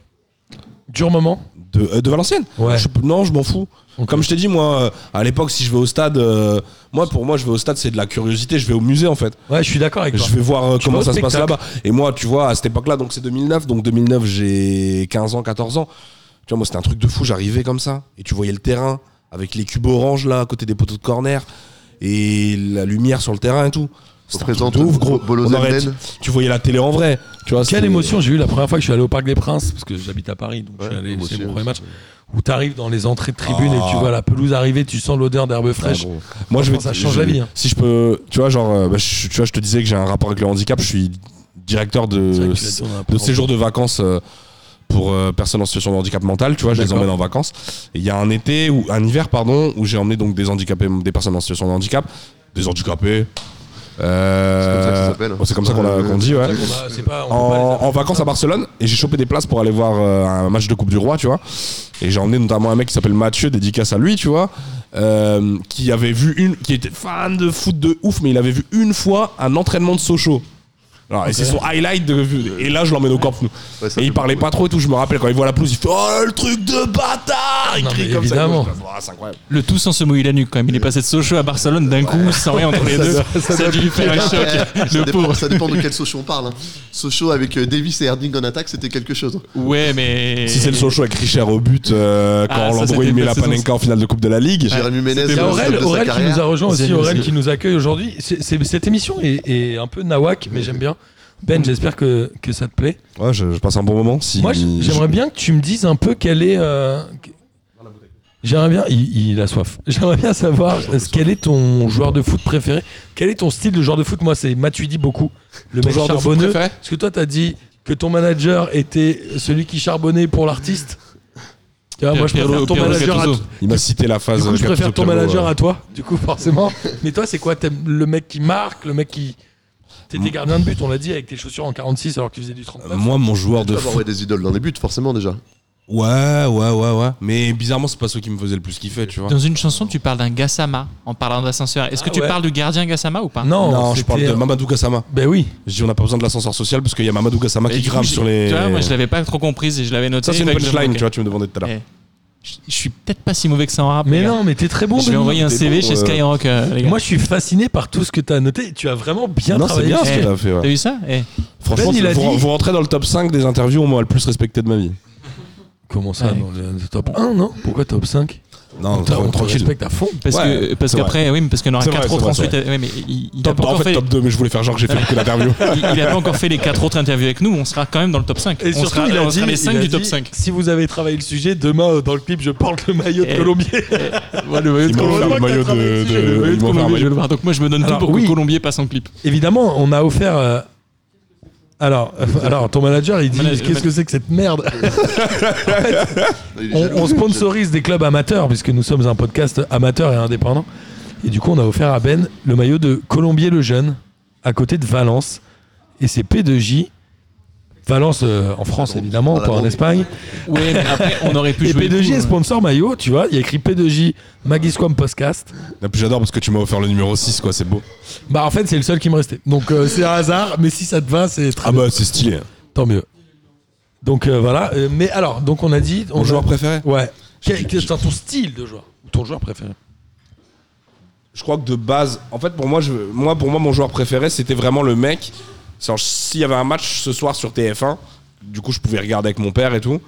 S3: Dur moment.
S6: De, euh, de Valenciennes
S3: Ouais.
S6: Je- Non, je m'en fous.
S3: Ok.
S6: Comme je t'ai dit, moi, euh, à l'époque, si je vais au stade, euh, moi, pour moi, je vais au stade, c'est de la curiosité. Je vais au musée, en fait.
S3: Ouais, je suis d'accord avec toi.
S6: Je vais voir euh,
S3: Tu
S6: comment
S3: vas au
S6: ça se passe
S3: spectacle.
S6: là-bas. Et moi, tu vois, à cette époque-là, donc c'est 2009. Donc 2009, j'ai 15 ans, 14 ans. Tu vois, moi, c'était un truc de fou. J'arrivais comme ça. Et tu voyais le terrain avec les cubes orange là, à côté des poteaux de corner. Et la lumière sur le terrain et tout. C'était un
S4: représente
S6: truc de ouf, gros.
S4: Bolo
S6: On aurait-
S4: Zelden.
S6: tu voyais la télé en vrai. Tu vois,
S3: Quelle
S6: c'était-
S3: émotion j'ai eu la première fois que je suis allé au Parc des Princes, parce que j'habite à Paris, donc je suis
S4: Ouais,
S3: allé,
S4: moi
S3: c'est
S4: aussi, hein.
S3: mon
S4: ouais,
S3: premier match,
S4: c'est-
S3: où t'arrives dans les entrées de tribune
S6: Ah.
S3: et tu vois la pelouse arriver, tu sens l'odeur
S4: Ah,
S3: d'herbe fraîche.
S6: Moi, je vais.
S3: ça change
S6: je-
S3: la vie, hein.
S6: Si je peux, tu vois, genre, euh, bah, je, tu vois, je te disais que j'ai un rapport avec le handicap. Je suis directeur
S3: C'est vrai
S6: de
S3: que tu l'as dit, on a un peu
S6: de
S3: rendu.
S6: séjours de vacances euh, pour euh, personnes en situation de handicap mental. Tu vois, je les
S3: D'accord.
S6: emmène en vacances. Et Il y a un été ou un hiver, pardon, où j'ai emmené donc des handicapés, des personnes en situation de handicap, des handicapés. Euh,
S4: C'est comme ça que ça s'appelle. hein.
S6: bon, c'est comme ça qu'on a- qu'on dit, ouais.
S3: On va- bah, c'est pas- on peut pas les
S6: En,
S3: appeler
S6: en vacances à Barcelone et j'ai chopé des places pour aller voir euh, un match de Coupe du Roi, tu vois. Et j'ai emmené notamment un mec qui s'appelle Mathieu, dédicace à lui, tu vois, euh, qui avait vu une, qui était fan de foot de ouf, mais il avait vu une fois un entraînement de Sochaux. Alors, Et c'est son highlight de Et là, je l'emmène au Camp Nou.
S4: Ouais, ça
S6: et
S4: fait
S6: il parlait pas trop et tout. Je me rappelle quand il voit la pelouse, il fait Oh le truc de bâtard Il
S3: Non,
S6: crie
S3: mais
S6: comme
S3: évidemment.
S6: ça. Et moi, je fais, Ah, c'est incroyable.
S5: Le tout sans se mouiller la nuque quand même. Il est passé de Sochaux à Barcelone d'un coup, sans rien entre les deux. Ça a dû lui faire un choc.
S4: ça,
S5: Le
S4: dépend,
S5: pauvre.
S4: ça dépend de quel Sochaux on parle. hein. Sochaux avec euh, Davis et Herding en attaque, c'était quelque chose. hein.
S5: Ouais, mais.
S6: Si c'est le Sochaux avec Richard au but, euh, quand
S5: Ah, ça,
S6: Landreau il
S5: c'était
S6: met
S5: la
S6: la
S5: saison-
S6: Panenka en finale de Coupe de la Ligue.
S4: Jérémy Ménez,
S3: Il y a
S4: dans le
S3: Aurel,
S4: stade de sa
S3: Aurel qui
S4: carrière.
S3: nous a rejoint aussi,
S5: C'est-
S3: Aurel
S5: c'est-
S3: qui nous accueille aujourd'hui. C'est- c'est- Cette émission est, est un peu nawak, mais j'aime bien. Ben, j'espère que, que ça te plaît.
S6: Ouais, je, je passe un bon moment. Si
S3: Moi, j- j'aimerais bien que tu me dises un peu quelle est. euh, J'aimerais bien. Il, il a soif. J'aimerais bien savoir euh, quel est ton joueur de foot préféré. Quel est ton style de joueur de foot Moi, c'est Matuidi beaucoup. Le mec
S6: joueur de foot
S3: charbonneux.
S6: préféré
S3: Parce que toi, t'as dit que ton manager était celui qui charbonnait pour l'artiste. Tu vois, moi, je
S5: Pierre-
S3: préfère ton
S5: Pierre
S3: manager à,
S5: Gattuso.
S6: Il m'a cité la phase.
S3: du coup, je
S6: Gattuso
S3: préfère ton
S6: Pirlo,
S3: manager
S6: euh.
S3: à toi, du coup, forcément. Mais toi, c'est quoi T'aimes le mec qui marque, le mec qui. T'étais gardien de but, on l'a dit, avec tes chaussures en 46 alors que tu faisais du 39.
S6: Euh, Moi, mon joueur de
S4: Faut avoir
S6: foot.
S4: ouais, des idoles dans les buts, forcément déjà.
S6: Ouais, ouais, ouais, ouais. Mais bizarrement, c'est pas ceux qui me faisaient le plus kiffer, tu vois.
S5: Dans une chanson, tu parles d'un Gassama en parlant d'ascenseur. Est-ce que
S3: Ah
S5: tu
S3: ouais.
S5: parles du gardien Gassama ou pas
S3: Non,
S6: Non, je parle de
S5: euh,
S3: c'était-
S6: Mamadou Gassama.
S3: Ben oui.
S6: Je dis, on n'a pas besoin de l'ascenseur social parce qu'il y a Mamadou Gassama
S5: Et
S6: qui
S5: du coup,
S6: grimpe
S5: j'ai-
S6: sur les.
S5: Tu vois, moi je l'avais pas trop comprise et je l'avais noté.
S6: Ça, c'est une
S5: Fait que je me
S6: punchline,
S5: moquais.
S6: tu vois, tu me demandais tout à l'heure.
S5: Eh, Je je suis peut-être pas si mauvais que ça en rap.
S3: Mais
S5: les gars.
S3: non, mais t'es très bon.
S5: Je vais
S3: Denis.
S5: envoyer un
S6: t'es
S5: CV
S6: bon,
S5: chez
S6: euh.
S5: Skyrock, euh, les gars.
S3: Moi, je suis fasciné par tout ce que t'as noté. Tu as vraiment bien
S6: Non, c'est
S3: travaillé.
S6: bien
S5: Eh,
S6: ce qu'il a fait,
S5: T'as
S6: ouais.
S5: vu ça Eh,
S6: Franchement,
S3: Ben, il a
S6: vous,
S3: dit-
S6: vous rentrez dans le top 5 des interviews où on m'a le plus respecté de ma vie.
S3: Comment ça,
S5: Ouais.
S3: dans le le top 1, non Pourquoi top 5
S6: Non,
S3: Putain, On te
S6: tranquille.
S3: respecte à fond.
S5: Parce
S6: Ouais,
S5: que parce
S6: c'est
S5: qu'après, oui, mais parce qu'il y en aura
S6: C'est vrai,
S5: 4
S6: c'est
S5: autres
S6: vrai, c'est
S5: ensuite. Ouais, mais il, il a
S6: Top,
S5: pas
S6: en
S5: encore
S6: fait,
S5: fait,
S6: top 2, mais je voulais faire genre que j'ai fait beaucoup d'interviews.
S5: il, il a pas encore fait les 4 autres interviews avec nous. On sera quand même dans le top 5. on sera, euh, on sera les 5
S3: il a
S5: du top
S3: dit,
S5: 5.
S3: Si vous avez travaillé le sujet, demain euh, dans le clip, je porte le maillot de
S5: Eh.
S3: Colombier.
S5: le maillot
S6: Il m'a offert le maillot de.
S5: Je
S3: Euh,
S5: vais
S6: de-
S5: le
S6: il m'a offert un
S5: Colombier, je vais
S6: maillot.
S5: le voir. Donc moi je me donne
S3: Alors,
S5: tout pour
S3: oui.
S5: que Colombier passe en clip.
S3: Évidemment, on a offert. euh, Alors, euh, alors, ton manager, il dit
S5: Manage-
S3: Qu'est-ce que c'est que cette merde on,
S4: Non, il est jaloux,
S3: on
S4: il est jaloux.
S3: sponsorise des clubs amateurs, puisque nous sommes un podcast amateur et indépendant. Et du coup, on a offert à Ben le maillot de Colombier le Jeune, à côté de Valence. Et c'est P2J. Valence euh, en France, évidemment,
S4: Dans la
S3: pas en
S4: Drôme.
S3: Espagne.
S5: Ouais, mais après on aurait pu
S3: Et P2J
S5: jouer. cool,
S3: est
S6: hein.
S5: ouais.
S3: sponsor maillot, tu vois. Il y a écrit P2J, Magisquam Podcast.
S6: Et puis j'adore parce que tu m'as offert le numéro 6, quoi, c'est beau.
S3: Bah, en fait, c'est le seul qui me restait. Donc, euh, c'est un hasard, mais si ça te va, c'est très
S6: Ah bah, c'est stylé.
S3: Tant mieux. Donc, euh, voilà. Euh, mais alors, donc on a dit. On
S6: Mon joueur
S3: a-
S6: préféré
S3: Ouais. Quel, quel est ton style de joueur Ou Ton joueur préféré
S6: je crois que de base, en fait, pour moi, je, moi, pour moi, mon joueur préféré, c'était vraiment le mec. C'est-à-dire, S'il y avait un match ce soir sur TF1, du coup, je pouvais regarder avec mon père et tout,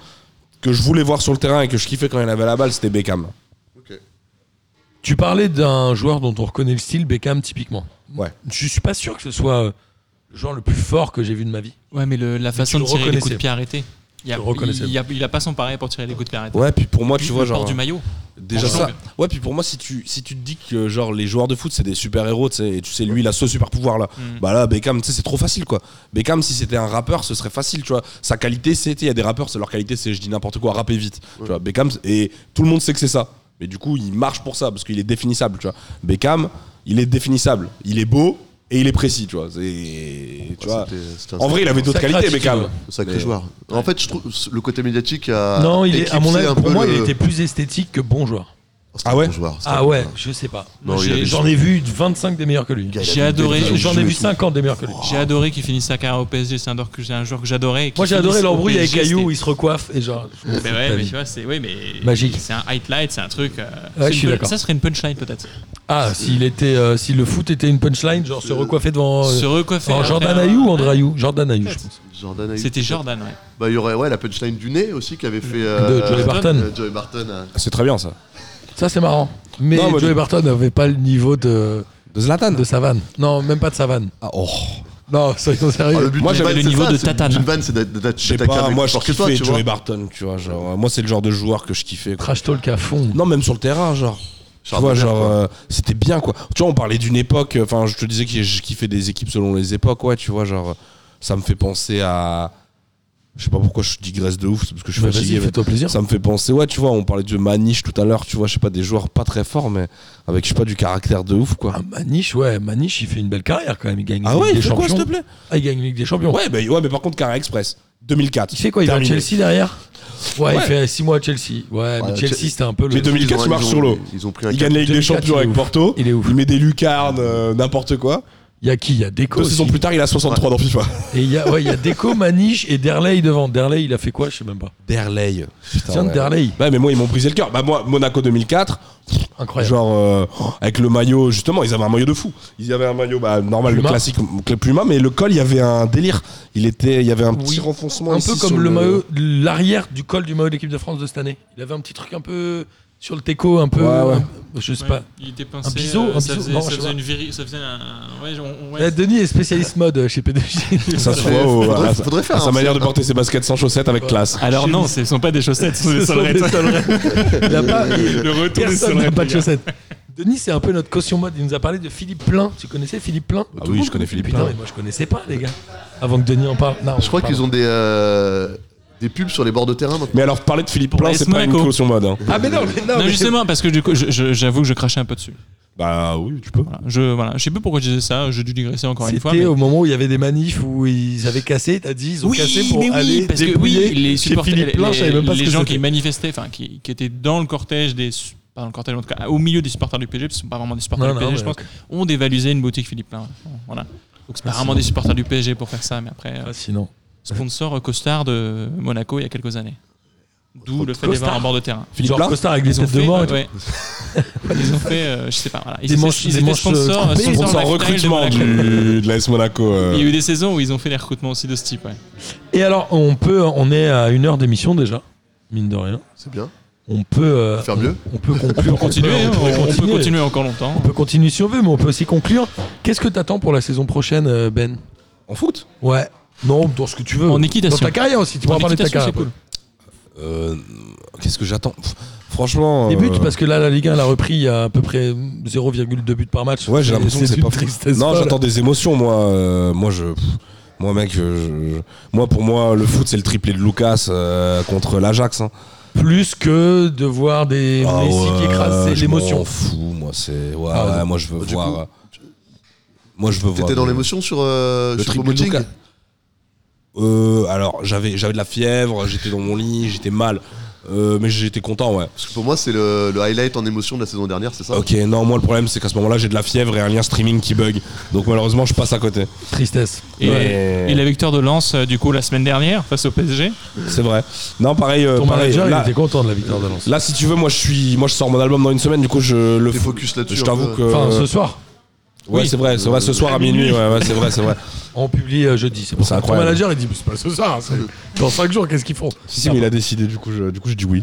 S6: que je voulais voir sur le terrain et que je kiffais quand il avait la balle, c'était Beckham.
S3: Tu parlais d'un joueur dont on reconnaît le style, Beckham typiquement.
S6: Ouais.
S3: Je suis pas sûr que ce soit euh, le joueur le plus fort que j'ai vu de ma vie.
S5: Ouais, mais le- la façon
S3: le
S5: de tirer les coups
S3: reconnaissais.
S5: de pied arrêtés. Il a,
S3: Tu le reconnaissais.
S5: il, y a, il a pas son pareil pour tirer les coups de pied arrêtés.
S6: Ouais, puis pour moi,
S5: Puis
S6: tu vois,
S5: le port
S6: genre.
S5: du maillot.
S3: euh,
S6: Déjà
S5: en
S6: ça.
S5: langue.
S6: Ouais, puis pour moi, si tu, si tu te dis que genre les joueurs de foot, c'est des super-héros, tu sais, et tu sais, lui, il a ce super-pouvoir là.
S5: Mm.
S6: Bah là, Beckham, tu sais, c'est trop facile quoi. Beckham, si c'était un rappeur, ce serait facile, tu vois. Sa qualité, c'est, tu sais, il y a des rappeurs, c'est leur qualité, c'est, je dis n'importe quoi, rapper vite. Tu vois, Beckham, c'est- et tout le monde sait que c'est ça. Mais du coup, il marche pour ça, parce qu'il est définissable, tu vois. Beckham, il est définissable. Il est beau et il est précis, tu vois. C'est- tu vois.
S4: C'était- c'était un
S6: En vrai, il avait d'autres
S3: Sacré
S6: qualités,
S3: attitude,
S6: Beckham.
S3: ouais.
S4: sacré
S6: Mais-
S4: joueur. En fait, je trouve le côté médiatique a.
S3: non, il est, à mon
S4: éclipsé
S3: avis,
S4: Ah, un
S3: pour
S4: peu
S3: moi,
S4: le-
S3: il était plus esthétique que bon joueur.
S4: C'était un
S6: Ah ouais
S4: bon joueur, c'était un
S3: Ah
S4: bon
S3: ouais,
S4: joueur.
S3: je sais pas.
S4: Non, il
S3: J'ai-
S4: avait-
S3: J'en ai vu 25 des meilleurs que lui.
S4: Le gars, il
S5: J'ai
S4: avait une
S5: adoré,
S4: tête de
S3: J'en
S4: jeu
S3: ai
S4: et
S3: vu
S4: tout. Oh,
S3: 50 des meilleurs que lui.
S5: J'ai adoré qu'il finisse sa carrière au PSG. C'est un joueur que j'ai- un joueur que j'adorais. et qu'il
S3: Moi, j'ai adoré
S5: finisse au
S3: l'embrouille avec
S5: PSG,
S3: Caillou,
S5: c'était-
S3: il se recoiffe et genre. je m'en fous
S5: Mais
S3: de ta
S5: ouais, mais
S3: vie.
S5: tu vois, c'est oui, mais
S3: Magique.
S5: C'est un highlight, c'est un truc. euh,
S3: je
S5: c'est
S3: suis
S5: une pun-
S3: d'accord.
S5: Ça serait une punchline peut-être.
S3: Ah, s'il était, euh, si le foot était une punchline, genre se recoiffer devant. euh,
S5: Se recoiffer.
S3: en
S5: après
S3: Jordan
S5: un-
S3: Ayou ou André Ayou Jordan Ayou, je pense.
S4: Jordan a eu-
S5: C'était Jordan, ouais.
S4: Bah, il y aurait ouais, la punchline du nez aussi qui avait fait.
S3: De
S4: euh,
S3: Joey Barton.
S4: euh, Joey Barton. euh,
S6: Ah, C'est très bien ça.
S3: Ça, c'est marrant. Mais
S6: Non, mais-
S3: Joey Barton n'avait pas le niveau de,
S6: De Zlatan.
S3: de sa vanne. Non, même pas de sa vanne.
S6: Ah, oh.
S3: Non, soyons
S4: Ah,
S3: sérieux.
S4: but
S6: Moi,
S4: d'une
S5: j'avais
S4: vanne,
S5: le
S4: c'est
S5: niveau
S4: ça,
S5: de
S4: c'est-
S5: Tatane.
S4: D'une vanne, c'est d'a- d'a-
S6: Je sais
S4: d'attaquer un
S6: pas,
S4: mec
S6: moi
S4: plus
S6: je
S4: fort que
S6: kiffais
S4: toi, tu vois.
S6: Joey Barton, tu vois. Genre, euh, moi c'est le genre de joueur que je kiffais. quoi.
S3: Trash talk à fond.
S6: Non, même sur le terrain, genre. Tu vois,
S4: Charbonnier,
S6: genre,
S4: quoi.
S6: euh, c'était bien quoi. Tu vois, on parlait d'une époque, euh, enfin, je te disais que je kiffais des équipes selon les époques, ouais, tu vois, genre, euh, ça me fait penser à. Je sais pas pourquoi je digresse de ouf, c'est parce que je suis
S3: Mais
S6: fatigué.
S3: Bah, Vas-y,
S6: mais
S3: fais-toi plaisir.
S6: Ça me fait penser, ouais, tu vois, on parlait de Maniche tout à l'heure, tu vois, je sais pas, des joueurs pas très forts, mais avec, je sais pas, du caractère de ouf quoi.
S3: Ah, Maniche, ouais, Maniche, il fait une belle carrière quand même. Il gagne
S6: Ah
S3: une
S6: ouais,
S3: Ligue des
S6: il fait quoi, s'il te
S3: Champions.
S6: plaît
S3: Ah, il gagne une Ligue des Champions.
S6: ouais, bah, ouais, mais par contre, Carré Express, 2004.
S3: Il fait quoi Il va à
S6: Terminé.
S3: Chelsea derrière Ouais, il
S6: Ouais.
S3: fait 6 mois à Chelsea. Ouais, mais
S4: Ouais,
S3: Chelsea,
S4: Chelsea-
S3: c'était un peu le.
S6: Mais 2004,
S4: Ils ont-
S6: il marche
S4: ils ont-
S6: sur l'eau.
S4: Ils ont pris un
S6: Il
S4: cap.
S6: gagne la Ligue des
S3: 2004,
S6: Champions
S3: il est
S6: avec
S3: ouf.
S6: Porto.
S3: Il est ouf.
S6: met des lucarnes, euh, n'importe quoi.
S3: Il y a qui Il y a Deco.
S6: Deux saisons
S3: aussi.
S6: plus tard, il a 63 dans FIFA.
S3: Et il y a, ouais, il y a Deco, Maniche et Derley devant. Derley, il a fait quoi Je sais même pas.
S6: Derley.
S3: Tiens, Derley,
S6: Bah, mais moi, ils m'ont brisé le cœur. Bah, moi, Monaco 2004,
S3: incroyable.
S6: genre, euh, avec le maillot, justement, ils avaient un maillot de fou. Ils avaient un maillot, bah, normal, le
S3: Puma.
S6: classique le Puma, mais le col, il y avait un délire. Il était, il y avait un petit
S3: Oui.
S6: renfoncement
S3: Un
S6: ici
S3: peu
S6: sur
S3: comme le maillot, l'arrière du col du maillot de l'équipe de France de cette année. Il avait un petit truc un peu sur le Teco, un peu.
S6: Ouais, ouais.
S3: Je sais
S5: Ouais,
S3: pas.
S5: Il était pincé.
S3: Un biseau,
S5: euh,
S3: un
S5: ça
S3: biseau.
S5: faisait-
S3: Non,
S5: ça
S3: je sais
S5: faisait
S3: pas.
S5: une viri- Ça faisait un. Ouais, on- ouais,
S3: Eh, Denis est spécialiste mode euh, chez P2J.
S6: Ça se
S4: Faudrait-
S6: voit au-
S4: faudrait-
S6: à-
S4: faudrait faire
S6: à sa
S4: un-
S6: manière de porter ses baskets sans chaussettes avec classe.
S5: Alors non, ce ne sont pas des chaussettes, ce sont des
S3: Ce sont des
S5: solerettes.
S3: solerettes. Il a pas-
S5: Le retour des
S3: Personne n'a
S5: solerettes.
S3: pas
S5: les
S3: de
S5: gars.
S3: chaussettes. Denis, c'est un peu notre caution mode. Il nous a parlé de Philippe Plein. Tu connaissais Philippe Plein
S6: Ah oui, je connais Philippe
S3: Putain,
S6: Plein.
S3: mais moi je connaissais pas, les gars. Avant que Denis en parle. Non,
S4: Je crois qu'ils ont des euh, des pubs sur les bords de terrain. maintenant.
S6: Mais alors, parler de Philippe
S5: Pour
S6: Plein,
S5: AS
S6: c'est pas une
S5: Monaco.
S6: caution mode. hein.
S3: Ah, mais non, mais non.
S5: Non,
S3: mais-
S5: justement, parce que du coup, je- je- j'avoue que je crachais un peu dessus.
S6: Bah, oui, tu peux.
S5: Voilà. Je voilà, je sais plus pourquoi je disais ça, j'ai dû digresser encore une
S3: C'était
S5: fois. mais-
S3: au moment où il y avait des manifs où ils avaient cassé, t'as dit, ils ont
S5: Oui,
S3: cassé pour
S5: mais oui,
S3: aller
S5: parce que
S3: dépouiller
S5: oui, les
S3: chez
S5: supporters,
S3: Philippe Plein,
S5: les-
S3: je savais même pas ce
S5: les
S3: que
S5: gens
S3: c'était.
S5: qui manifestaient, enfin qui, qui étaient dans le cortège des su- pas dans le cortège, en tout cas, au milieu des supporters du PSG, parce que ce sont pas vraiment des supporters
S3: Non,
S5: du
S3: non,
S5: PSG,
S3: mais
S5: je pense,
S3: ok.
S5: ont dévalisé une boutique Philippe Plein. Voilà. Donc c'est pas
S3: Ah,
S5: vraiment
S3: c'est
S5: des supporters du PSG pour faire ça, mais après, euh,
S3: Fascinant.
S5: sponsor euh, Costard de Monaco il y a quelques années. D'où le fait
S3: Costard.
S5: d'avoir un bord de terrain.
S3: Philippe
S6: Plein
S3: Costard avec des
S5: Ils ont
S3: têtes de
S5: fait,
S3: mort et
S5: euh,
S3: tout.
S5: ouais. ils ont fait, euh, je sais pas, voilà. Ils,
S3: Des
S5: étaient-
S3: manches-
S5: ils
S3: des
S5: étaient
S3: manches, euh,
S5: sponsors, euh,
S3: coupées.
S5: sponsors
S6: Sponsor
S5: lifestyle de
S6: recrutement
S5: Monaco.
S3: euh,
S6: du, de l'AS Monaco. euh.
S5: Il y a eu des saisons où ils ont fait des recrutements aussi de ce type. Ouais.
S3: Et alors, on peut, on est à une heure d'émission déjà, mine de rien.
S4: C'est bien.
S3: On peut euh,
S4: Faire mieux.
S3: On peut conclure.
S5: Continuer,
S3: on
S5: hein,
S3: peut- on peut
S5: on peut
S3: continuer.
S5: continuer encore longtemps.
S3: On peut continuer si on veut, mais on peut aussi conclure. Qu'est-ce que t'attends pour la saison prochaine, euh, Ben
S6: En foot
S3: Ouais. Non, dans ce que tu veux.
S5: En
S3: Dans
S5: équitation.
S3: ta carrière aussi, tu
S5: En
S3: pourras parler de ta carrière.
S5: équitation, c'est
S6: Euh, Qu'est-ce que j'attends Pff, Franchement.
S3: Les
S6: euh,
S3: buts, parce que là, la Ligue 1 l'a repris, il y a à peu près 0,2 buts par match.
S6: Ouais, j'ai l'impression que c'est
S3: une
S6: pas fou.
S3: tristesse.
S6: Non,
S3: folle.
S6: j'attends des émotions, moi. euh, moi, je. pff, Moi, mec, je- je- je- moi, pour moi, le foot, c'est le triplé de Lucas euh, contre l'Ajax. hein.
S3: Plus que de voir des
S6: Ah
S3: Messi qui
S6: ouais,
S3: écrasent c'est
S6: je
S3: l'émotion.
S6: m'en fous, moi, c'est. Ouais,
S3: Ah ouais.
S6: ouais, moi, je veux
S4: Bah, Du
S6: voir.
S4: coup,
S6: euh, moi, je veux voir.
S4: T'étais dans
S6: euh,
S4: l'émotion sur euh,
S6: le
S4: sur
S6: triplé de
S4: Promoting
S6: Lucas. Euh, alors, j'avais, j'avais de la fièvre, j'étais dans mon lit, j'étais mal. Euh, mais j'étais content, ouais.
S4: Parce que pour moi, c'est le, le highlight en émotion de la saison dernière, c'est ça
S6: Ok, non, moi le problème c'est qu'à ce moment-là j'ai de la fièvre et un lien streaming qui bug. Donc malheureusement je passe à côté.
S3: Tristesse.
S5: Et,
S6: Ouais.
S5: et la victoire de Lens, euh, du coup, la semaine dernière, face au PSG.
S6: C'est vrai. Non, pareil. euh,
S3: Ton
S6: pareil,
S3: manager,
S6: là,
S3: il était content de la victoire de Lens.
S6: là, si tu veux, moi je suis, moi je sors mon album dans une semaine. Du coup, je le
S4: T'es focus là-dessus,
S6: Je
S4: un
S6: t'avoue
S4: peu.
S6: que.
S3: Enfin, ce soir.
S6: ouais, c'est vrai. C'est vrai. Ce soir à minuit. Ouais, ouais, c'est vrai, c'est vrai.
S3: On publie euh, jeudi. C'est pour
S6: C'est
S3: ça. Ton
S6: incroyable.
S3: manager, il dit c'est pas ce soir. hein, c'est Dans 5 jours, qu'est-ce qu'ils font
S6: Si, si, mais il a décidé. Du coup, je, du coup, je dis oui.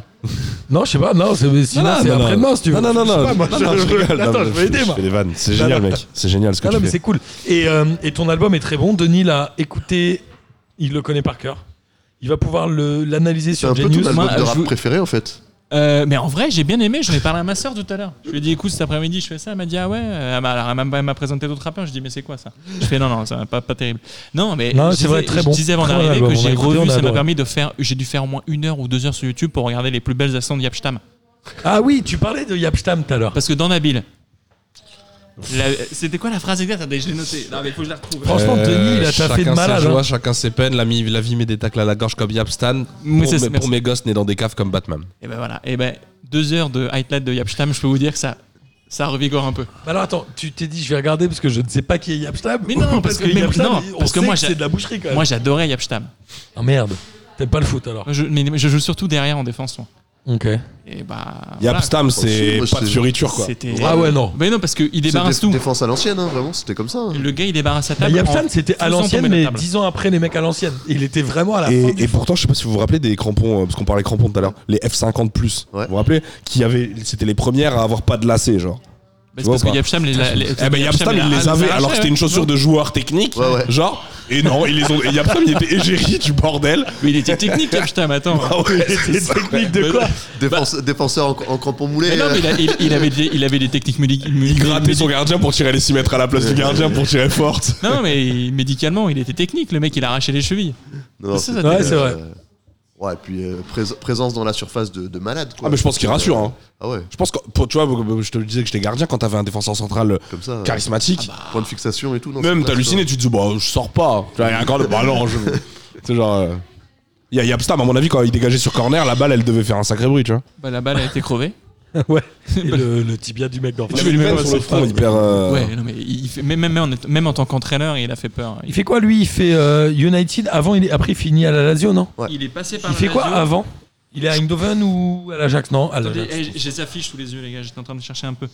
S3: Non, je sais pas. Non, c'est- sinon, c'est après-demain si tu veux.
S6: Non, non, non,
S3: Je sais
S6: non.
S3: pas, moi,
S6: non,
S3: je-
S6: non, je rigole.
S3: Attends,
S6: Non,
S3: je
S6: mais
S3: vais aider,
S6: je
S3: moi.
S6: fais des vannes. C'est
S3: Non,
S6: génial,
S3: non.
S6: mec. C'est génial ce que
S3: Ah
S6: tu
S3: non, mais
S6: fais.
S3: c'est cool. Et, euh, et ton album est très bon. Denis l'a écouté, il le connaît par cœur. Il va pouvoir le- l'analyser
S4: C'est un
S3: sur
S4: peu ton
S3: Genius.
S5: Moi,
S4: album de
S5: je
S4: rap
S5: vous-
S4: préféré en fait.
S5: Euh, mais en vrai, j'ai bien aimé. J'en ai parlé à ma sœur tout à l'heure. Je lui ai dit, écoute, cet après-midi, je fais ça. Elle m'a dit, ah ouais. Elle m'a, alors, elle m'a- elle m'a présenté d'autres rappeurs. Je dis, mais c'est quoi ça Je fais, non, non, ça, pas, pas terrible. Non, mais
S3: Non,
S5: je
S3: c'est vrai,
S5: disais-
S3: très
S5: je
S3: bon.
S5: disais avant
S3: Très bon
S5: d'arriver
S3: album,
S5: que
S3: on
S5: j'ai
S3: a écouté, on
S5: revu,
S3: a
S5: ça m'a
S3: adoré.
S5: permis de faire. J'ai dû faire au moins une heure ou deux heures sur YouTube pour regarder les plus belles actions de Yapstam.
S3: Ah oui, tu parlais de Yapstam tout à l'heure.
S5: Parce que dans Nabil. la- c'était quoi la phrase exacte Attendez, je l'ai notée. Non, mais il faut que je la retrouve.
S3: Franchement,
S6: Euh,
S3: Denis, il a
S7: chacun
S3: taffé de
S7: ses
S3: malade.
S7: joies,
S3: hein.
S7: chacun ses peines. La, mi- la vie met des tacles à la gorge comme Yapstan.
S5: Mais
S7: pour,
S5: c'est-
S7: mes-
S5: merci.
S7: pour mes gosses nés dans des caves comme Batman.
S5: Et ben voilà. Et ben deux heures de highlight de Yapstam, je peux vous dire que ça, ça revigore un peu.
S3: Bah Alors attends, tu t'es dit je vais regarder parce que je ne sais pas qui est Yapstam.
S5: Mais non, parce que Yap
S3: Yapstam,
S5: Stam,
S3: on
S5: parce que
S3: sait
S5: moi,
S3: c'est
S5: j'ai-
S3: de la boucherie quand même.
S5: Moi, j'adorais Yapstam.
S3: Ah merde, t'aimes pas le foot alors.
S5: Je, mais je joue surtout derrière en défense. moi.
S3: Ok.
S5: Et bah.
S6: Yapstam,
S4: Aussi,
S6: c'est
S4: moi,
S6: pas de
S4: c'est-
S6: fioriture,
S5: voilà.
S6: quoi.
S5: C'était.
S3: Ah ouais non.
S5: Mais non, parce qu'il
S3: Eh ben,
S4: C'est
S5: débarrasse
S4: dé-
S5: tout.
S4: défense à l'ancienne, hein, vraiment, c'était comme ça. hein.
S5: Le gars, il débarrasse sa
S3: Bah,
S5: table.
S3: Yapstam
S5: en
S3: c'était à
S5: faisant
S3: l'ancienne
S5: tomber la
S3: mais
S5: table.
S3: 10 ans après les mecs à l'ancienne. Il était vraiment à la fin.
S6: Et,
S3: du-
S6: et pourtant, je sais pas si vous vous rappelez des crampons, euh, parce qu'on parlait crampons tout à l'heure, les F50 plus.
S4: Ouais.
S6: Vous vous rappelez qui avaient, c'était les premières à avoir pas de lacets, genre.
S5: Bah,
S6: Tu
S5: c'est
S6: vois
S5: parce que
S6: pas.
S5: Yapstam les. a- les-
S6: Eh ben Yapstam, il les avait, alors que c'était une chaussure de joueur technique,
S4: Ouais, ouais.
S6: genre. Et non, ils les ont. et Yapstam, il était égérie du bordel.
S5: Mais il était technique, Yapstam, attends.
S6: Ah ouais, c'est ça.
S3: Technique de quoi
S4: Défense-
S3: Bah.
S4: Défenseur en, en crampon moulé. euh.
S5: Mais non, mais il, a- il- il avait des, il avait des techniques médi- médi-
S6: Il grattait son gardien pour tirer les 6 mètres à la place du gardien pour tirer forte.
S5: Non, mais médicalement, il était technique. Le mec, il a arraché les chevilles.
S4: Non,
S5: C'est ça,
S4: c'était,
S5: ça,
S3: Ouais, c'est vrai.
S4: euh, Ouais, et puis euh, prés- présence dans la surface de, de malade. Quoi.
S6: Ah, mais je pense qu'il rassure, hein.
S4: Ah ouais,
S6: Je pense que, pour- tu vois, je te disais que j'étais gardien quand t'avais un défenseur central
S4: comme ça. euh,
S5: Ah
S6: charismatique.
S5: bah,
S4: Point de fixation et tout. non,
S6: Même
S4: c'est classe,
S6: t'hallucinais, tu te dis, bah, je sors pas. Tu vois, il y a un corner, bah non, je. C'est genre. euh, Il y a Yapstam, à mon avis, quand il dégageait sur corner, la balle, elle devait faire un sacré bruit, tu vois.
S5: Bah, la balle a été crevée.
S3: Ouais. Et le, le tibia du mec d'en face.
S6: Il avait une peine sur le front, hyper. euh,
S5: Ouais, non, mais il fait- même, même, en, même en tant qu'entraîneur, il a fait peur.
S3: Il
S5: Il,
S3: fait quoi lui Il fait euh, United avant, il est, après il finit à la Lazio, non
S4: Ouais.
S5: est passé par
S3: Il
S5: la
S3: fait quoi
S5: radio.
S3: avant Il est à Eindhoven ou à l'Ajax Non, à
S5: Attendez,
S3: l'Ajax.
S5: eh, j'ai- j'ai les affiches sous les yeux, les gars. J'étais en train de chercher un peu.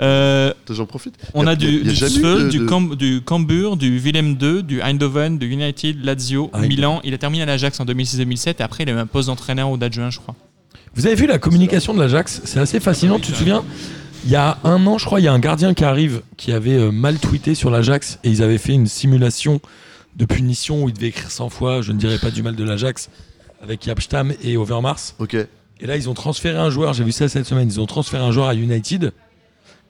S5: Euh,
S4: ça. J'en profite.
S5: on
S4: Y
S5: a,
S4: y
S5: du,
S4: y
S5: du
S4: jamais eu
S5: Zwolle,
S4: de-
S5: du,
S4: de-
S5: Cam- du Cambur, du Willem II, du Eindhoven, du United, Lazio,
S3: Ah, il-
S5: Milan. Il a terminé à l'Ajax en 2006-2007 et après, il a eu un poste d'entraîneur ou d'adjoint, je crois.
S3: Vous avez vu la communication de l'Ajax C'est assez fascinant. Tu te souviens Il y a un an, je crois, il y a un gardien qui arrive qui avait euh, mal tweeté sur l'Ajax et ils avaient fait une simulation de punition où il devait écrire 100 fois Je ne dirais pas du mal de l'Ajax avec Yapstam et Overmars.
S4: Ok.
S3: Et là, ils ont transféré un joueur. J'ai vu ça cette semaine. Ils ont transféré un joueur à United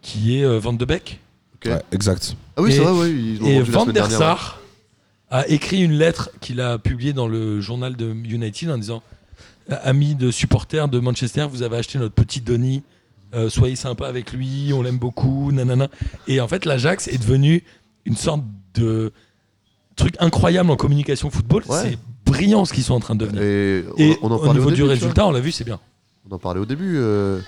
S3: qui est euh, Van de Beek.
S4: Ok.
S6: ouais, exact.
S4: Ah oui,
S3: Et-
S4: c'est vrai, ouais, ils l'ont
S3: Et
S4: vendu la
S3: Van
S4: semaine
S3: der
S4: dernière. ouais.
S3: Sar a écrit une lettre qu'il a publiée dans le journal de United en disant euh, Amis de supporters de Manchester, vous avez acheté notre petit Donny, euh, soyez sympa avec lui, on l'aime beaucoup, nanana. Et en fait, l'Ajax est devenu une sorte de truc incroyable en communication football.
S4: Ouais.
S3: C'est brillant ce qu'ils sont en train de devenir.
S4: Et on,
S3: Et
S4: on en parlait
S3: au niveau
S4: début,
S3: du
S4: tu vois.
S3: résultat, on l'a vu, c'est bien.
S4: On en parlait au début. euh,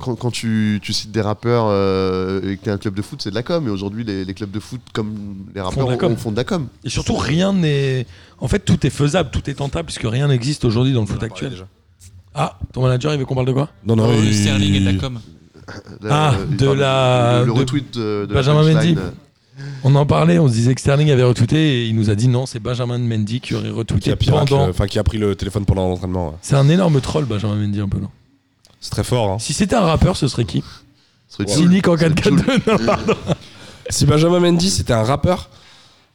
S4: Quand, quand tu, tu cites des rappeurs euh, et que t'es un club de foot, c'est de la com. Et aujourd'hui, les, les clubs de foot, comme les rappeurs,
S3: de la com.
S4: ont- font de la com.
S3: Et surtout, rien n'est. En fait, tout est faisable, tout est tentable, puisque rien n'existe aujourd'hui dans le foot actuel. Ah, ton manager, il veut qu'on parle de quoi
S6: Non, non,
S5: Oh,
S6: il-
S5: Sterling et de la com.
S3: Euh,
S4: Là,
S3: Ah,
S4: euh, il
S3: de
S4: parle
S3: la-
S4: Le, le
S3: de
S4: retweet de, de
S3: Benjamin
S4: Punchline,
S3: Mendy.
S4: euh,
S3: On en parlait, on se disait que Sterling avait retweeté et il nous a dit non, c'est Benjamin Mendy qui aurait
S6: Qui
S3: retweeté
S6: a, pirate,
S3: pendant.
S6: le- enfin, qui a pris le téléphone pendant l'entraînement. ouais.
S3: C'est un énorme troll, Benjamin Mendy, un peu, non
S6: C'est très fort. Hein.
S3: Si c'était un rappeur, ce serait qui
S4: ce retweet.
S3: Cynique en
S4: C'est
S3: 4-4-2, non, pardon.
S6: Si Benjamin Mendy, c'était un rappeur.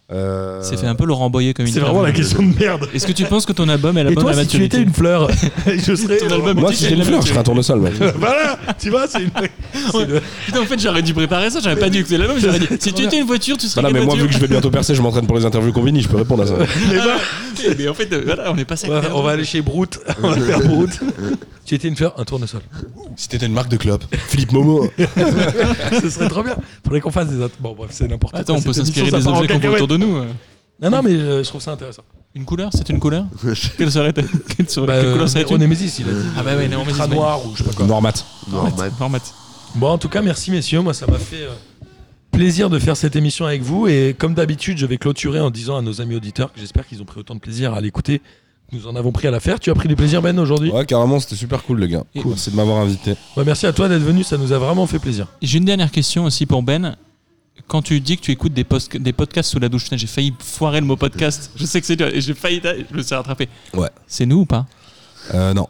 S6: euh,
S5: C'est fait un peu Laurent Boyer comme il
S3: C'est
S5: dit.
S3: vraiment la question de merde.
S5: Est-ce que tu penses que ton album est la
S3: Et
S5: bonne
S3: toi,
S5: à
S3: si tu
S5: maturité
S3: étais une fleur, je serais. euh,
S5: Ton album-
S6: Moi, si j'étais une fleur, je serais un tournesol, mec.
S3: Voilà, tu vois, c'est une. c'est le-
S5: Putain, en fait, j'aurais dû préparer ça. J'avais pas dû écouter l'album. J'aurais dit si tu étais une voiture, tu serais
S6: Bah non,
S5: quelle
S6: mais moi, vu
S5: voiture
S6: que je vais bientôt percer, je m'entraîne pour les interviews Convini, je peux répondre à ça.
S5: Mais- Mais en fait, euh, voilà, on est passé à
S3: Ouais,
S5: côté.
S3: on va aller chez Brute, on va faire Brute. tu étais une fleur, un tournesol.
S6: Si t'étais une marque de club, Philippe Momo.
S3: ce serait trop bien. Faudrait qu'on fasse des. autres. Bon, bref, c'est n'importe quoi.
S5: Attends, on peut
S3: cette émission,
S5: s'inspirer
S3: ça
S5: des
S3: part en
S5: objets qu'on voit
S3: cacahuète.
S5: autour de nous. euh.
S3: Non, non, mais euh, je trouve ça intéressant.
S5: Une couleur C'est une couleur Quelle serait ta- quelle serait-
S3: Bah,
S5: quelle couleur
S3: euh,
S5: serait une
S3: Onémésis, il a dit.
S5: Ah bah ouais, Néomésis,
S3: Ultra
S5: ouais.
S3: noir ou je sais pas quoi.
S6: Normat.
S4: Normal.
S5: Normat.
S3: Bon, en tout cas, merci messieurs. Moi, ça m'a fait euh, plaisir de faire cette émission avec vous. Et comme d'habitude, je vais clôturer en disant à nos amis auditeurs que j'espère qu'ils ont pris autant de plaisir à l'écouter. que Nous en avons pris à la faire. Tu as pris du plaisir, Ben, aujourd'hui
S6: Ouais, carrément, c'était super cool, les gars.
S5: Et-
S6: Merci de m'avoir invité.
S3: Bah, Merci à toi d'être venu. Ça nous a vraiment fait plaisir.
S5: J'ai une dernière question aussi pour Ben. Quand tu dis que tu écoutes des, post- des podcasts sous la douche, putain, j'ai failli foirer le mot podcast. Je sais que c'est dur et j'ai failli, je me suis rattrapé.
S6: Ouais.
S5: C'est nous ou pas
S6: Euh, non.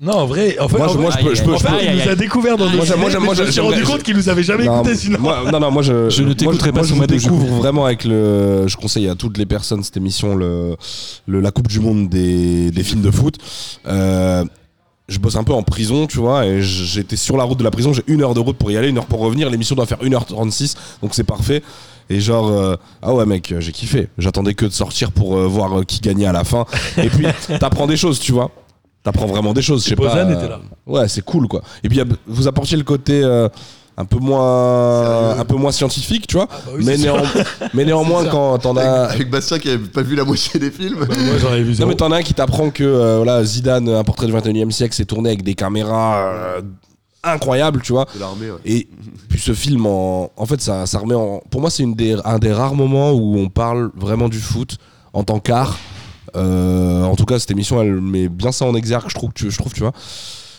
S3: Non, en vrai, en fait,
S6: Moi,
S3: en
S6: je-
S3: vrai-
S6: moi, je peux- je peux-
S3: en fait,
S5: Aïe, aïe,
S3: il nous
S5: aïe.
S3: a découvert dans
S5: Moi,
S3: nos
S5: j'aime-
S6: moi,
S3: idées,
S6: j'aime-
S3: mais
S6: moi,
S3: je me suis
S6: j'aime-
S3: rendu
S6: j'aime-
S3: compte qu'il nous avait jamais
S6: Non,
S3: écouté sinon.
S6: moi- non, non, moi je.
S5: Je ne
S6: moi,
S5: t'écouterai
S6: je-
S5: pas
S6: moi,
S5: sur
S6: je
S5: ma
S6: vous
S5: douche.
S6: découvre vraiment avec le. Je conseille à toutes les personnes cette émission, le, le- la Coupe du Monde des, des films de foot. Euh, je bosse un peu en prison, tu vois, et j- j'étais sur la route de la prison. J'ai une heure de route pour y aller, une heure pour revenir. L'émission doit faire 1h36, donc c'est parfait. Et genre, euh, ah ouais, mec, euh, j'ai kiffé. J'attendais que de sortir pour euh, voir euh, qui gagnait à la fin. Et puis, t'apprends des choses, tu vois. T'apprends vraiment des choses. Je sais pas.
S3: Bozan
S6: euh,
S3: était là.
S6: Ouais, c'est cool quoi. Et puis y a- vous apportiez le côté euh, un peu moins
S4: Sérieux. Ah,
S6: un peu moins scientifique, tu vois.
S3: bah oui,
S6: mais,
S3: c'est
S6: néanmo- mais néanmoins
S4: C'est ça.
S6: quand t'en as
S4: Avec Bastien qui avait pas vu la moitié des films.
S3: Moi, j'en avais vu
S6: non
S3: zéro.
S6: mais t'en as un qui t'apprend que euh, voilà Zidane un portrait du 21e siècle s'est tourné avec des caméras euh, incroyables, tu vois.
S4: De l'armée, ouais.
S6: Et puis ce film, en, en fait, ça, ça remet en. Pour moi, c'est une des, un des rares moments où on parle vraiment du foot en tant qu'art. Euh, en tout cas, cette émission, elle met bien ça en exergue, je trouve, tu, je trouve, tu vois.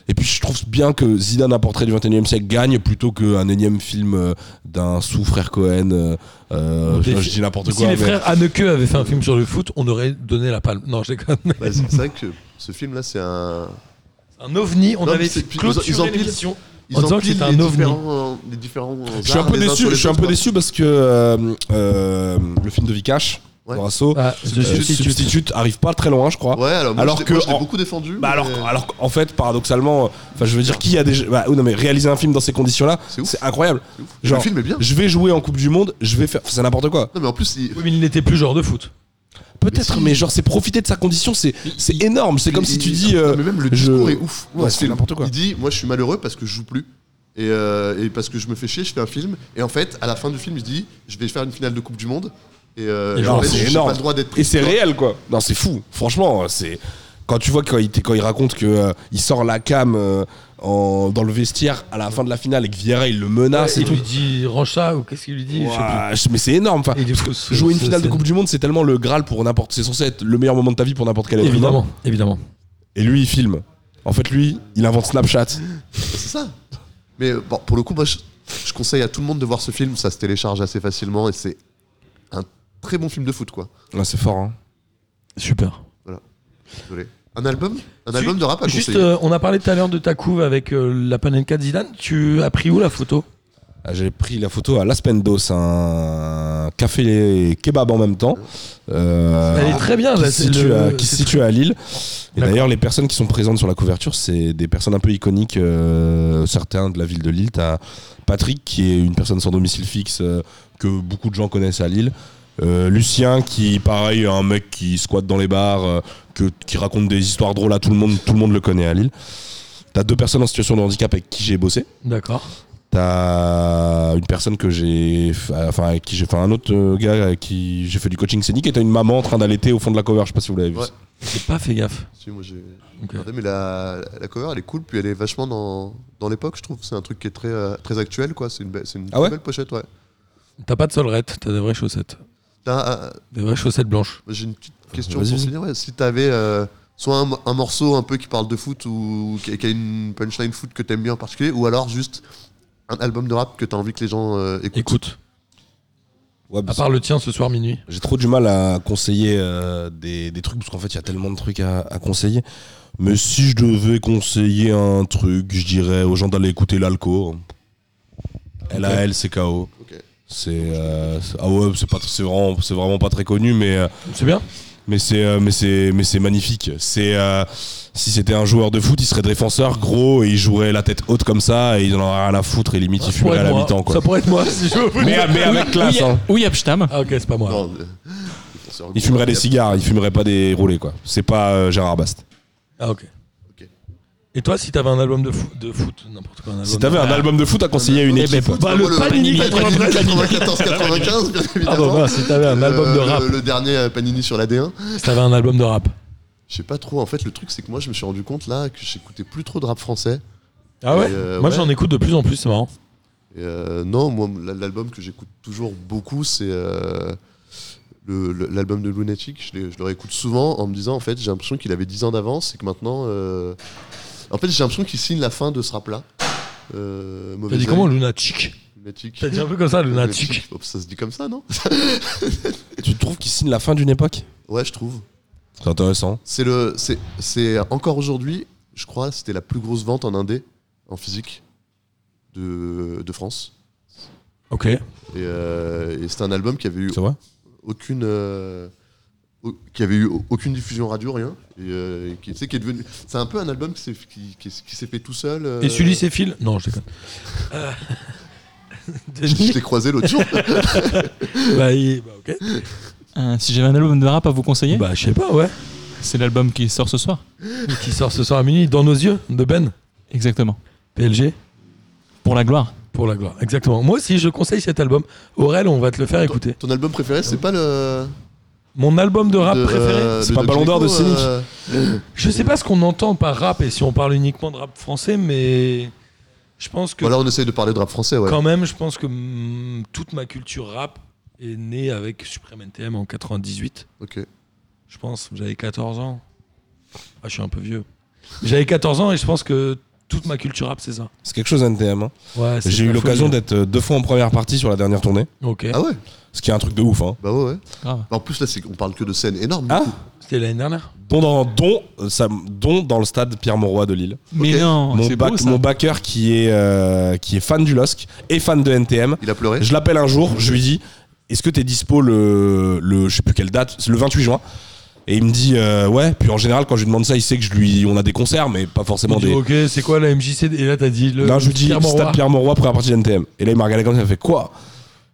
S6: Et puis, je trouve bien que Zidane, un portrait du 21 e siècle, gagne plutôt qu'un énième film euh, d'un sous-frère Cohen. euh, euh,
S3: Des
S6: je,
S3: fi-
S6: je dis n'importe
S3: Si
S6: quoi.
S3: les
S6: mais-
S3: frères Haneke avaient fait un film sur le foot, on aurait donné la palme. Non, je déconne.
S4: Bah, c'est c'est vrai que ce film-là, c'est un.
S3: Un ovni, on
S4: Non, mais
S3: avait
S4: c'est- puis ils ont- ils
S3: clôturé
S4: empilent-
S3: l'émission. En disant que
S4: empilent
S3: c'était
S4: les
S3: un ovni.
S4: différents- euh, les différents
S6: Je suis un
S4: arts
S6: peu
S4: les uns
S6: déçu,
S4: sur les
S6: je suis un
S4: autres, hein.
S6: peu
S4: quoi.
S6: déçu parce que euh, euh, le film de Vikash,
S4: Ouais.
S6: Brasso,
S3: Ah, The
S6: euh,
S3: Substitute.
S6: Substitute, arrive pas très loin, je crois.
S4: Ouais, alors, moi,
S6: hein. Alors
S4: je l'ai-
S6: que
S4: moi, je l'ai
S6: en-
S4: beaucoup défendu. mais-
S6: Bah alors, alors qu'en fait, paradoxalement, euh, enfin je veux dire, qui a déjà. Bah, oui, non, mais réaliser un film dans ces conditions-là,
S4: C'est ouf.
S6: c'est incroyable.
S4: C'est ouf.
S6: Genre,
S4: le film est bien.
S6: Je vais jouer en Coupe du Monde, je vais faire. C'est n'importe quoi.
S4: Non, mais en plus, il-
S3: Oui, mais il n'était plus joueur de foot.
S6: Peut-être,
S4: Mais si.
S6: mais genre, c'est profiter de sa condition, c'est c'est énorme. C'est comme
S4: il-
S6: si tu
S4: il-
S6: dis.
S4: Non,
S6: euh,
S4: mais même le
S6: je-
S4: discours est ouf.
S6: Ouais,
S4: Dans ce
S6: c'est
S4: film,
S6: n'importe quoi.
S4: Il dit Moi, je suis malheureux parce que je joue plus. Et, euh, et parce que je me fais chier, je fais un film. Et en fait, à la fin du film, il se dit Je vais faire une finale de Coupe du Monde. Et, euh,
S6: Et
S4: et
S6: genre,
S4: en fait,
S6: c'est
S4: j'ai
S6: énorme.
S4: pas le droit d'être hein. pris.
S6: Et c'est
S4: Tu vois.
S6: réel, quoi. Non, c'est fou. Franchement, c'est. Quand tu vois quand il, quand il raconte que euh, il sort la cam euh, en, dans le vestiaire à la fin de la finale et que Vieira il le menace et
S3: il
S6: tout.
S3: lui dit range ça ou qu'est-ce qu'il lui dit Je sais plus.
S6: Ouah, mais c'est énorme. Enfin,
S3: Et du
S6: parce
S3: coup,
S6: que
S3: ce-
S6: jouer une
S3: ce-
S6: finale de
S3: c'est-
S6: Coupe du Monde, c'est tellement le Graal pour n'importe. C'est censé être le meilleur moment de ta vie pour n'importe quel être humain.
S3: Évidemment, évidemment.
S6: Et lui, il filme. En fait, lui, il invente Snapchat.
S4: C'est ça. Mais euh, bon, pour le coup, moi, je, je conseille à tout le monde de voir ce film. Ça se télécharge assez facilement. Et c'est un très bon film de foot, quoi.
S6: Ouais, c'est fort, hein.
S3: Super.
S4: Désolé. Un album Un
S3: Tu-
S4: album de rap à
S3: Juste,
S4: conseiller.
S3: euh, on a parlé tout à l'heure de ta couve avec euh, la panenka de Zidane. Tu as pris où la photo
S6: Ah, J'ai pris la photo à L'Aspendos, un café et kebab en même temps. euh,
S3: Elle est très bien.
S6: qui
S3: là,
S6: se
S3: c'est
S6: situe,
S3: le-
S6: à, qui se
S3: c'est-
S6: situe à Lille. Et
S3: D'accord.
S6: d'ailleurs, les personnes qui sont présentes sur la couverture, c'est des personnes un peu iconiques, euh, certains de la ville de Lille. T'as Patrick, qui est une personne sans domicile fixe euh, que beaucoup de gens connaissent à Lille. Euh, Lucien, qui pareil, est un mec qui squatte dans les bars, euh, que, qui raconte des histoires drôles à tout le monde, tout le monde le connaît à Lille. T'as deux personnes en situation de handicap avec qui j'ai bossé.
S3: D'accord.
S6: T'as une personne que j'ai, fa- enfin avec qui j'ai, enfin un autre euh, gars avec qui j'ai fait du coaching scénique, et t'as une maman en train d'allaiter au fond de la cover. Je sais pas si vous l'avez vu.
S4: Ouais.
S6: ça.
S3: J'ai pas fait gaffe.
S4: Si, moi, j'ai
S3: Ok.
S4: regardé, mais la, la cover, elle est cool. Puis elle est vachement dans, dans l'époque, je trouve. C'est un truc qui est très, euh, très actuel, quoi. C'est une, be- c'est une
S6: Ah ouais
S4: très belle pochette, ouais.
S3: T'as pas de solrette, t'as des vraies chaussettes.
S4: T'as, euh,
S3: Des vraies chaussettes blanches.
S4: J'ai une petite question
S6: Bah, Vas-y,
S4: pour
S6: vas-y.
S4: finir. ouais. Si t'avais euh, soit un, un morceau un peu qui parle de foot ou qui, qui a une punchline foot que t'aimes bien en particulier, ou alors juste un album de rap que t'as envie que les gens euh, écoutent.
S3: Écoute,
S6: Ouais,
S3: à
S6: parce-
S3: part le tien ce soir minuit.
S6: J'ai trop du mal à conseiller euh, des, des trucs parce qu'en fait il y a tellement de trucs à, à conseiller. Mais si je devais conseiller un truc, je dirais aux gens d'aller écouter l'alco. L A L C K O.
S4: Ok.
S6: C'est euh, c'est- ah ouais c'est pas tr- c'est vraiment c'est vraiment pas très connu mais euh,
S3: C'est bien
S6: mais c'est euh, mais c'est mais c'est magnifique. C'est euh, si c'était un joueur de foot, il serait défenseur gros et il jouerait la tête haute comme ça et il en aurait rien à foutre et limite il
S3: Ça pourrait
S6: fumerait à
S3: être
S6: la
S3: moi.
S6: mi-temps quoi.
S3: Ça pourrait être moi si je veux.
S6: Mais, mais avec classe hein.
S5: Oui, Abstam.
S3: Ah ok, c'est pas moi.
S4: Non, euh, c'est
S6: Il fumerait des cigares, il fumerait pas des roulés quoi. C'est pas euh, Gérard Bast.
S3: Ah ok. Ah, Et toi, si t'avais un album de, fo- de foot, n'importe quoi, un album
S6: Si t'avais un album de foot à conseiller à une
S5: Eh ben,
S6: équipe.
S5: foot.
S3: Bah, le
S4: Moi,
S3: Panini 93,
S4: 94 95 bien évidemment.
S3: Ah bah voilà, si t'avais un album de
S4: Euh,
S3: rap,
S4: Le, le dernier euh, Panini sur la D1.
S3: si t'avais un album de rap.
S4: Je sais pas trop. En fait, le truc, c'est que moi, je me suis rendu compte là que j'écoutais plus trop de rap français.
S3: Ah
S4: Et, euh,
S3: Moi
S4: ouais.
S3: j'en écoute de plus en plus, c'est marrant.
S4: Et, euh, non, moi, l- l'album que j'écoute toujours beaucoup, c'est euh, le- le- l'album de Lunatic. Je, l'ai- je le réécoute souvent en me disant, en fait, j'ai l'impression qu'il avait 10 ans d'avance et que maintenant. euh, En fait, j'ai l'impression qu'il signe la fin de ce rap-là. Euh,
S3: T'as
S4: mauvais
S3: dit
S4: œil,
S3: comment Lunatic
S4: Lunatic.
S3: T'as dit un peu comme ça, Lunatic.
S4: Lunatic. Oh, Ça se dit comme ça, non
S6: Tu trouves qu'il signe la fin d'une époque
S4: Ouais, je trouve.
S6: C'est intéressant.
S4: C'est le, c'est, c'est encore aujourd'hui, je crois, c'était la plus grosse vente en indé, en physique, de, de France.
S3: Ok.
S4: Et, euh, et c'était un album qui avait eu
S6: C'est vrai
S4: aucune, euh, au- qui avait eu au- aucune diffusion radio, rien. Et, euh, et qui, tu sais, qui est devenu, c'est un peu un album qui s'est, qui, qui s'est- qui s'est fait tout seul. euh,
S3: Et celui c'est Phil Non, je déconne. Euh,
S4: Je
S3: Denis
S4: l'ai croisé l'autre jour.
S3: bah, il- bah, ok.
S5: Euh, si j'avais un album de rap à vous conseiller,
S3: Bah, je sais pas, ouais.
S5: c'est l'album qui sort ce soir.
S3: Qui sort ce soir à minuit, dans nos yeux, de Ben,
S5: Exactement.
S3: PLG,
S5: Pour la gloire.
S3: pour la gloire. Exactement. Moi aussi, je conseille cet album. Aurel, on va te le faire écouter.
S4: Ton album préféré, c'est pas le.
S3: Mon album de rap
S4: de,
S3: préféré
S4: euh,
S6: Ah, C'est
S4: le
S6: pas Ballon d'Or de
S4: Doc Gynéco,
S6: Cynic
S4: euh,
S3: Je sais pas ce qu'on entend par rap et si on parle uniquement de rap français, mais je pense que
S4: Voilà, on essaye de parler de rap français, ouais.
S3: quand même, je pense que mm, toute ma culture rap est née avec Supreme NTM en 98.
S4: Ok.
S3: Je pense, j'avais 14 ans. Ah, je suis un peu vieux. J'avais 14 ans et je pense que toute ma culture rap, c'est ça.
S6: C'est quelque chose NTM. hein.
S3: Ouais, Ah, c'est
S6: J'ai
S3: de la
S6: eu l'occasion
S3: folie.
S6: d'être euh, deux fois en première partie sur la dernière tournée.
S3: Ok.
S4: Ah ouais
S6: Ce qui est un truc de ouf. Hein.
S4: Bah ouais, ouais.
S5: Grave.
S4: En plus, là, c'est, on parle que de scènes énormes.
S6: Ah
S3: C'était l'année dernière.
S6: dont dans, dont, euh, ça- dont dans le stade Pierre Mauroy de Lille.
S5: Mais
S3: Oh,
S5: non,
S6: mon,
S5: c'est
S6: bac-
S5: beau ça.
S6: mon backer qui est, euh, qui est fan du LOSC et fan de NTM.
S4: Il a pleuré
S6: Je l'appelle un jour, je lui dis Est-ce que t'es dispo le, le. Je sais plus quelle date, c'est le 28 juin. Et il me dit euh, Ouais, puis en général, quand je lui demande ça, il sait que je lui, on a des concerts, mais pas forcément
S3: Il dit,
S6: des.
S3: Ok, c'est quoi la MJC Et là, t'as dit le.
S6: Là, je lui dis
S3: Pierre Mauroy.
S6: Stade Pierre Mauroy, première partie de NTM. Et là, il m'a regardé comme ça, il a fait Quoi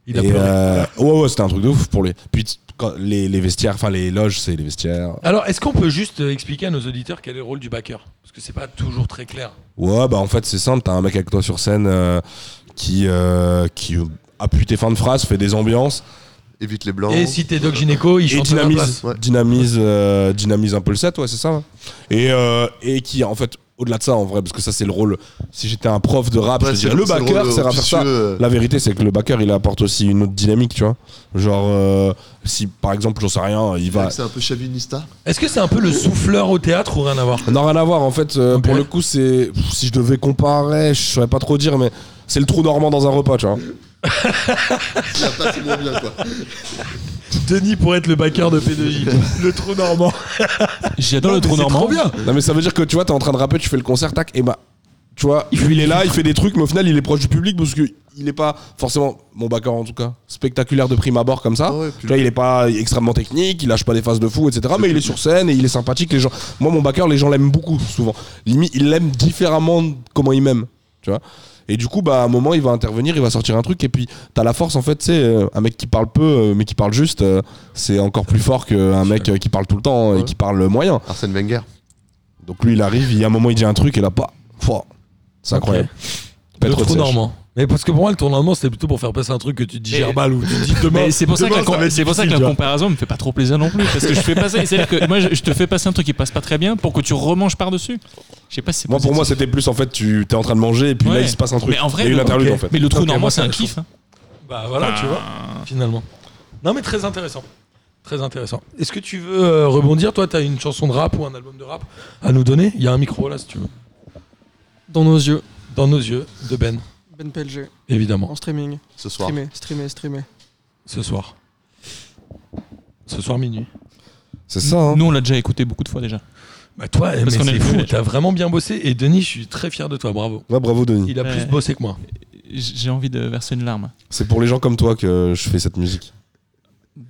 S3: Il a
S6: Et,
S3: pleuré.
S6: euh, Ouais, ouais, c'était un truc de ouf pour les. Puis t- quand les, les vestiaires, enfin les loges, c'est les vestiaires.
S3: Alors, est-ce qu'on peut juste euh, expliquer à nos auditeurs quel est le rôle du backer Parce que c'est pas toujours très clair.
S6: Ouais, bah en fait, c'est simple. T'as un mec avec toi sur scène euh, qui, euh, qui appuie tes fins de phrase, fait des ambiances
S4: Évite les blancs.
S3: Et si t'es Doc Gynéco, il
S6: et
S3: chante à la place.
S6: dynamise,
S4: Ouais.
S6: dynamise, euh, dynamise un peu le set, ouais, c'est ça. ouais. Et, euh, et qui, en fait, au-delà de ça, en vrai, parce que ça, c'est le rôle. Si j'étais un prof de rap,
S4: Ouais,
S6: Ah, bah, je te
S4: c'est-
S6: dirais le
S4: c'est euh,
S6: backer,
S4: rôle
S6: c'est à faire ça.
S4: officieux.
S6: La vérité, c'est que le backer, il apporte aussi une autre dynamique, tu vois. Genre, euh, si par exemple, j'en sais rien, il va.
S4: C'est un peu chavinista.
S3: Est-ce que c'est un peu le souffleur au théâtre ou rien à voir
S6: Non, rien à voir, en fait, euh,
S3: Ok.
S6: pour le coup, c'est. pff, Si je devais comparer, je saurais pas trop dire, mais c'est le trou normand dans un repas, tu vois.
S4: Ça passe moins bien, quoi.
S3: Denis pourrait être le backer de P2J. le trou normand.
S5: J'adore le trou normand.
S3: Trop bien.
S6: Non mais ça veut dire que tu vois, t'es en train de rapper, tu fais le concert, tac, et bah, tu vois, lui il est là, il fait des trucs, mais au final il est proche du public parce que il est pas forcément, mon backer en tout cas, spectaculaire de prime abord comme ça.
S4: Ah ouais, puis
S6: tu vois, il est pas extrêmement technique, il lâche pas des phases de fou, etc. Mais il est sur scène et il est sympathique. Les gens, moi mon backer, les gens l'aiment beaucoup souvent. Limite, ils l'aiment différemment de comment ils m'aiment, tu vois. Et du coup, bah, à un moment, il va intervenir, il va sortir un truc, et puis t'as la force, en fait, c'est un mec qui parle peu, euh, mais qui parle juste, euh, c'est encore plus fort qu'un mec euh, qui parle tout le temps et
S4: Ouais.
S6: qui parle moyen.
S4: Arsène Wenger.
S6: Donc lui, il arrive, il y a un moment, il dit un truc, et là, pas. Pouah. C'est incroyable.
S3: Le trou
S6: Petro de sèche.
S3: normand. Mais parce que pour moi, le trou normand, c'était plutôt pour faire passer un truc que tu digères
S5: Mais-
S3: mal ou tu dis demain.
S5: Mais c'est pour ça que
S3: demain,
S5: la, com-
S3: va être
S5: c'est pour ça que la
S3: difficile,
S5: comparaison me fait pas trop plaisir non plus parce que je fais pas ça. C'est-à-dire que moi je, je te fais passer un truc qui passe pas très bien pour que tu remanges par dessus. Je sais pas si c'est
S6: Moi, pour moi,
S5: positif.
S6: c'était plus en fait, tu t'es en train de manger, et puis là,
S5: Ouais.
S6: il se passe un truc.
S5: Mais en vrai,
S6: il y a eu
S5: le-
S6: l'interlude,
S3: ok.
S6: en fait.
S5: Mais le trou
S3: Ok, moi,
S5: normand c'est
S3: ça,
S5: un
S3: je
S5: kiff. hein.
S3: tu vois. Bah voilà, tu vois, finalement. Non, mais très intéressant. Très intéressant. Est-ce que tu veux euh, rebondir Toi, t'as une chanson de rap ou un album de rap à nous donner Il y a un micro là, si tu veux.
S8: Dans nos yeux,
S3: Dans nos yeux, de Ben,
S8: Ben PLG,
S3: évidemment,
S8: en streaming.
S4: Ce soir.
S8: Streamer, streamer, streamer.
S3: ce soir. Ce soir minuit.
S6: C'est ça, hein.
S5: Nous on l'a déjà écouté beaucoup de fois déjà.
S3: Bah toi, mais
S5: qu'on a
S3: c'est
S5: le
S3: fou,
S5: privilège.
S3: t'as vraiment bien bossé et Denis, je suis très fier de toi, bravo.
S6: Ouais, bravo, Denis.
S3: Il a
S5: Ouais.
S3: plus bossé que moi.
S5: J'ai envie de verser une larme.
S6: C'est pour les gens comme toi que je fais cette musique.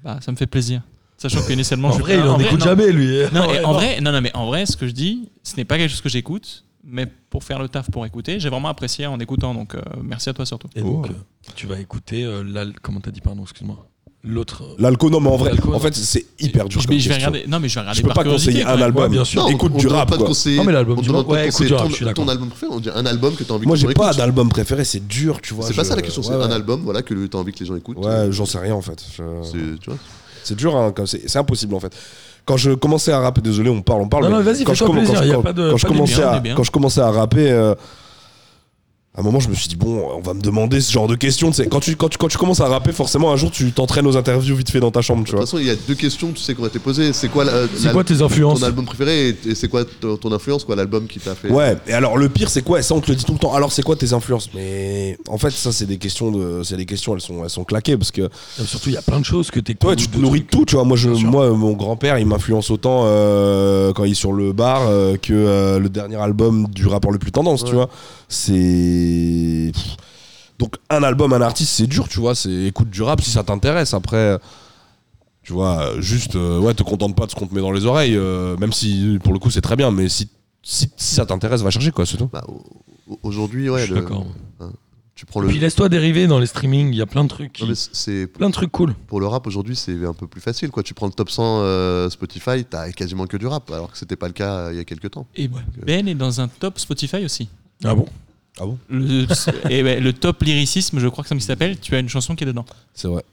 S5: Bah ça me fait plaisir. Sachant qu'initialement
S3: En
S5: je
S3: vrai, il
S5: Non,
S3: en
S5: vrai,
S3: écoute
S5: non.
S3: jamais lui.
S5: Non,
S3: Ouais,
S5: et en vrai, non, non, mais en vrai, ce que je dis, ce n'est pas quelque chose que j'écoute, mais pour faire le taf, pour écouter, j'ai vraiment apprécié en écoutant. Donc euh, merci à toi surtout.
S3: Et donc, euh, tu vas écouter euh, l'al- comment t'as dit pardon, excuse-moi. L'autre.
S6: L'alco, non, mais en vrai,
S3: L'alco,
S6: en
S3: non.
S6: fait, c'est hyper dur.
S5: Mais
S6: comme
S5: je vais
S6: question.
S5: regarder. Non, mais je vais regarder
S6: Je peux
S5: par
S6: pas
S5: curiosité,
S6: conseiller
S5: quand
S6: un
S5: même.
S6: album.
S3: Ouais, bien sûr.
S4: Non,
S6: Écoute
S4: on
S6: du
S4: demande
S6: rap,
S4: pas de
S6: quoi.
S4: conseiller-
S3: Non, mais l'album
S4: on
S3: du
S4: demande
S3: rap,
S4: pas de
S3: ouais, écoute
S4: conseiller
S3: du rap,
S4: ton-
S3: je suis d'accord.
S4: Ton album préféré, on dit un album que t'as envie
S6: Moi,
S4: que
S6: j'ai
S4: les gens
S6: pas
S4: écoutent.
S6: d'album préféré, c'est dur, tu vois.
S4: C'est pas
S6: je-
S4: ça la question, c'est
S6: ouais,
S4: un
S6: ouais.
S4: album voilà, que t'as envie que les gens écoutent.
S6: Ouais, j'en sais rien en fait. Je-
S4: C'est- tu vois.
S6: C'est dur, hein, comme c'est c'est impossible en fait. Quand je commençais à rapper, désolé, on parle, on parle.
S3: Non,
S6: mais
S3: non, vas-y,
S6: quand je
S3: fais-toi
S6: commen- quand
S3: plaisir,
S6: je-
S3: y a
S6: quand-
S3: pas de-
S6: quand je
S5: pas de
S6: commençais
S5: bien,
S6: à-
S5: on est bien.
S6: Quand je commençais à rapper, euh, à un moment, je me suis dit, bon, on va me demander ce genre de questions. tu sais. Quand tu, quand, tu, quand tu commences à rapper, forcément, un jour, tu t'entraînes aux interviews vite fait dans ta chambre, tu
S4: De
S6: vois.
S4: toute façon, il y a deux questions, tu sais, qu'on va te poser. C'est quoi, la-
S3: C'est
S4: la-
S3: quoi tes influences
S4: ton album préféré et, et c'est quoi ton, ton influence, quoi, l'album qui t'a fait.
S6: Ouais, et alors le pire c'est quoi Et ça on te le dit tout le temps. Alors c'est quoi tes influences Mais en fait ça c'est des questions de c'est des questions elles sont elles sont claquées parce que
S3: Et Euh, Surtout, il y a plein de choses que t'es.
S6: toi tu te nourris de tout, tu vois. Moi je
S3: Bien sûr.
S6: moi mon grand-père, il m'influence autant euh, quand il est sur le bar euh, que euh, le dernier album du rapport le plus tendance, tu
S4: Ouais.
S6: vois. C'est Pff. donc un album un artiste, c'est dur, tu vois, c'est écoute du rap si ça t'intéresse après tu vois, euh, juste, euh, ouais, te contente pas de ce qu'on te met dans les oreilles, euh, même si pour le coup c'est très bien, mais si, si, si ça t'intéresse, va chercher quoi, c'est tout.
S4: Bah, au- au- Aujourd'hui,
S3: Je
S4: ouais,
S3: suis
S4: le-
S3: d'accord.
S4: tu prends le.
S3: Puis laisse-toi dériver dans les streamings, il y a plein de trucs. qui-
S4: Non, mais c'est
S3: Plein de trucs cool.
S4: pour le rap aujourd'hui, c'est un peu plus facile. Quoi. Tu prends le top 100 euh, Spotify, t'as quasiment que du rap, alors que c'était pas le cas euh, il y a quelques temps.
S5: Et Ben est dans un top Spotify aussi.
S3: Ah bon
S5: Le, et ben, le top lyricisme, je crois que ça me s'appelle. Tu as une chanson qui est dedans.
S6: C'est vrai.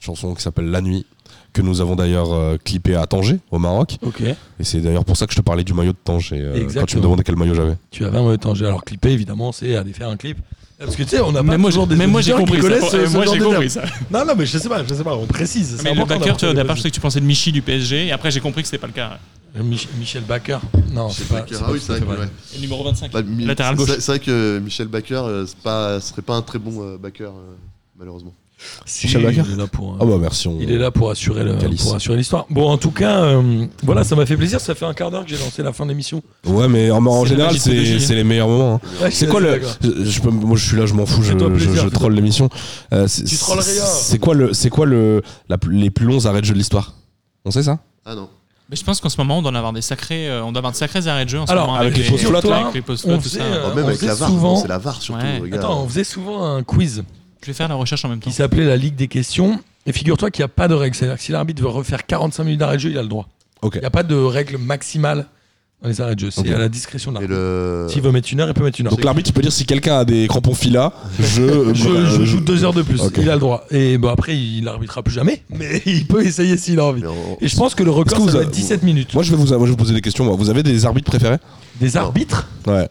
S6: Chanson qui s'appelle La Nuit, que nous avons d'ailleurs euh, clippé à Tanger, au Maroc.
S3: Ok.
S6: Et c'est d'ailleurs pour ça que je te parlais du maillot de Tanger euh, quand tu me
S3: Exactement.
S6: demandais quel maillot j'avais.
S3: Tu avais un mauvais temps. J'ai alors clippé, évidemment, c'est aller faire un clip. Euh, Parce que tu sais, on a pas
S5: Même moi, j'ai-
S3: toujours des
S5: même moi, j'ai
S3: auditeurs qui
S5: compris ça.
S3: connaissent ce-
S5: Euh,
S3: ce
S5: moi,
S3: genre
S5: j'ai
S3: de
S5: compris
S3: terme.
S5: ça.
S3: Non, non, mais je sais pas, je sais pas, on précise. c'est
S5: Mais le
S3: important
S5: backer,
S3: d'avoir
S5: tu vois, au
S3: des
S5: départ, je
S3: précisions.
S5: sais que tu pensais de Michi du PSG. Et après, j'ai compris que c'était pas le cas.
S3: Euh, Mich- Michel Backer. Non, c'est pas.
S4: Ah oui, c'est
S3: pas-
S4: vrai que,
S3: pas-
S4: ouais.
S5: Et numéro 25.
S4: Bah, Mi-
S5: Latéral gauche.
S4: c'est- C'est vrai que Michel Baker euh, c'est pas, serait pas un très bon euh, backer, euh, malheureusement.
S3: Si,
S6: Michel Baker
S3: il est là pour, euh,
S6: Ah bah merci, on...
S3: il est là pour assurer le-
S6: Calice.
S3: pour assurer l'histoire. Bon, en tout cas, euh, voilà, ça m'a fait plaisir. Ça fait un quart d'heure que j'ai lancé la fin de l'émission.
S6: Ouais, mais en, en
S5: C'est la
S6: général,
S5: magie de
S6: c'est
S5: Tanger.
S6: c'est les meilleurs moments. hein.
S3: Ouais,
S6: C'est quoi le. Je, je peux- moi, je suis là, je m'en fous, je,
S3: Fais-toi
S6: je-
S3: plaisir,
S6: je
S3: fais-toi
S6: troll l'émission. Euh, c'est-
S3: Tu trolles
S6: c'est-
S3: rien.
S6: C'est quoi le. C'est quoi le. la plus- les plus longs arrêts de jeu de l'histoire On sait ça
S4: Ah non.
S5: Mais je pense qu'en ce moment, on doit en avoir des sacrés, euh, on doit avoir de sacrés arrêts de jeu en ce
S3: Alors,
S5: moment
S6: avec les fausses flottes,
S3: là,
S5: avec les fausses
S3: on
S5: flottes, tout
S3: faisait,
S5: ça.
S3: euh,
S4: Oh, même
S3: on
S4: avec
S3: faisait
S4: la VAR,
S3: souvent-
S4: c'est la VAR surtout.
S5: Ouais.
S4: les gars.
S3: Attends, on faisait souvent un quiz
S5: Je vais faire la recherche en même temps.
S3: qui s'appelait la Ligue des questions. Et figure-toi qu'il n'y a pas de règle. C'est-à-dire que si l'arbitre veut refaire 45 minutes d'arrêt de jeu, il a le droit.
S6: Ok.
S3: Il n'y a pas de règle maximale dans les arrêts de jeu. C'est
S6: Ok.
S3: à la discrétion de
S4: Et
S3: l'arbitre.
S4: le...
S3: S'il veut mettre une heure, il peut mettre une heure.
S6: Donc l'arbitre, il peut dire si quelqu'un a des crampons fila, je.
S3: je,
S6: euh,
S3: je joue deux heures de plus.
S6: Ok.
S3: Il a le droit. Et bon, après, il arbitrera plus jamais. Mais il peut essayer s'il a envie.
S4: mais on-
S3: Et je pense que le
S6: Est-ce
S3: record,
S6: que vous
S3: ça doit
S6: avez-
S3: être 17 minutes.
S6: Moi, je vais vous, moi, je vais vous poser des questions. moi. Vous avez des arbitres préférés
S3: Des arbitres
S6: Ouais.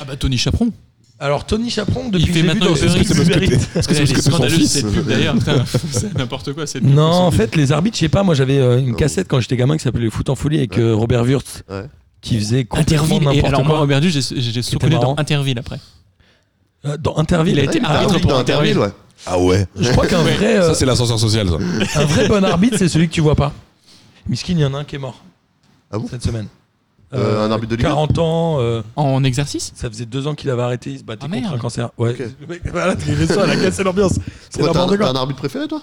S5: Ah bah Tony Chaperon.
S3: Alors, Tony Chaperon, depuis
S5: il
S3: que
S5: fait
S3: j'ai vu
S5: maintenant
S3: dans
S5: une série
S3: une
S5: de
S3: série-
S5: Parce que
S6: parce que c'est son fils.
S5: cette pub d'ailleurs. Putain, C'est n'importe quoi cette pub.
S3: euh, Non, en fait, les arbitres, je sais pas, moi j'avais euh, une
S4: Non.
S3: cassette quand j'étais gamin qui s'appelait Le Foot en folie avec euh, Robert Wurtz
S4: Ouais.
S3: qui faisait complètement
S5: Interville. Et
S3: n'importe
S5: alors moi,
S3: quoi.
S5: Robert Du, j'ai- j'ai sauté
S3: marrant.
S5: dans Interville après.
S3: Euh, Dans Interville,
S5: Il a
S4: Ouais,
S5: été
S4: il a
S5: arbitre
S4: arbitre
S5: pour
S4: dans
S5: Interville.
S4: Interville, ouais.
S6: Ah ouais
S3: je crois qu'un
S5: Ouais.
S3: vrai, euh,
S6: Ça, c'est l'ascenseur social, ça.
S3: un vrai bon arbitre, c'est celui que tu vois pas. Miskin, il y en a un qui est mort
S4: Ah bon
S3: cette semaine.
S4: Euh, un arbitre de Ligue un
S3: 40 ans, euh,
S5: En exercice
S3: ça faisait deux ans qu'il avait arrêté, il se battait
S5: Ah,
S3: contre
S5: merde.
S3: un cancer. Ouais.
S4: Ok.
S3: Le mec, voilà, t'es resté, elle a cassé l'ambiance. C'est
S4: Pourquoi, T'as
S3: n'importe
S4: un, t'as
S3: quoi.
S4: un arbitre préféré, toi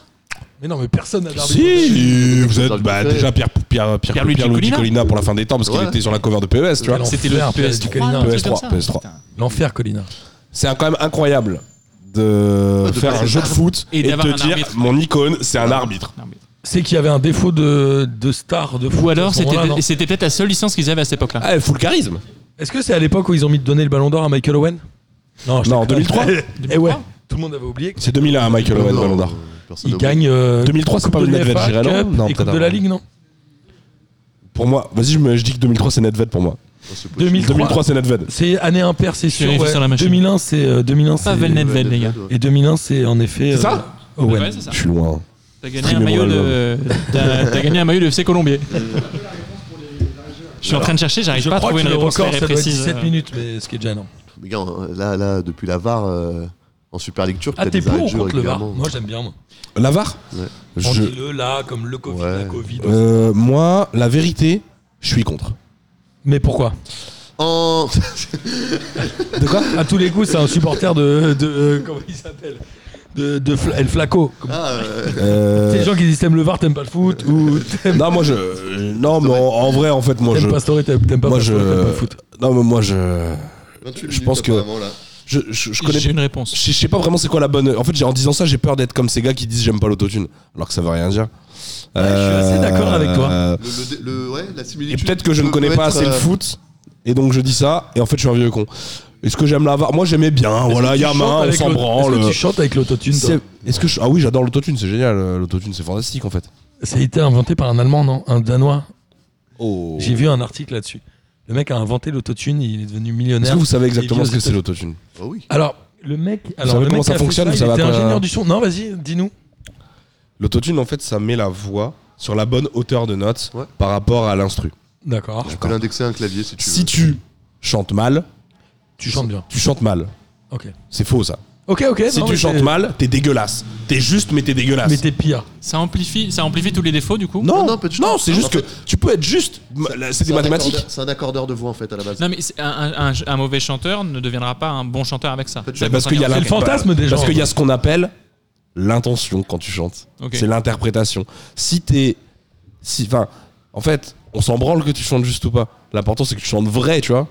S3: Mais non, mais personne n'a d'arbitre.
S6: Si, vous êtes
S4: Arbitre
S6: bah,
S4: préféré.
S6: déjà Pierre, Pierre, Pierre, Pierre-Louis
S5: Pierre-Louis Piccolina.
S6: Piccolina pour la fin des temps parce qu'il
S4: Ouais.
S6: était sur la cover de PES, tu vois.
S3: Quel
S5: C'était le
S3: enfer,
S5: PS3.
S3: Piccolina.
S5: non, un truc
S6: PS3,
S5: comme ça.
S6: PS3.
S5: Putain.
S3: L'enfer, Colina.
S6: C'est quand même incroyable de
S4: de
S6: faire
S4: passer
S6: un jeu de foot
S5: Et
S6: et, de
S5: d'avoir
S6: te
S5: un
S6: dire
S5: arbitre.
S6: mon icône, c'est un arbitre.
S5: Non, mais-
S3: C'est qu'il y avait un défaut de, de star de foot.
S5: Ou
S3: à
S5: alors
S3: ce moment-là, non
S5: c'était c'était peut-être la seule licence qu'ils avaient à cette époque-là.
S6: Ah, full charisme.
S3: Est-ce que c'est à l'époque où ils ont mis de donner le ballon d'or à Michael Owen je
S6: Non,
S3: t'ai-
S6: 2003.
S3: Eh ouais, tout le monde avait oublié.
S6: C'est 2001, Michael Owen,
S4: Non,
S6: Ballon d'Or.
S4: personne
S3: Il
S4: n'a oublié.
S3: gagne. euh,
S6: 2003, c'est
S3: Coupe
S6: pas
S3: de
S6: Nedved
S3: l'UEFA,
S6: Girello
S3: Cup
S6: Non,
S3: et Coupe
S6: peut-être
S3: de la
S6: avant.
S3: Ligue, non
S6: Pour moi, vas-y, je, me- je dis que 2003, c'est Nedved pour moi.
S4: Oh, c'est possible.
S3: 2003.
S6: 2003, c'est Nedved.
S3: C'est année impair, c'est sûr.
S5: J'ai vu
S3: ouais.
S5: sur la machine.
S3: 2001, c'est. euh, 2001,
S5: Pas
S3: c'est-
S5: Velnet. Nedved, les gars.
S4: ouais.
S3: Et 2001, c'est en effet.
S6: C'est
S3: euh,
S6: ça
S5: Ouais,
S3: Owen.
S5: c'est ça.
S6: Je suis loin.
S5: T'as gagné un
S6: Streamer
S5: maillot de. T'as t'as gagné un maillot de FC Colombier. Je suis en train de chercher, j'arrive
S3: Euh, Je
S5: pas à
S3: crois que
S5: trouver
S3: le
S5: une réponse
S3: record,
S5: très
S3: ça doit être
S5: précise.
S3: 17 minutes, mais ce qui est déjà énorme.
S4: Mais gars, euh, là, là, depuis la VAR, euh, en Super League turque,
S3: Ah,
S4: t'as
S3: t'es
S4: des
S3: pour
S4: arrêts
S3: ou
S4: de jeu
S3: contre le VAR
S4: régulièrement.
S3: Moi, j'aime bien, moi.
S6: L'avare
S4: Ouais.
S3: On
S6: je,
S3: dit le là, comme le Covid, la
S4: Ouais.
S3: Covid.
S6: euh, Moi, la vérité, je suis contre.
S3: Mais pourquoi
S4: En-
S6: De quoi
S3: À tous les coups, c'est un supporter de. de euh, comment il s'appelle de, de Fla- El Flaco. Comment-
S4: Ah, euh,
S3: C'est les gens qui disent t'aimes le VAR, t'aimes pas le foot, ou t'aimes
S6: Non, moi je. euh, Non, mais en, en vrai, en fait, moi
S3: t'aimes
S6: je.
S3: pas Story, t'aimes t'aimes pas
S6: Moi
S3: Pastore, t'aimes pas le
S6: je.
S3: foot.
S6: Non, mais moi je.
S4: 28
S6: Je
S4: minutes,
S6: pense que-
S4: apparemment, là.
S6: je, je, je connais
S5: J'ai une réponse.
S6: je je sais pas vraiment c'est quoi la bonne. En fait, j'ai- en disant ça, j'ai peur d'être comme ces gars qui disent j'aime pas l'autotune, alors que ça veut rien dire.
S3: je suis assez d'accord avec toi.
S6: euh,
S4: Le- le- le- ouais, la
S6: Et
S4: similitude
S6: peut-être que je ne
S4: peut-
S6: connais
S4: peut
S6: pas
S4: être,
S6: assez le
S4: euh,
S6: foot, et donc je dis ça, et en fait, je suis un vieux con. Est-ce que j'aime la VAR Moi, j'aimais bien. Voilà, Yamin, on s'en branle.
S3: Est-ce que tu chantes avec l'autotune toi
S6: C'est- Est-ce que je- ah oui, j'adore l'autotune, c'est génial. euh, L'autotune, c'est fantastique en fait.
S3: Ça a été inventé par un Allemand, non Un Danois.
S6: Oh.
S3: J'ai vu un article là-dessus. Le mec a inventé l'autotune, il est devenu millionnaire.
S6: Est-ce que vous savez
S3: Et
S6: exactement ce que
S3: vieux
S6: c'est l'autotune
S4: oh oui.
S3: Alors, le mec. Alors,
S6: savez
S3: le mec
S6: comment
S3: qui
S6: ça
S3: a fait
S6: fonctionne,
S3: ça,
S6: ça
S3: Il
S6: va
S3: était
S6: pas-
S3: ingénieur du son. Non, vas-y, dis-nous.
S6: L'autotune, en fait, ça met la voix sur la bonne hauteur de note
S4: Ouais.
S6: par rapport à l'instru.
S3: D'accord.
S4: Tu peux l'indexer à un clavier si tu veux.
S6: Si tu chantes mal,
S3: Tu chantes bien.
S6: tu chantes mal.
S3: Ok.
S6: C'est faux ça.
S3: Ok, ok.
S6: Si
S3: non,
S6: tu
S3: mais
S6: chantes
S3: c'est-
S6: mal, t'es dégueulasse. T'es juste, mais t'es dégueulasse.
S3: Mais t'es pire.
S5: Ça amplifie, ça amplifie tous les défauts du coup
S6: Non,
S4: Non,
S6: non,
S4: non, pas du tout.
S6: c'est juste
S4: En
S6: que
S4: fait,
S6: tu peux être juste. Ma- là, C'est
S4: C'est
S6: des
S4: un
S6: mathématiques.
S4: accordeur- C'est un accordeur de voix en fait à la base.
S5: Non mais c'est un, un- un- un mauvais chanteur ne deviendra pas un bon chanteur avec ça.
S4: Peut-être
S5: C'est
S6: parce qu'il y a
S5: contraire.
S6: la-
S3: C'est le fantasme des gens.
S6: Parce qu'il y a ce qu'on appelle l'intention quand tu chantes.
S5: Ok.
S6: C'est l'interprétation. Si t'es. Si, enfin, en fait, on s'en branle que tu chantes juste ou pas. L'important, c'est que tu chantes vrai, tu vois.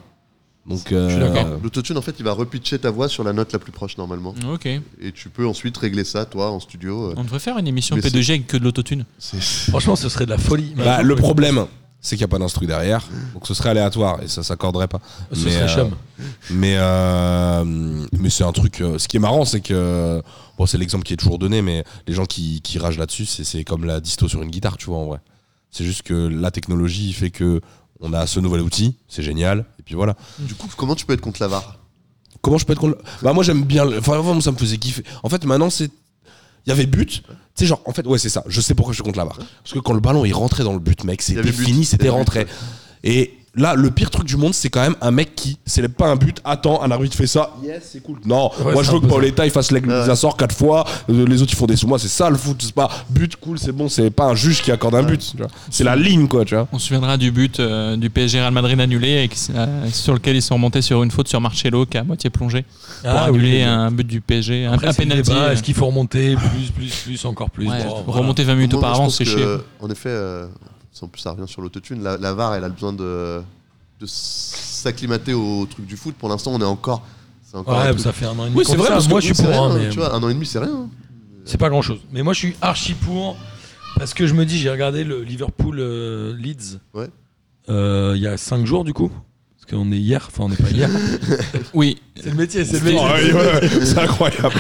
S6: Donc,
S5: suis
S6: euh,
S5: d'accord.
S4: L'autotune en fait il va repitcher ta voix sur la note la plus proche normalement.
S5: Ok.
S4: Et tu peux ensuite régler ça toi en studio. euh,
S5: On devrait faire une émission
S4: Mais
S5: P2G avec que de l'autotune.
S3: Franchement, ce serait de la folie.
S6: bah, le problème, c'est qu'il n'y a pas d'instru derrière. Donc, ce serait aléatoire et ça s'accorderait pas.
S3: Ce
S6: Mais,
S3: serait
S6: euh,
S3: chum.
S6: Mais, euh, mais c'est un truc. euh, ce qui est marrant, c'est que. Bon, c'est l'exemple qui est toujours donné, mais les gens qui, qui ragent là-dessus, c'est, c'est comme la disto sur une guitare, tu vois, en vrai. C'est juste que la technologie fait que on a ce nouvel outil, c'est génial, et puis voilà.
S4: Du coup, comment tu peux être contre la VAR
S6: Comment je peux être contre. Bah, moi, j'aime bien. le- Enfin, avant, ça me faisait kiffer. En fait, maintenant, c'est. Il y avait but. Tu sais, genre, en fait, ouais, c'est ça. Je sais pourquoi je suis contre la barre. Parce que quand le ballon, il rentrait dans le but, mec,
S4: Il y avait
S6: c'était
S4: but.
S6: fini,
S4: Il
S6: c'était
S4: y avait but,
S6: rentré.
S4: ouais.
S6: Et là, le pire truc du monde, c'est quand même un mec qui célèbre pas un but, attends, un arbitre fait ça, yes, c'est cool. Non,
S3: Ouais,
S6: moi je
S3: c'est
S6: veux
S3: un
S6: que
S3: peu ça.
S6: Pauletta il fasse l'aigle
S4: Ouais.
S6: des Açores quatre fois, euh, les autres ils font des sous. Moi, c'est ça le foot, c'est pas but, cool, c'est bon, c'est pas un juge qui accorde un but. tu vois. C'est la ligne, quoi, tu vois.
S5: On se souviendra du but euh, du PSG Real Madrid annulé et que- euh, sur lequel ils sont remontés sur une faute sur Marcello qui a à moitié plongé pour
S3: Ah, oui,
S5: annuler
S3: oui.
S5: un but du PSG, un-
S3: Après,
S5: un
S3: c'est le
S5: penalty.
S3: débat,
S5: euh,
S3: Est-ce qu'il faut remonter plus, plus, plus, encore plus
S5: ouais,
S3: Bon, voilà.
S5: remonter 20 minutes
S4: Moi, moi, je
S5: auparavant,
S4: pense
S5: c'est
S4: que,
S5: chier.
S4: En effet, euh, en plus ça revient sur l'autotune, la, la VAR elle a besoin de, de s'acclimater au truc du foot. Pour l'instant, on est encore. c'est encore un
S3: Ouais,
S4: truc-
S3: ça fait un an et demi.
S6: Oui, c'est
S3: qu'on
S6: vrai,
S3: fait ça.
S6: parce que
S3: moi je suis
S4: C'est
S3: pour.
S4: rien,
S3: hein,
S4: hein,
S3: mais-
S4: Tu vois, un an et demi, c'est rien. hein.
S3: C'est pas grand chose. Mais moi, je suis archi pour parce que je me dis, j'ai regardé le Liverpool euh, Leeds
S4: Ouais.
S3: Euh, il y a 5 jours du coup. Parce qu'on est hier, enfin on n'est pas hier.
S5: Oui,
S3: c'est le métier, c'est le
S6: Oh, ouais, ouais, c'est incroyable.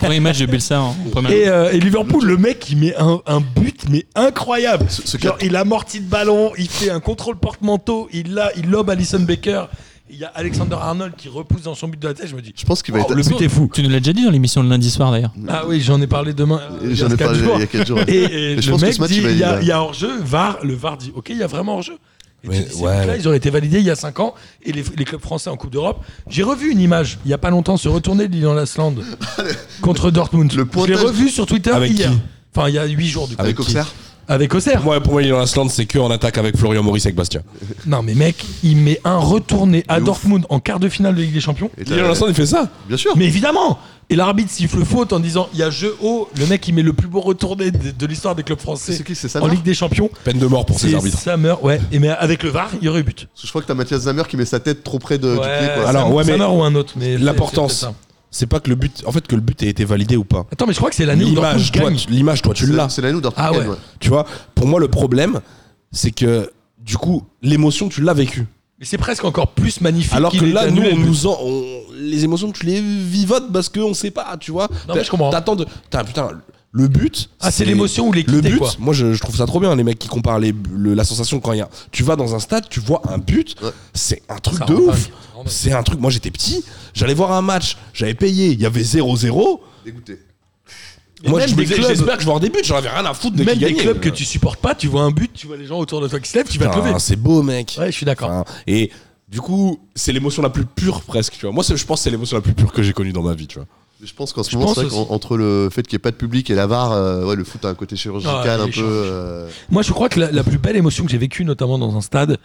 S5: premier match de Bilsa en première.
S3: Et, euh, et Liverpool, le mec, il met un, un but, mais incroyable.
S4: Ce- ce
S3: Genre,
S4: cap-
S3: il amortit le ballon, il fait un contrôle porte-manteau, il l'a, il lobe Alison Baker. Il y a Alexander Arnold qui repousse dans son but de la tête. Je me dis,
S4: Je pense qu'il va
S3: oh,
S4: être.
S3: le but est fou.
S5: Tu nous l'as déjà dit dans l'émission de lundi soir d'ailleurs.
S3: Ah oui, j'en ai parlé demain. euh, il y a
S4: J'en ai
S3: quatre
S4: parlé
S3: jours.
S4: il y a 4 jours.
S3: Et, et
S4: Mais je
S3: le
S4: pense que
S3: mec
S4: ce match,
S3: dit,
S4: il va-
S3: il y, a-
S4: il va-
S3: il y a hors-jeu, VAR, le VAR dit, ok, il y a vraiment hors-jeu. Et
S6: Mais
S3: tu dis, ces
S6: ouais.
S3: buts-là, ils auraient été validés il y a 5 ans, et les, les clubs français en Coupe d'Europe. J'ai revu une image, il y a pas longtemps, se retourner de l'Ilan Lasland contre Dortmund.
S4: Le
S3: Je l'ai
S4: pointage-
S3: revu sur Twitter
S6: Avec
S3: hier.
S6: qui
S3: Enfin, il y a 8 jours du coup.
S4: Avec
S6: qui
S4: Auxerre
S3: Avec Auxerre.
S6: Moi, pour moi, il est dans l'Islande, c'est que en attaque avec Florian Maurice avec Bastien.
S3: Non, mais mec, il met un retourné à
S4: De ouf.
S3: Dortmund en quart de finale de Ligue des Champions.
S4: Et
S6: Il est
S4: t'as-
S6: dans l'Islande, il fait ça.
S4: Bien sûr.
S3: Mais évidemment Et l'arbitre siffle faute en disant, il y a jeu haut, le mec, il met le plus beau retourné de, de l'histoire des clubs français
S4: C'est qui C'est ça
S3: en Ligue des Champions.
S6: Peine de mort pour ces
S3: C'est
S6: arbitres.
S3: Sammer, ouais. Et mais avec le VAR, il y aurait eu but.
S4: Je crois que t'as Mathias Zamer qui met sa tête trop près de,
S6: Euh,
S4: du pied. quoi.
S6: Alors, ouais, mais-
S3: Sammer ou un autre, mais
S6: L'importance.
S3: c'est- c'est peut-être ça.
S6: C'est pas que le but, en fait, que le but ait été validé ou pas.
S3: Attends, mais je crois que c'est l'année où Dortmund
S6: L'image, toi,
S3: gagne.
S6: tu- l'image, toi, tu
S4: C'est-
S6: l'as.
S4: C'est la hein. nous
S3: Ah ouais.
S6: Tu vois, pour moi, le problème, c'est que du coup, l'émotion, tu l'as vécue.
S3: Mais c'est presque encore plus magnifique.
S6: Alors que
S3: qu'il ait
S6: là, nous,
S3: annulé
S6: on
S3: le but.
S6: nous en, on- les émotions, tu les vivotes parce qu'on sait pas, tu vois.
S3: Non, mais je comprends.
S6: T'attends de. Putain, putain, le but.
S3: Ah, c'est l'émotion ou
S6: Le
S3: l'équité,
S6: but,
S3: quoi.
S6: moi je, je trouve ça trop bien, les mecs qui comparent les, le- la sensation quand il y a. Tu vas dans un stade, tu vois un but,
S4: Ouais.
S6: c'est un truc
S3: Ça
S6: de
S3: rend dingue,
S6: ouf.
S3: ça rend dingue.
S6: C'est un truc, moi j'étais petit, j'allais voir un match, j'avais payé, il y avait 0-0.
S4: Dégoûté.
S3: Mais
S6: Moi
S3: même
S6: je me
S3: des
S6: disais,
S3: clubs-
S6: j'espère que je vais avoir des buts, j'en avais rien à foutre de
S3: Même
S6: qui
S3: des
S6: gagnait.
S3: clubs que tu supportes pas, tu vois un but, tu vois les gens autour de toi qui se lèvent, tu vas te
S6: Putain,
S3: lever.
S6: C'est beau, mec.
S3: Ouais, je suis d'accord.
S6: Enfin, et du coup, c'est l'émotion la plus pure presque, tu vois. Moi, c'est- je pense que c'est l'émotion la plus pure que j'ai connue dans ma vie, tu vois.
S4: Mais Je pense qu'en ce
S3: Je
S4: moment,
S3: pense
S4: c'est vrai
S3: aussi.
S4: qu'entre le fait qu'il n'y ait pas de public et la VAR, euh, ouais, le foot a un côté
S3: Ah,
S4: chirurgical
S3: il
S4: un
S3: est
S4: peu. euh,
S3: Moi, je crois que la, la plus belle émotion que j'ai vécue, notamment dans un stade,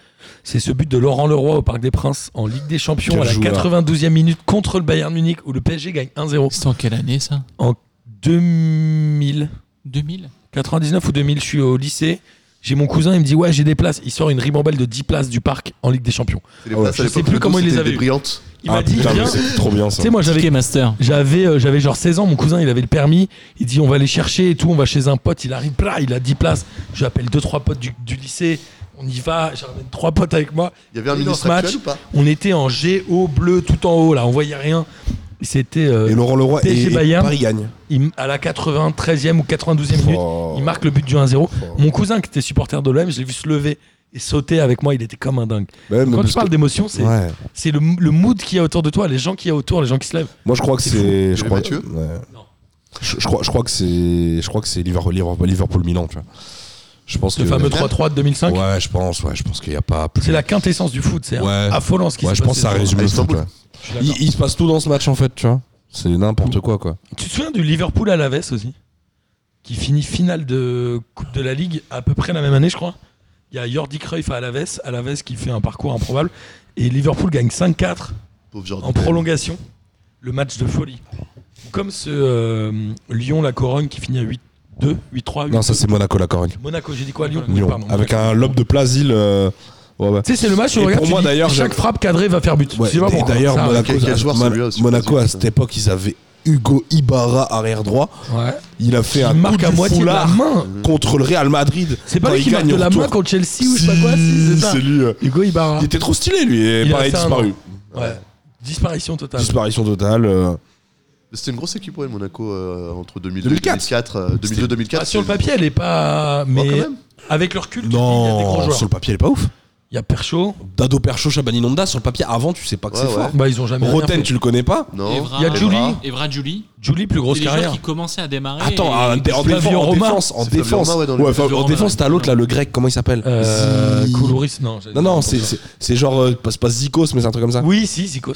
S3: c'est ce but de Laurent Leroy au Parc des Princes en Ligue des Champions
S6: Quel
S3: à la
S6: joueur.
S3: 92e minute contre le Bayern Munich où le PSG gagne 1-0.
S5: C'était en quelle année ça
S3: En 2000,
S5: 2000
S3: 99 ou 2000, je suis au lycée. J'ai mon cousin, il me dit Ouais, j'ai des places. Il sort une ribambelle de 10 places du parc en Ligue des Champions.
S4: C'est les
S6: Ah ouais,
S4: places à
S3: je sais
S4: l'époque,
S3: plus
S4: le
S3: comment
S4: dos,
S3: il les
S4: c'était
S3: avait
S4: des
S3: eues.
S4: brillantes.
S3: Il
S6: Ah
S3: m'a dit
S6: putain, mais
S3: Viens,
S6: c'est trop bien
S3: tu
S6: ça.
S3: sais, moi j'avais
S5: Ticket Master.
S3: j'avais euh, j'avais genre 16 ans, mon cousin il avait le permis, il dit on va aller chercher et tout, on va chez un pote, il arrive, bla, il a 10 places, j'appelle 2-3 potes du, du lycée, on y va, j'en ramène 3 potes avec moi,
S4: Il y avait un
S3: Et dans
S4: ministre
S3: ce match,
S4: actuel ou pas
S3: on était en GO bleu tout en haut là, on voyait rien, c'était euh,
S6: Et Laurent Leroy et,
S3: PSG
S6: et
S3: Bayern.
S6: Paris gagne. Oh.
S3: il- à la 93e ou 92e minute, il marque le but du 1-0, mon cousin qui était supporter de l'OM, je l'ai vu se lever et sauter avec moi, il était comme un dingue. Quand tu parles d'émotion, c'est
S6: Ouais.
S3: c'est le, le mood qu'il y a autour de toi, les gens qu'il y a autour, les gens qui se lèvent.
S6: Moi, je crois que
S3: C'est fou.
S6: c'est. Je
S4: avait
S6: crois.
S4: Mathieu
S6: ouais.
S3: Non.
S6: Je, je crois. Je crois que c'est. Je crois que c'est Liverpool, Liverpool, Milan. Tu vois. Je pense
S3: Ce
S6: que.
S3: fameux 3-3 de 2005,
S6: Ouais, je pense. Ouais, je pense qu'il n'y a pas plus.
S3: c'est la quintessence du foot, c'est
S6: Ouais.
S3: affolant ce qui
S6: Ouais,
S3: se
S6: je pense que ça
S3: passait.
S6: résume
S4: À
S6: le foot.
S4: Istanbul.
S6: ouais.
S3: Je suis d'accord.
S6: Il, il se passe tout dans ce match en fait, tu vois. C'est n'importe quoi quoi.
S3: Tu te souviens du Liverpool à la veste aussi Qui finit finale de Coupe de la Ligue à peu près la même année, je crois. Il y a Jordi Cruyff à Alaves, Alaves qui fait un parcours improbable. Et Liverpool gagne 5-4
S4: Pauvre Jordi
S3: en
S4: Bell.
S3: prolongation. Le match de folie. Comme ce euh, Lyon-La Corogne qui finit à 8-2, 8-3.
S6: Non, ça c'est Monaco la Corogne.
S3: Monaco, j'ai dit quoi Lyon,
S6: Lyon.
S3: pardon.
S6: Avec un lob de Plasil. euh, ouais, ouais.
S3: Tu sais, c'est le match où
S6: Et
S3: on regarde,
S6: pour
S3: tu
S6: moi,
S3: dis,
S6: d'ailleurs,
S3: chaque
S6: j'ai-
S3: frappe cadrée va faire but.
S6: Ouais,
S3: Je sais pas
S6: et
S3: pourquoi.
S6: d'ailleurs,
S3: Ça arrive.
S6: Monaco,
S4: quel- quel joueur,
S6: Mon-
S4: celui-là, c'est
S6: Monaco
S4: pas
S6: à
S4: possible,
S6: cette
S4: ça.
S6: époque, ils avaient Hugo Ibarra arrière droit.
S3: Ouais.
S6: Il a fait
S3: Il
S6: un
S3: marque
S6: coup
S3: à
S6: du
S3: moitié de la
S6: foulard
S3: main.
S6: contre le Real Madrid.
S3: C'est pas
S6: Quand
S3: lui
S6: il
S3: qui marque
S6: gagne
S3: de
S6: au
S3: la main
S6: retour.
S3: contre Chelsea ou je sais pas quoi si, c'est ça.
S6: C'est lui. euh.
S3: Hugo Ibarra.
S6: Il était trop stylé lui et
S3: Il a
S6: pareil
S3: fait un
S6: disparu.
S3: Ouais. Disparition totale.
S6: Disparition totale. euh.
S4: C'était une grosse équipe, ouais, Monaco, euh, entre 2002
S6: 2004.
S4: 2004. euh, 2002 2004.
S3: Ah, sur le papier, elle est pas.
S4: c'est- Ouais,
S3: Mais
S4: quand même.
S3: avec le recul, tu te dis, il y a des gros
S6: Non,
S3: joueurs.
S6: sur le papier, elle est pas ouf.
S3: Il y a Percho.
S6: Dado Percho, Chabani Nonda, sur le papier, avant, tu sais pas que
S4: Ouais,
S6: c'est
S4: ouais.
S6: fort.
S3: Bah, ils ont jamais. rien
S6: Roten,
S3: fait.
S6: tu le connais pas
S4: Non.
S5: Evra,
S3: Il y a Julie.
S5: Evra Julie.
S3: Julie, plus grosse
S5: C'est les joueurs
S3: carrière. ah,
S5: qui commençaient à démarrer.
S6: Attends,
S5: et-
S6: en, dé- en
S3: C'est
S6: défense,
S3: Flavio
S6: en
S3: Roma.
S6: défense, en
S4: C'est Flavio
S6: défense,
S4: Roma, ouais, dans le-
S6: Ouais, enfin,
S5: Flavio
S6: en
S5: Roma,
S6: défense, t'as l'autre là, le grec, comment il s'appelle
S3: Euh,
S6: Zi-
S3: Koulouris, non. j'allais dire
S6: Non, non,
S3: n'importe
S6: c'est
S3: quoi.
S6: c'est- c'est genre, euh, pas- c'est pas Zikos, mais c'est un truc comme ça.
S3: Oui, si, Zikos.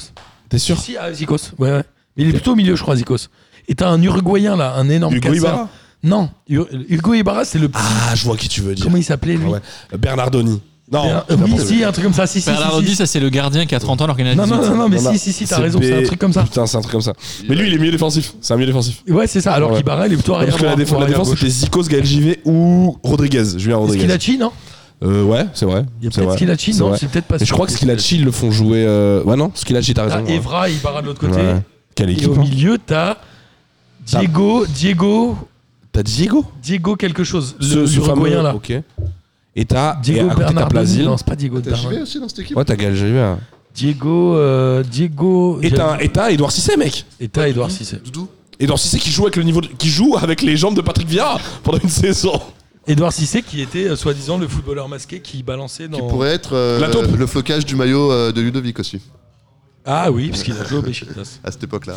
S6: T'es sûr
S3: Si, ah, Zikos. Ouais, ouais. Mais il est plutôt au milieu, je crois, Zikos. Et t'as un Uruguayen, là, un énorme.
S6: Hugo
S3: casseur.
S6: Ibarra
S3: Non. Hu- Hugo Ibarra, c'est le petit.
S6: Ah, je vois qui tu veux dire.
S3: Comment il s'appelait, lui
S6: Ah ouais. Euh, Bernardoni. Non,
S3: Bien-
S6: c'est
S3: Oui,
S6: n'importe quoi.
S3: si, un truc comme ça. Si, si, si,
S5: Bernard
S3: si.
S5: Roddy, ça c'est le gardien qui a 30 ans alors qu'il en a
S3: Non,
S5: 18.
S3: non, non, non, mais
S6: Voilà.
S3: si, si, si, t'as
S6: C'est
S3: raison, c'est un
S6: B-
S3: truc comme ça.
S6: Putain, c'est un truc comme ça. Mais lui, il est milieu défensif. C'est un milieu défensif.
S3: Ouais, c'est ça. Alors
S6: Ouais.
S3: qu'Ibarra, il est plutôt arrière.
S6: Parce que la
S3: droit,
S6: défense, la
S3: voire arrière
S6: défense,
S3: gauche.
S6: c'était Zikos, Gaël Givet ou Rodriguez. Julien
S3: Et
S6: Rodriguez.
S3: Skilacci, non
S6: Euh, ouais, c'est vrai.
S3: Il y a
S6: c'est
S3: peut-être
S6: vrai.
S3: Skilacci,
S6: C'est
S3: non
S6: vrai.
S3: C'est peut-être pas
S6: Mais je crois que Skilacci, ils le font jouer. euh, Ouais, non, Skilacci, t'as
S3: T'as
S6: raison. ouais.
S3: Evra et Ibarra de l'autre côté.
S6: Ouais. Quelle
S3: Et
S6: équipe
S3: au
S6: hein.
S3: milieu, t'as
S6: T'as-
S3: Diego, Diego,
S6: T'as Diego
S3: Diego quelque chose.
S6: Ce
S3: Le
S6: ce
S3: Uruguayen
S6: fameux-
S3: là.
S6: Ok. Et t'as. et à
S3: Diego
S6: côté, t'as
S3: Bernard.
S6: Plasil.
S3: Non, c'est pas Diego
S4: T'as JV
S3: Bernard.
S4: aussi dans cette équipe
S6: Ouais, t'as Gaël Givet. hein.
S3: Diego, euh, Diego.
S6: Et t'as et t'as Edouard Cissé, mec.
S3: Et t'as Edouard Cissé.
S4: Doudou
S6: Edouard Cissé qui joue avec le niveau. de- qui joue avec les jambes de Patrick Vieira pendant une saison.
S3: Edouard Cissé qui était euh, soi-disant le footballeur masqué qui balançait dans.
S4: Qui pourrait être euh,
S6: La taupe.
S4: le flocage du maillot euh, de Ludovic aussi,
S3: Ah oui, parce qu'il a joué au Beşiktaş.
S4: à cette époque-là.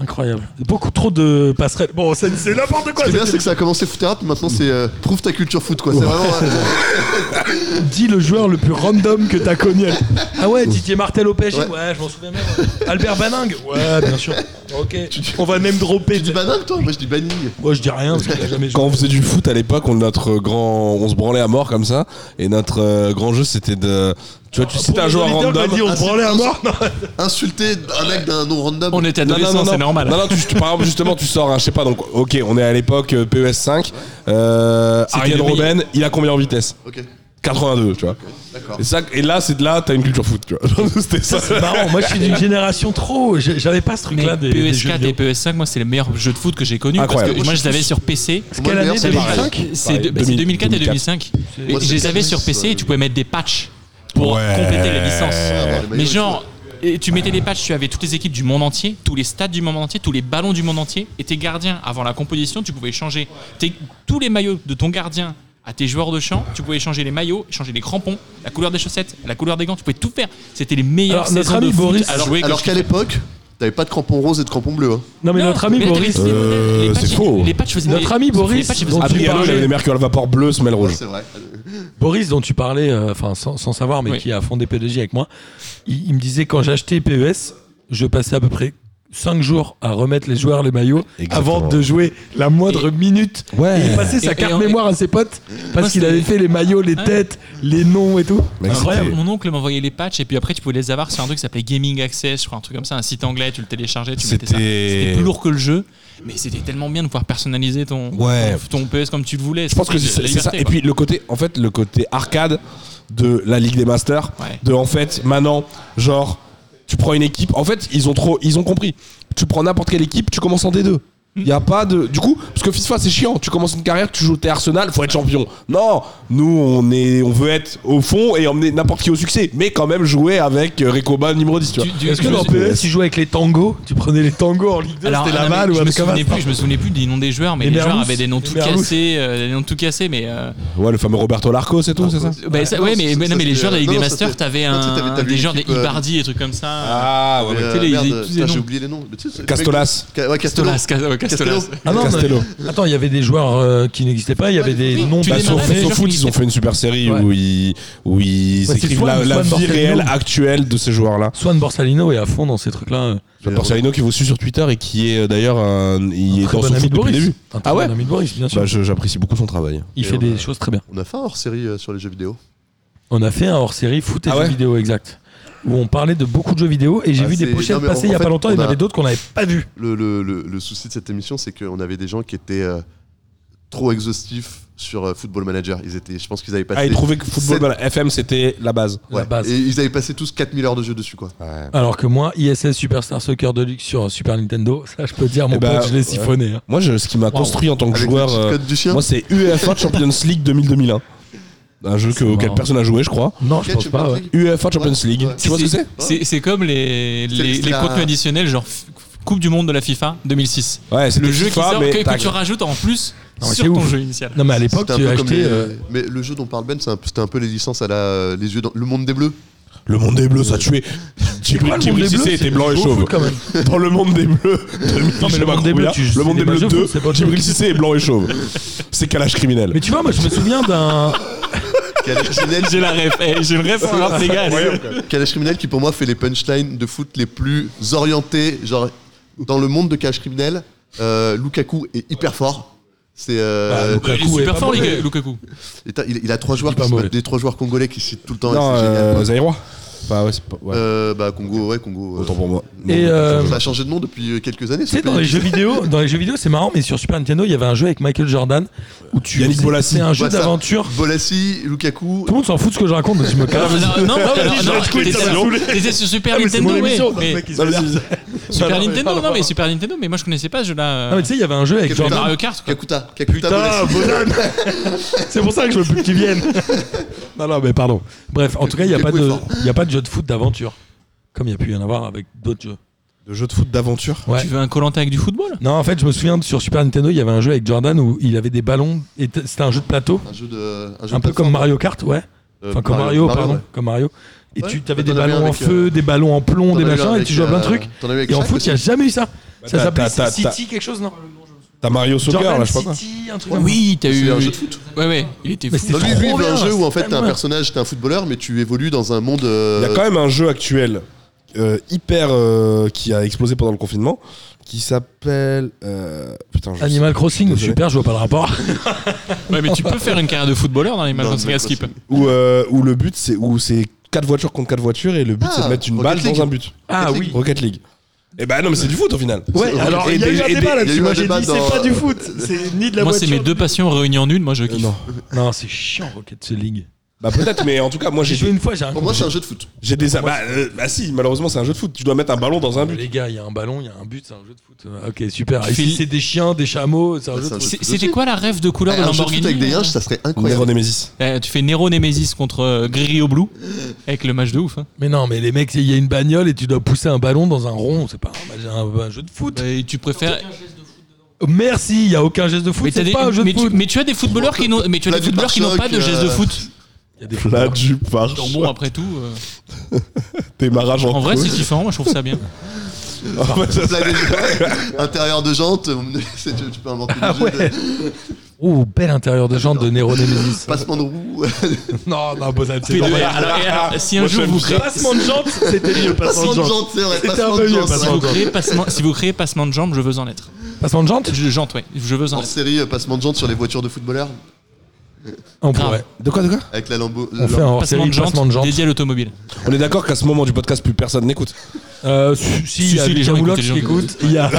S3: Incroyable. Beaucoup trop de passerelles. Bon, c'est c'est n'importe quoi.
S4: Ce qui est bien,
S3: cette
S4: c'est que ça a commencé foot thérape, maintenant c'est euh, prouve ta culture foot, quoi. C'est vraiment. euh,
S3: Dis le joueur le plus random que t'as connu. Ah ouais, Didier Martel au PSG
S4: Ouais.
S3: Ouais, je m'en souviens même. Albert Baningue Ouais, bien sûr. Ok, on va même dropper.
S4: tu dis banane, toi Moi je dis banning.
S3: Moi, je dis rien parce qu'il a jamais
S6: Quand
S3: joué.
S6: on faisait du foot à l'époque, on notre grand, on se branlait à mort comme ça, et notre euh, grand jeu c'était de, tu vois, tu cites un joueur random.
S3: dit, on se branlait à mort.
S4: Insulter un mec d'un nom random.
S5: On était
S6: Non, non, non,
S5: adolescents,
S6: non.
S5: c'est normal.
S6: Non, non, tu- tu- par exemple, justement, tu sors, hein, je sais pas, donc, ok, on est à l'époque euh, PES5, euh,
S5: C'était
S6: Ariel
S5: le meilleur.
S6: Robben, il a combien en vitesse
S4: Ok,
S6: 82, tu vois.
S4: d'accord.
S6: Et, ça, et là, c'est de là, t'as une culture foot, tu vois. C'était ça.
S3: C'est marrant, moi je suis d'une génération trop. j'ai- J'avais pas ce truc-là des, des jeux
S5: PES4 et
S3: vidéo.
S5: PES5, moi c'est le meilleur jeu de foot que j'ai connu.
S6: Incroyable.
S5: Parce que moi je les avais sur PC.
S4: Moi, le
S3: Quelle
S4: meilleur,
S3: année
S4: c'est pareil.
S3: 2005
S5: C'est de-
S6: Pareil,
S5: c'est 2004
S6: 2004.
S5: et 2005. Et
S4: Moi, c'est
S5: je les avais sur
S4: 2006,
S5: PC et tu
S4: ouais.
S5: pouvais mettre des patchs pour
S6: Ouais.
S5: compléter les licences.
S4: le maillot
S5: Mais
S4: et tout,
S5: genre, et tu mettais des patchs, tu avais toutes les équipes du monde entier, tous les stades du monde entier, tous les ballons du monde entier. Et tes gardiens, avant la composition, tu pouvais changer tes- tous les maillots de ton gardien à tes joueurs de champ. Tu pouvais changer les maillots, changer les crampons, la couleur des chaussettes, la couleur des gants. Tu pouvais tout faire. C'était les meilleurs
S3: Alors, notre
S5: saisons
S3: ami
S5: de foot
S3: Boris-
S5: à jouer. que
S4: Alors
S5: je
S4: qu'à l'époque, t'avais pas de crampon rose et de crampon bleu. Hein.
S3: Non, mais
S5: Non,
S3: notre ami
S5: mais là, t'avais
S3: Boris.
S5: des modèles, les
S6: Euh,
S5: patchs,
S6: c'est faux.
S5: Les patchs faisaient
S3: Notre
S5: des-
S3: ami
S5: les
S3: Boris,
S5: patchs faisaient
S3: dont
S5: des-
S3: tu
S6: Adriano, il
S3: parlais.
S6: avait des mercure à vapeur bleu, semelle rouge.
S4: C'est vrai.
S3: Boris dont tu parlais, euh, enfin sans, sans savoir, mais
S5: Oui.
S3: qui a fondé PDG avec moi, il, il me disait quand j'achetais PES, je passais à peu près 5 jours à remettre les joueurs les maillots
S6: Exactement.
S3: avant de jouer la moindre minute. Et il
S6: Ouais.
S3: passait sa
S5: Et-
S3: carte
S5: et en-
S3: mémoire à ses potes parce
S5: Moi,
S3: qu'il
S5: c'était-
S3: avait fait les maillots, les
S5: Ouais.
S3: têtes, les noms et tout.
S6: Mec,
S3: Incroyable.
S6: c'était-
S5: Mon oncle m'envoyait les patchs et puis après tu pouvais les avoir sur un truc qui s'appelait Gaming Access, je crois, un truc comme ça, un site anglais, tu le téléchargeais, tu mettais ça.
S9: C'était-
S5: C'était plus lourd que le jeu, mais c'était tellement bien de pouvoir personnaliser ton,
S6: Ouais.
S5: ton, ton PS comme tu le voulais.
S6: Je pense que c'est c'est ça. Et puis le côté, en fait, le côté arcade de la Ligue des Masters,
S5: Ouais.
S6: de en fait, maintenant, genre, tu prends une équipe. En fait, ils ont trop, ils ont compris. Tu prends n'importe quelle équipe, tu commences en D2. Il y a pas de. Du coup, parce que FIFA c'est chiant. Tu commences une carrière, tu joues t'es Arsenal, faut être champion. Non, nous on est, on veut être au fond et emmener n'importe qui au succès, mais quand même jouer avec euh, Recoba numéro 10 Tu vois.
S3: Est-ce que dans PS, tu jouais avec les tangos Tu prenais les tangos en Ligue 2,
S5: Alors, ah,
S3: c'était
S5: non,
S3: la
S5: mais
S3: balle ou
S5: je
S3: un
S5: me
S3: truc comme
S5: souvenais
S3: ça.
S5: plus, je me souvenais plus des noms des joueurs, mais
S3: Les
S5: les, joueurs
S3: Merlous.
S5: avaient des noms tout
S3: Les Merlous.
S5: cassés, euh, des noms tout cassés, mais. euh,
S6: Ouais, le fameux Roberto Larco, c'est tout, c'est ça.
S5: bah, ça- ouais,
S4: non,
S5: mais,
S4: ça,
S5: mais-
S4: ça,
S5: non, mais
S4: c'était-
S5: les joueurs de la Ligue
S4: non,
S5: des
S4: ça,
S5: Masters,
S4: c'était-
S5: t'avais
S4: non, t'avais-
S5: un
S4: t'avais
S5: des
S4: une
S5: joueurs des
S4: équipe, euh,
S5: Ibardi, des trucs comme ça.
S6: Ah
S4: Mais,
S5: ouais.
S4: euh,
S5: Tu sais, les-
S4: merde,
S5: ils- tous les
S4: putain, j'ai
S5: noms.
S4: oublié les noms. Mais tu sais, c'est-
S6: Castolas.
S4: Ca- Ouais, Castolas.
S5: Castolas, Cas- euh, ouais, Castolas.
S3: Ah non, mais-
S6: Castello.
S3: Attends, il y avait des joueurs euh, qui n'existaient pas, il y avait des
S5: oui,
S3: noms
S5: tu
S6: Bah,
S5: les
S3: d'assaut.
S6: sauf
S5: marrais, les
S6: sauf
S5: gens
S6: foot,
S5: qui
S6: ils ont
S5: étaient-
S6: fait une super série
S3: Ouais.
S6: où ils, où ils
S3: Ouais, c'est
S6: écrivent
S3: Swan,
S6: la, la
S3: Swan
S6: vie
S3: Bortolino.
S6: réelle actuelle de ces joueurs-là.
S3: Swan Borsalino est à fond dans ces trucs-là. euh,
S6: Swan Borsalino qui vous suit sur Twitter et qui est euh, d'ailleurs un- il est
S3: très
S6: dans
S3: bon
S6: ce
S3: ami
S6: foot
S3: de
S6: depuis le
S3: Boris.
S6: début.
S3: Un très
S6: Ah ouais
S3: bon ami de Boris, bien sûr.
S6: Bah, je- J'apprécie beaucoup son travail.
S3: il
S4: et
S3: fait
S4: on
S3: des
S4: a-
S3: choses très bien.
S4: On a fait un hors série sur les jeux vidéo.
S3: On a fait un hors-série foot et
S6: Ah
S3: jeux
S6: ouais
S3: vidéo, exact. Où on parlait de beaucoup de jeux vidéo et j'ai
S4: Ah,
S3: vu des
S4: c'est-
S3: pochettes
S4: non, mais en-
S3: passer il y a
S4: en
S3: pas
S4: fait,
S3: longtemps. Il y
S4: on
S3: en
S4: a-
S3: avait d'autres qu'on n'avait pas vu.
S4: Le, le, le, le souci de cette émission, c'est qu'on avait des gens qui étaient euh, trop exhaustifs sur euh, Football Manager. Ils étaient, je pense qu'ils avaient passé.
S6: Ah, il trouvait que football
S4: sept-
S6: voilà, FM c'était la base.
S3: la
S4: ouais,
S3: base.
S4: Et ils avaient passé tous 4000 heures de jeu dessus, quoi.
S3: Alors que moi, ISS Superstar Soccer Deluxe sur Super Nintendo, ça je peux dire, mon
S6: Eh ben,
S3: pote, je l'ai
S6: ouais.
S3: siphonné. hein.
S6: Moi, je- ce qui m'a construit en tant que
S4: Avec
S6: joueur,
S4: le cheat
S6: euh,
S4: code du chien.
S6: moi c'est UEFA Champions League 2000-2001. Un jeu que,
S3: C'est
S6: auquel
S3: marrant.
S6: personne n'a joué, je crois.
S3: Non, je
S4: Catch
S3: pense pas.
S4: Patrick.
S3: ouais.
S6: UEFA Champions
S4: Ouais.
S6: League.
S4: Ouais.
S6: Tu vois ce que c'est
S5: C'est c'est comme les, les,
S4: C'est
S5: les
S4: la-
S5: contenus additionnels, genre f- Coupe du Monde de la FIFA 2006.
S6: Ouais, c'est
S5: Le jeu qui
S6: FIFA,
S5: sort,
S6: mais
S5: que, que
S6: tac.
S5: tu rajoutes en plus
S3: Non, mais
S5: sur
S3: c'est
S5: ton
S3: ouf.
S5: jeu initial.
S3: Non, mais à l'époque,
S4: C'était un
S3: tu
S4: peu comme
S3: achetais.
S4: les-
S3: euh,
S4: Mais le jeu dont parle Ben, c'est un peu- c'était un peu les licences à la, euh, les yeux dans le monde des bleus.
S6: Le monde des bleus, ça a tué. Djibril
S3: quoi, le monde
S6: Djibril
S3: des Bleus,
S6: Cissé
S3: c'est
S6: était blanc et
S3: beau
S6: chauve.
S3: foot, quand même.
S6: Dans le monde des bleus, de
S3: Non, mais le
S6: Michel
S3: monde des
S6: Macroubia,
S3: bleus, tu-
S6: le
S3: c'est
S6: monde
S3: des
S6: des bleus
S3: matchs de
S6: 2,
S3: foot, c'est pas autre
S6: Djibril
S3: chose.
S6: Cissé est blanc et chauve. C'est calage criminel.
S3: Mais tu vois, moi je me souviens d'un.
S4: Calèche criminel,
S5: J'ai la ref, eh, j'ai le ref, faut
S3: hein,
S5: voir, les gars.
S4: Calèche criminel qui pour moi fait les punchlines de foot les plus orientés. Genre dans le monde de Calèche criminel, euh, Lukaku est hyper fort. C'est
S3: Ah,
S4: euh,
S3: Lukaku.
S5: Il est
S3: Lukaku est
S5: super
S3: pas
S5: fort, les
S3: mauvais.
S5: gars, Lukaku.
S4: et t'as- il, il a trois joueurs
S3: Il est
S4: qui
S3: pas
S4: se
S3: mauvais.
S4: battent- des trois joueurs congolais qui citent tout le temps. et
S6: Non,
S4: c'est génial.
S6: euh, Zaïrois. Enfin, ouais, c'est pas- ouais.
S4: Euh, bah Congo, ouais Congo. euh,
S6: Autant pour moi.
S3: Et, euh,
S4: Ça a changé de nom depuis quelques années.
S3: Tu
S4: ce
S3: sais, dans
S4: pays.
S3: les jeux vidéo, dans les jeux vidéo, c'est marrant, mais sur Super Nintendo, il y avait un jeu avec Michael Jordan où tu.
S6: Yannick
S3: faisais-
S6: Bolassi.
S3: C'est un jeu
S4: Ouais, ça.
S3: d'aventure.
S4: Bolassi, Lukaku.
S3: Tout le monde s'en fout de ce que je raconte, donc je me
S5: Non,
S3: casse.
S5: non, non,
S6: j'ai
S5: non,
S6: arrêté de couler,
S5: t'étais
S6: ça m'a
S5: sur- t'étais sur Super Nintendo, ouais. mais- Super Nintendo, non, mais Super Nintendo, mais moi je connaissais pas ce jeu-là.
S3: Non,
S5: euh,
S3: mais tu sais, il y avait un jeu avec
S4: Quel
S5: sur
S3: Jordan.
S5: Mario Kart, quoi.
S4: Kakuta, Kakuta Bolassi.
S3: C'est pour ça que je veux plus qu'ils viennent. non, non, mais pardon. Bref, en tout cas, il n'y a,
S4: Quel
S3: pas
S4: coup
S3: de-
S4: est fort.
S3: il y a pas de jeu de foot d'aventure. Comme il y a pu y en avoir avec d'autres jeux.
S6: De jeu de foot d'aventure.
S4: Ah,
S3: Ouais.
S5: Tu veux un Colanta avec du football
S3: Non, en fait, je me souviens sur Super Nintendo, il y avait un jeu avec Jordan où il avait des ballons. et t- C'était un jeu de plateau,
S4: Un jeu de. Un, jeu
S3: un
S4: de
S3: peu comme
S4: plateforme.
S3: Mario Kart, ouais.
S4: Euh,
S3: Enfin, comme Mario, pardon.
S4: ouais.
S3: Comme Mario. Et
S4: Ouais,
S3: tu avais
S4: t'en
S3: des
S4: avais un
S3: ballons en
S4: avec,
S3: feu,
S4: euh,
S3: des ballons en plomb,
S4: T'en
S3: des
S4: as eu
S3: machins,
S4: avec,
S3: et tu joues à
S4: euh, Bah,
S3: plein de trucs.
S4: t'en as eu avec
S3: Et en
S4: Shaq
S3: foot, il n'y a
S4: aussi.
S3: jamais eu ça. Ça
S6: t'as-
S3: s'appelait
S6: t'as-
S3: City quelque chose, non
S6: T'as Mario Soccer,
S3: Jordan
S6: là, je sais pas quoi.
S3: City, un truc comme ça.
S5: Oui, t'as eu.
S4: C'est un jeu de foot.
S5: Ouais, ouais, il était
S3: Mais
S5: fou.
S3: c'est
S4: Non, lui,
S3: trop
S4: lui, il veut
S3: bien,
S4: un jeu où en
S3: c'est
S4: fait t'es un
S3: tellement-
S4: personnage, t'es un footballeur, mais tu évolues dans un monde. euh,
S6: Il y a quand même un jeu actuel euh, hyper euh, qui a explosé pendant le confinement qui s'appelle. euh, Putain, je sais-
S3: Animal Crossing,
S6: Désolé.
S3: super, je vois pas le rapport.
S5: Ouais, mais tu peux faire une carrière de footballeur dans les matchs
S4: dans
S5: de
S4: le
S5: skip.
S4: Crossing.
S6: Où, euh, où le but c'est où c'est 4 voitures contre 4 voitures et le but
S4: Ah,
S6: c'est de mettre une
S4: Rocket
S6: balle
S4: League.
S6: dans un but.
S3: Ah oui.
S6: Rocket League. Eh ben non mais c'est du foot au final.
S3: Ouais,
S4: C'est-
S3: alors
S6: et
S3: il y a
S6: des-
S3: eu un
S6: et des-
S3: débat
S4: il y a
S3: là-dessus.
S4: eu
S3: Moi
S4: un
S3: j'ai
S4: débat
S3: dit c'est
S4: dans-
S3: pas du foot, c'est ni de la
S5: Moi, c'est
S3: voiture.
S5: mes deux passions réunies en une. Moi, je
S6: Euh,
S5: kiffe.
S6: non.
S3: Non, c'est chiant Rocket League.
S6: Bah peut-être mais en tout cas moi
S3: J'ai
S6: j'ai
S3: joué une fois, j'ai un
S4: Pour moi, c'est un jeu de foot.
S6: J'ai des. Bah, euh, bah si, malheureusement, c'est un jeu de foot. Tu dois mettre un ballon dans un but.
S3: Les gars, il y a un ballon, il y a un but, c'est un jeu de foot. Euh, Ok, super.
S5: Tu
S3: Et
S5: fais
S3: si
S5: li-
S3: c'est des chiens, des chameaux, c'est un
S4: Ouais,
S3: jeu de
S4: c'est un
S3: foot.
S4: jeu.
S5: C'est- C'était quoi la rêve de couleur de
S4: Un jeu de foot
S5: Lamborghini
S4: avec des
S5: euh
S4: yinches, ça serait
S6: Nero
S4: incroyable.
S6: Nemesis.
S5: Euh, Tu fais Nero Nemesis contre euh, Grillo Blue avec le match de ouf. hein.
S3: Mais non, mais les mecs, il y a une bagnole et tu dois pousser un ballon dans un rond, c'est pas un, un- un jeu de foot.
S5: Bah, Et tu préfères.
S3: Merci, il y a aucun geste de foot,
S5: Mais, t'as
S3: c'est
S5: des-
S3: pas un jeu de
S5: mais tu,
S3: foot.
S5: mais tu as des footballeurs qui n'ont, mais tu as
S4: Là,
S5: des
S4: du
S5: footballeurs qui n'ont pas de
S4: pare-choc,
S5: geste de
S4: euh,
S5: foot.
S3: Il y a des
S6: Là,
S3: footballeurs.
S6: du pars.
S5: Donc bon, après tout, euh,
S6: Démarrage en,
S5: en vrai,
S6: couille.
S5: c'est kiffant. Moi, je trouve ça bien.
S4: Là, déjà, Intérieur de jante, c'est- tu tu peux inventer des jeux de-
S3: Oh, bel intérieur de jante de Nero Nemesis.
S4: Passement de roue.
S3: non, non, bon, c'est
S5: P2R. Alors, et
S3: Ah,
S6: euh,
S5: alors, si un jour vous créez,
S3: Passement de jante, c'était mieux.
S4: Passement de jante, c'est vrai.
S3: C'était
S4: Passement
S3: un
S4: de
S3: peu mieux,
S4: jante.
S5: si
S3: passement
S4: ouais.
S5: vous
S3: de jante.
S5: créez passement, si vous créez passement de jambes, je veux en être.
S3: Passement de jante
S5: De jante, ouais. Je veux en
S4: En
S5: être.
S4: série, euh, passement de jante sur les voitures de footballeurs
S3: On
S5: Grave.
S3: pourrait.
S6: De quoi, de quoi
S4: avec la Lambo.
S3: On fait un hors
S5: Passement
S3: série
S5: de
S3: passement de jante.
S5: jante dédié à l'automobile.
S6: On est d'accord qu'à ce moment du podcast, plus personne n'écoute.
S3: Euh, si, si, il y a
S5: si, les
S3: des
S5: gens
S3: Camoulox
S5: écoutent,
S3: qui
S5: les gens
S3: écoutent. Il y a...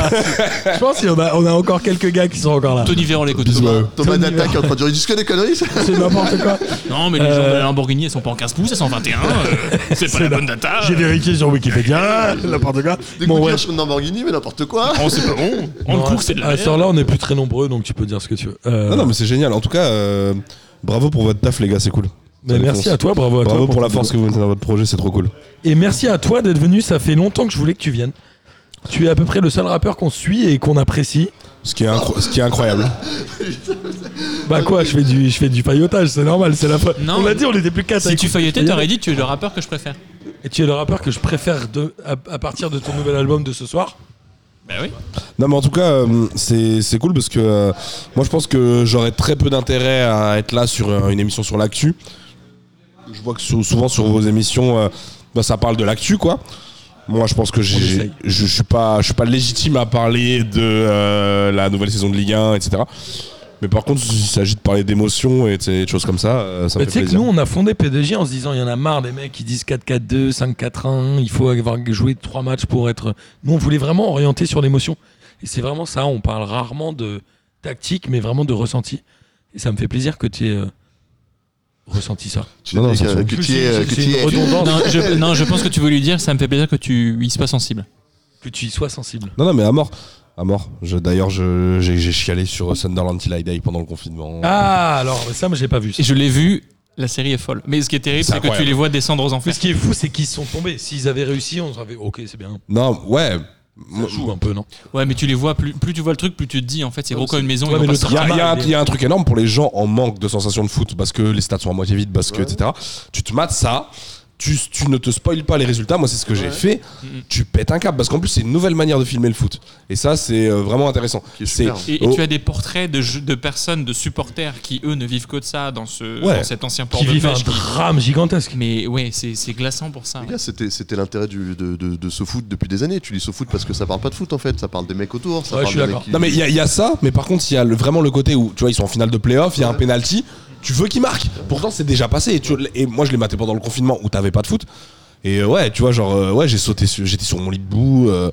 S3: Je pense qu'on a, on a encore quelques gars qui sont encore là.
S5: Tony Véran l'écoute.
S4: Thomas
S3: Tony
S4: Data qui est en train de dire Ils disent que des conneries. ça
S3: C'est n'importe quoi.
S5: Non, mais les gens de
S3: Euh,
S5: la Lamborghini, elles sont pas en 15 pouces, elles sont en 21. euh, c'est pas la bonne data.
S3: J'ai vérifié sur
S5: Ah,
S3: Wikipédia, Ah, n'importe quoi.
S4: Des
S3: Bon,
S4: coups de
S3: ouais.
S4: cœur sur une Lamborghini, mais n'importe quoi.
S5: Oh, c'est pas bon. On le
S3: Non,
S5: prouve, c'est de la
S3: À
S5: merde.
S3: ce là on n'est plus très nombreux, donc tu peux dire ce que tu veux. Euh,
S6: Non, non, mais c'est génial. En tout cas, euh, bravo pour votre taf, les gars, c'est cool.
S3: mais
S6: Ça
S3: merci
S6: défonce.
S3: à toi, bravo à toi.
S6: Bravo pour la
S3: ton
S6: force que vous mettez dans votre projet, c'est trop cool.
S3: Et merci à toi d'être venu, ça fait longtemps que je voulais que tu viennes. Tu es à peu près le seul rappeur qu'on suit et qu'on apprécie.
S6: Ce qui est, incro- ce qui est incroyable.
S3: Bah quoi, je fais du, je fais du paillotage, c'est normal, c'est la fin.
S5: Non,
S3: on l'a
S5: mais-
S3: dit, on était plus quatre. à
S5: Si tu
S3: écouter
S5: faillotais,
S3: Fayette.
S5: t'aurais dit tu es le rappeur que je préfère.
S3: Et tu es le rappeur que je préfère de, à, à partir de ton nouvel album de ce soir.
S5: Bah oui.
S6: Non, mais en tout cas, euh, c'est c'est cool parce que euh, moi, je pense que j'aurais très peu d'intérêt à être là sur euh, une émission sur l'actu. Je vois que sou- souvent sur vos émissions, euh, bah, ça parle de l'actu, quoi. Moi, je pense que j'ai-
S3: essaye.
S6: je je suis pas, je suis pas légitime à parler de euh, la nouvelle saison de Ligue 1, etc. Mais par contre, s'il s'agit de parler d'émotions et de ces choses comme ça, euh, ça me
S3: Mais
S6: fait
S3: tu sais que
S6: plaisir.
S3: nous, on a fondé PDG en se disant, il y en a marre des mecs qui disent 4-4-2, 5-4-1, il faut avoir joué trois matchs pour être... Nous, on voulait vraiment orienter sur l'émotion. Et c'est vraiment ça, on parle rarement de tactique, mais vraiment de ressenti. Et ça me fait plaisir que tu aies euh, ressenti ça.
S4: Tu
S6: Non, non,
S4: dis
S6: ça
S4: que-
S6: se
S4: que
S3: C'est-
S4: tu es, euh,
S3: c'est-
S4: que
S3: c'est
S4: tu
S3: une
S4: es-
S3: redondance.
S5: Non je, non, je pense que tu veux lui dire, ça me fait plaisir que tu y sois pas sensible.
S3: que tu y sois sensible.
S6: Non, non, mais à mort. À mort. Je- D'ailleurs, je- j'ai j'ai chialé sur Sunderland Till I Die pendant le confinement.
S3: Ah, alors, mais ça, moi, j'ai pas vu. ça.
S5: Et je l'ai vu, la série est folle. Mais ce qui est terrible,
S6: C'est
S5: c'est que tu
S6: incroyable.
S5: les vois descendre aux
S3: Mais
S5: enfers.
S3: ce qui est fou, c'est qu'ils sont tombés. S'ils avaient réussi, on serait. Ok, c'est bien.
S6: Non, ouais.
S3: On joue un peu, non
S5: Ouais, mais tu les vois, plus, plus tu vois le truc, plus tu te dis en fait, c'est gros comme une maison.
S3: Ouais,
S5: ils vont
S3: mais
S5: pas
S3: le
S5: sortir.
S6: Il y, a- il y a un-
S3: Travail,
S6: il y a un truc énorme pour les gens en manque de sensation de foot parce que les stats sont à moitié vides, parce que,
S4: Ouais.
S6: etc. Tu te mates ça, tu, tu ne te spoiles pas les résultats. Moi, c'est ce que j'ai
S4: Ouais.
S6: fait.
S5: Mhm.
S6: Tu pètes un câble parce qu'en plus, c'est une nouvelle manière de filmer le foot. Et ça, c'est euh, vraiment intéressant.
S4: Qui est
S6: C'est
S4: super. hein.
S5: Et, et
S6: Oh.
S5: tu as des portraits de, jeux- de personnes, de supporters qui eux ne vivent que de ça dans, ce,
S6: Ouais.
S5: dans cet ancien port
S3: Qui
S5: de
S3: vivent un
S5: pêche.
S3: drame gigantesque.
S5: Mais ouais, c'est c'est glaçant pour ça.
S4: Les
S5: ouais.
S4: gars, c'était, c'était l'intérêt du- de, de- de ce foot depuis des années. Tu lis ce foot parce que ça parle pas de foot en fait, ça parle des mecs autour. Ça
S3: Ouais,
S4: parle
S3: je suis
S4: des
S3: d'accord.
S4: mecs qui-
S6: Non mais il y, a- il y a ça, mais par contre il y a le- vraiment le côté où tu vois ils sont en finale de playoff, il y a un
S4: Ouais.
S6: penalty, tu veux qu'ils marquent. Pourtant c'est déjà passé. Et, tu- et moi je les matais pendant le confinement où t'avais pas de foot. Et euh, ouais, tu vois, genre, euh, ouais, j'ai sauté, sur- j'étais sur mon lit de boue, euh,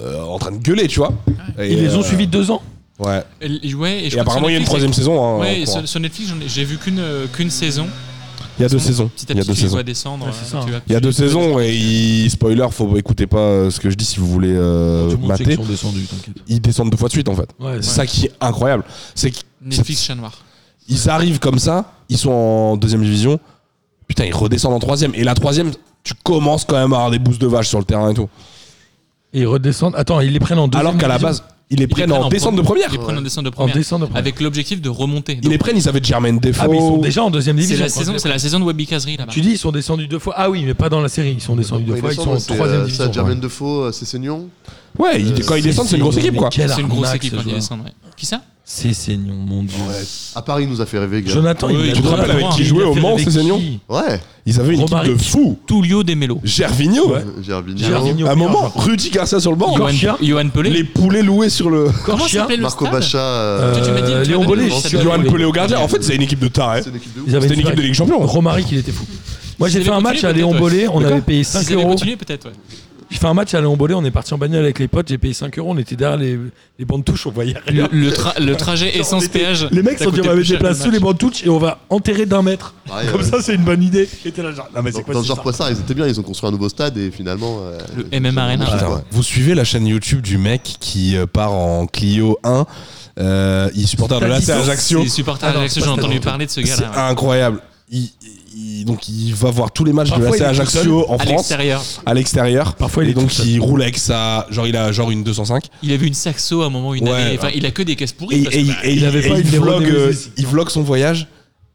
S6: euh, en train de gueuler, tu vois. Et,
S3: Ils les ont
S6: euh,
S3: suivis deux ans.
S6: Ouais.
S5: Et, ouais, et je
S6: Et
S5: crois que
S6: apparemment il y a une
S5: sur
S6: troisième
S5: Netflix,
S6: saison. hein,
S5: Ouais,
S6: en
S5: et
S6: cours.
S5: sur, sur Netflix, j'en ai- j'ai vu qu'une euh, qu'une saison.
S6: il y a deux
S5: Petit à
S6: saisons.
S5: petit,
S6: Il y a deux
S5: tu les
S6: saisons.
S5: vois descendre.
S3: Ouais, c'est
S5: euh,
S3: ça.
S5: tu vas-
S6: Il y a deux
S5: tu vas
S6: saisons
S5: descendre.
S6: et il- spoiler, faut écouter pas euh, ce que je dis si vous voulez euh,
S3: Tout le monde sait qu'ils
S6: mater.
S3: sont descendus, t'inquiète.
S6: Ils descendent deux fois de suite en fait.
S3: Ouais,
S6: C'est ça qui est incroyable. C'est que
S5: Netflix chat noir.
S6: Ils arrivent comme ça, ils sont en deuxième division. Putain, ils redescendent en troisième. Et la troisième, tu commences quand même à avoir des bouses de vache sur le terrain et tout.
S3: Et ils redescendent. Attends, ils les prennent en deux.
S6: Alors qu'à la base, ils les prennent en descente de
S5: Ils les
S6: première.
S5: prennent en descente de
S3: En
S5: première.
S3: descendant de première.
S5: Avec l'objectif de remonter.
S6: Ils
S5: Donc,
S6: les prennent, ils avaient Jermaine Defoe.
S3: Ah, mais ils sont déjà en deuxième
S5: C'est
S3: division.
S5: la
S3: quoi.
S5: saison, c'est la saison de Webby Kazri là-bas.
S3: Tu dis, ils sont descendus deux fois. Ah oui, mais pas dans la série. Ils sont descendus deux
S4: Ouais,
S3: fois. Ils sont
S4: descendent,
S3: en
S4: c'est,
S3: troisième
S4: euh,
S3: division.
S4: Ça, Jermaine Defoe, euh, c'est Seignon.
S6: Ouais, ils-
S4: Euh,
S6: quand ils descendent, c'est une grosse équipe quoi.
S5: C'est une grosse équipe quand ils descendent. ouais. Qui ça
S3: C'est Seignon, mon dieu.
S4: À Paris, il nous a fait rêver, gars.
S3: Jonathan,
S5: Ouais,
S3: il a
S5: tu
S6: te
S3: droit à
S6: rappelles avec
S3: droit,
S6: qui
S3: hein.
S6: jouait
S3: Il a
S6: au
S3: fait
S6: Mans,
S3: avec
S6: c'est Seignon
S3: qui
S4: Ouais.
S6: Ils avaient une équipe
S3: Romaric.
S6: de fou.
S5: Tullio De Melo.
S6: Gervinho.
S3: Ouais.
S4: Gervinho.
S3: Gervinho,
S6: À un
S3: meilleur
S6: moment,
S3: joueur.
S6: Rudy Garcia sur le banc.
S3: Encore chien.
S5: Johan Johan Pelé.
S6: Les poulets loués sur le.
S5: Comment
S3: Corchia.
S5: s'appelait le
S4: Marco
S5: stade
S4: Bacha. euh,
S5: tu m'as dit- tu
S3: Euh,
S5: m'as
S3: Léon
S5: donné
S3: Bollet.
S5: le nom,
S3: je sais
S5: c'est
S3: pas.
S6: Johan
S5: Pelé.
S6: Pelé au gardien. En fait, c'est une équipe de taré.
S4: C'est une équipe de ouf.
S3: Ils avaient
S6: C'était une
S3: super-
S6: équipe de Ligue Champion.
S3: Romaric, il était fou. Moi, j'ai
S5: Ils
S3: fait un
S5: avaient
S3: match à
S5: continué,
S3: Léon
S5: peut-être,
S3: Bollet. On
S6: D'accord.
S3: avait payé
S5: S'ils
S3: 5
S5: avaient
S3: euros.
S5: continué peut-être, ouais.
S3: J'ai fait un match à Léon Bollet. On est parti en bagnole avec les potes. J'ai payé 5 euros. On était derrière les, les bandes touches. On voyait
S5: Le,
S3: rien.
S5: le tra- le trajet essence péage.
S3: Les mecs
S5: ça
S3: sont dit on va
S5: coûtait plus
S3: mettre des
S5: cher que le
S3: places sous les
S5: match.
S3: bandes touches et on va enterrer d'un mètre.
S4: Ouais,
S3: Comme
S4: ouais.
S3: ça, c'est une bonne idée. J'étais là, genre, non, mais c'est
S4: euh, Dans,
S3: quoi
S4: dans
S3: ce
S4: genre
S3: bizarre
S4: Poissard, ils étaient bien, ils ont construit un nouveau stade et finalement. euh,
S5: Le MM Arena.
S4: je sais
S6: Putain,
S4: pas.
S6: Vous suivez la chaîne YouTube du mec qui euh, part en Clio 1. euh, il est supporter de
S3: T'as dit
S6: l'AC
S3: ça,
S6: Ajaccio.
S5: C'est les supporters
S3: Ah non,
S5: d'Ajaccio,
S3: c'est
S5: j'ai
S3: pas
S5: entendu
S3: Stade
S5: parler de ce
S6: C'est
S5: gars-là. ouais.
S6: incroyable. Il, il- donc il va voir tous les matchs
S3: Parfois, il
S6: de
S3: est
S6: l'AC
S3: tout
S6: Ajaccio en
S5: À
S6: France
S5: l'extérieur.
S6: à l'extérieur.
S3: Parfois, il
S6: et
S3: est tout
S6: donc
S3: seul.
S6: il roule avec sa genre il a genre une 205
S5: Il avait une saxo à un moment, une
S6: Ouais,
S5: année.
S6: ouais.
S5: Enfin, il a que des caisses
S6: et,
S5: pourries. parce
S6: et- et-
S5: que, bah,
S6: et-
S3: il avait
S6: et
S3: pas
S6: il
S3: une
S6: vlogue
S3: Renault
S6: euh,
S3: Nemesis.
S6: il vlogue son voyage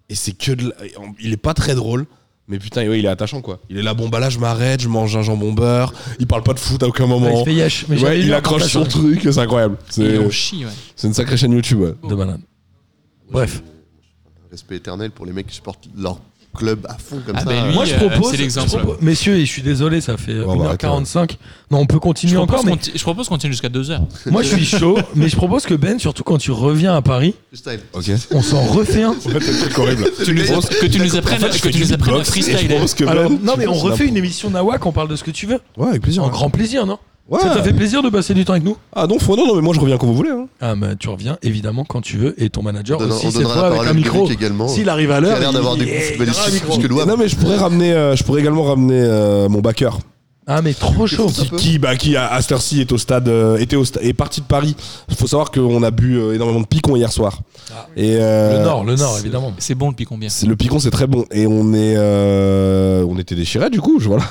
S6: et c'est que de la- il est pas très drôle mais putain ouais, il est attachant quoi. Il est là bon bah là je m'arrête, je mange un jambon beurre, il parle pas de foot à aucun
S3: Ouais, il
S6: moment.
S3: se fait yesh, mais
S6: Ouais,
S3: j'avais lu
S6: il
S3: un
S6: accroche
S3: reportage
S6: son
S3: sur-
S6: truc, c'est incroyable.
S5: il
S6: C'est
S5: en chie, ouais.
S6: c'est une sacrée chaîne YouTube. ouais.
S3: De malade. Bref.
S4: J'ai un Respect éternel pour les mecs qui supportent leur club à fond comme
S5: Ah
S4: ça.
S5: ben, lui,
S3: Moi, je
S5: euh,
S3: propose,
S5: c'est l'exemple.
S3: je propose- Messieurs, et je suis désolé, ça fait euh,
S4: bah,
S6: On va
S3: 1h45. Non, on peut
S5: Je
S3: continuer
S5: propose,
S3: encore, mais
S5: qu'on ti- je propose qu'on tienne jusqu'à 2 heures.
S3: moi, je suis chaud. Mais je propose que Ben, surtout quand tu reviens à Paris,
S4: Freestyle.
S6: Ok.
S3: on s'en refait un.
S6: Ouais, t'as un truc horrible.
S5: Tu nous- que tu nous apprennes, que tu nous apprennes à freestyler.
S3: Alors,
S4: Ben,
S3: non, mais on refait une émission Nawak, on parle de ce que tu veux.
S6: Ouais, avec plaisir. hein.
S3: Un grand plaisir, non
S6: Ouais.
S3: Ça t'a fait plaisir de passer du temps avec nous
S6: Ah non, faut- non, non, mais moi je reviens quand vous voulez. hein.
S3: Ah, bah, tu reviens évidemment quand tu veux, et ton manager
S4: On donnera-
S3: aussi,
S4: on
S3: cette
S4: donnera
S3: fois,
S4: la
S3: avec
S4: parole
S3: un
S4: au
S3: micro.
S4: public également.
S3: S'il arrive à
S4: Qui a
S3: l'heure,
S4: l'air
S3: il-
S4: d'avoir des
S3: il-
S4: coups
S3: il aura un
S4: balistiques
S3: Ah, micro.
S4: plus que nous.
S6: Non, mais je pourrais ramener, euh, je pourrais également ramener euh, mon backer
S3: Ah, mais trop chaud.
S6: qui, qui, bah, qui à, à cette heure-ci est au stade, euh, était au sta- est parti de Paris. Faut savoir qu'on a bu euh, énormément de picon hier soir. Et, euh,
S3: Ah. Le Nord, le Nord, évidemment.
S5: C'est bon le pic combien
S6: C'est- Le picon, c'est très bon. Et on est, euh, on était déchirés du coup, je voilà.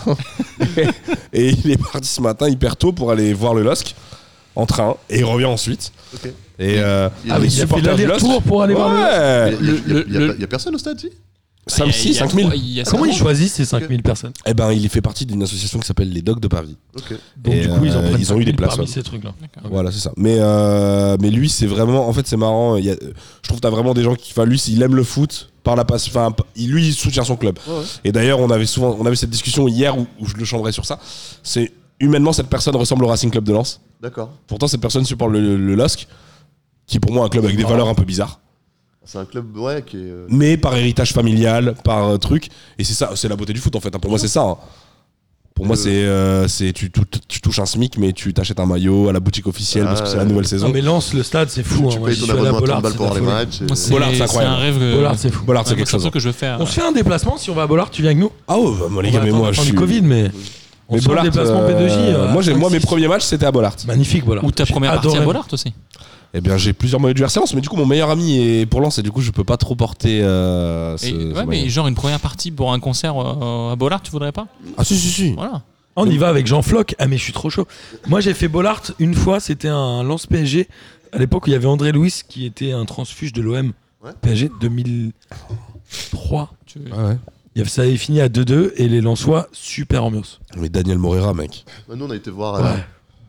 S6: et il est parti ce matin hyper tôt pour aller voir le LOSC en train. Et il revient ensuite.
S4: Ok.
S6: Et euh,
S4: Il y a-
S3: Ah, mais
S4: il
S3: il a fait
S6: supporters du
S3: l'aller-retour
S6: LOSC.
S3: pour aller voir le.
S6: ouais.
S4: Il y a- il y a-
S5: le-
S4: il y a-
S5: le-
S4: il y a personne au stade, si
S5: Ah, Il y a-
S6: 5
S5: il y a
S6: 5000.
S5: trois- il y a
S3: Comment ils
S5: cinq-
S3: choisissent ces 5000 personnes
S6: Eh ben, il fait partie d'une association qui s'appelle les Dogs de Paris.
S4: Ok.
S3: Donc,
S6: Et,
S3: du coup, ils, en
S6: euh,
S3: prennent
S6: ils ont eu des
S3: 5000
S6: places,
S3: parmi
S4: hein.
S6: ouais.
S3: ces trucs-là.
S5: D'accord.
S6: Voilà, c'est ça. Mais, euh, mais lui, c'est vraiment. En fait, c'est marrant. Il y a- je trouve que t'as vraiment des gens qui. Enfin, lui, il aime le foot par la passe. Enfin, il- lui, il soutient son club.
S4: Ouais, ouais.
S6: Et d'ailleurs, on avait souvent, on avait cette discussion hier où, où je le chambrais sur ça. C'est humainement, cette personne ressemble au Racing Club de Lens.
S4: D'accord.
S6: Pourtant, cette personne supporte le, le LOSC, qui est pour moi un club avec des valeurs un peu bizarres.
S4: C'est un club, ouais, qui est. euh,
S6: Mais par héritage familial, par euh, truc. Et c'est ça, c'est la beauté du foot en fait. hein. Pour moi, c'est ça. hein. Pour moi,
S4: Euh.
S6: c'est euh, c'est- tu, tu- tu touches un SMIC, mais tu t'achètes un maillot à la boutique officielle parce que c'est la nouvelle saison.
S3: Non, Ah, mais Lance, le stade, c'est fou. hein.
S4: Tu
S3: Moi,
S4: payes
S3: j'y
S4: ton
S3: suis allé à
S4: abonnement à 30
S3: Bollard,
S4: balles
S3: c'est
S4: pour
S3: de la
S4: avoir les
S3: folie.
S4: matchs. et-
S5: Moi, c'est
S6: Bollard, c'est
S5: c'est
S6: incroyable.
S5: un rêve. que-
S3: Bollard, c'est fou.
S6: Bollard,
S5: Ouais,
S6: c'est
S5: moi,
S6: quelque chose.
S5: un truc que je veux faire.
S3: On se fait un déplacement si on va à Bollard, tu viens avec nous
S6: Ah ouais, bah, moi, les
S3: On
S6: gars,
S3: va
S6: mais
S3: attendre
S6: moi,
S3: la
S6: je
S3: fin du
S6: suis.
S3: Covid, mais on
S6: Mais
S3: se fait un
S6: Bollard,
S3: déplacement
S6: euh,
S3: P2J. euh, Bah.
S6: moi, j'ai- moi, mes
S3: 5-6.
S6: premiers matchs, c'était à Bollard.
S3: Magnifique, Bollard.
S5: Ou ta
S3: J'ai
S5: première partie à
S3: adoré.
S5: Bollard aussi.
S6: Eh bien, j'ai plusieurs maillots du RC Lens, mais du coup, mon meilleur ami est pour Lens, et du coup, je peux pas trop porter. euh, ce-
S5: Et-
S6: ce
S5: ouais,
S6: maillot.
S5: mais genre une première partie pour un concert euh, à Bollard, tu voudrais pas
S6: Ah, si, si, si.
S5: Voilà.
S3: On y va avec Jean Floc. Ah, mais je suis trop chaud. Moi, j'ai fait Bollard une fois, c'était un lance PSG. À l'époque, où il y avait André Louis qui était un transfuge de l'OM.
S4: Ouais.
S3: PSG 2003.
S5: Tu-
S6: Ouais, ouais.
S3: Il y avait- Ça avait fini à 2-2 et les Lensois, super ambiance.
S6: Mais Daniel Morera, mec.
S4: Ouais, Nous, on a été voir. euh,
S3: Ouais.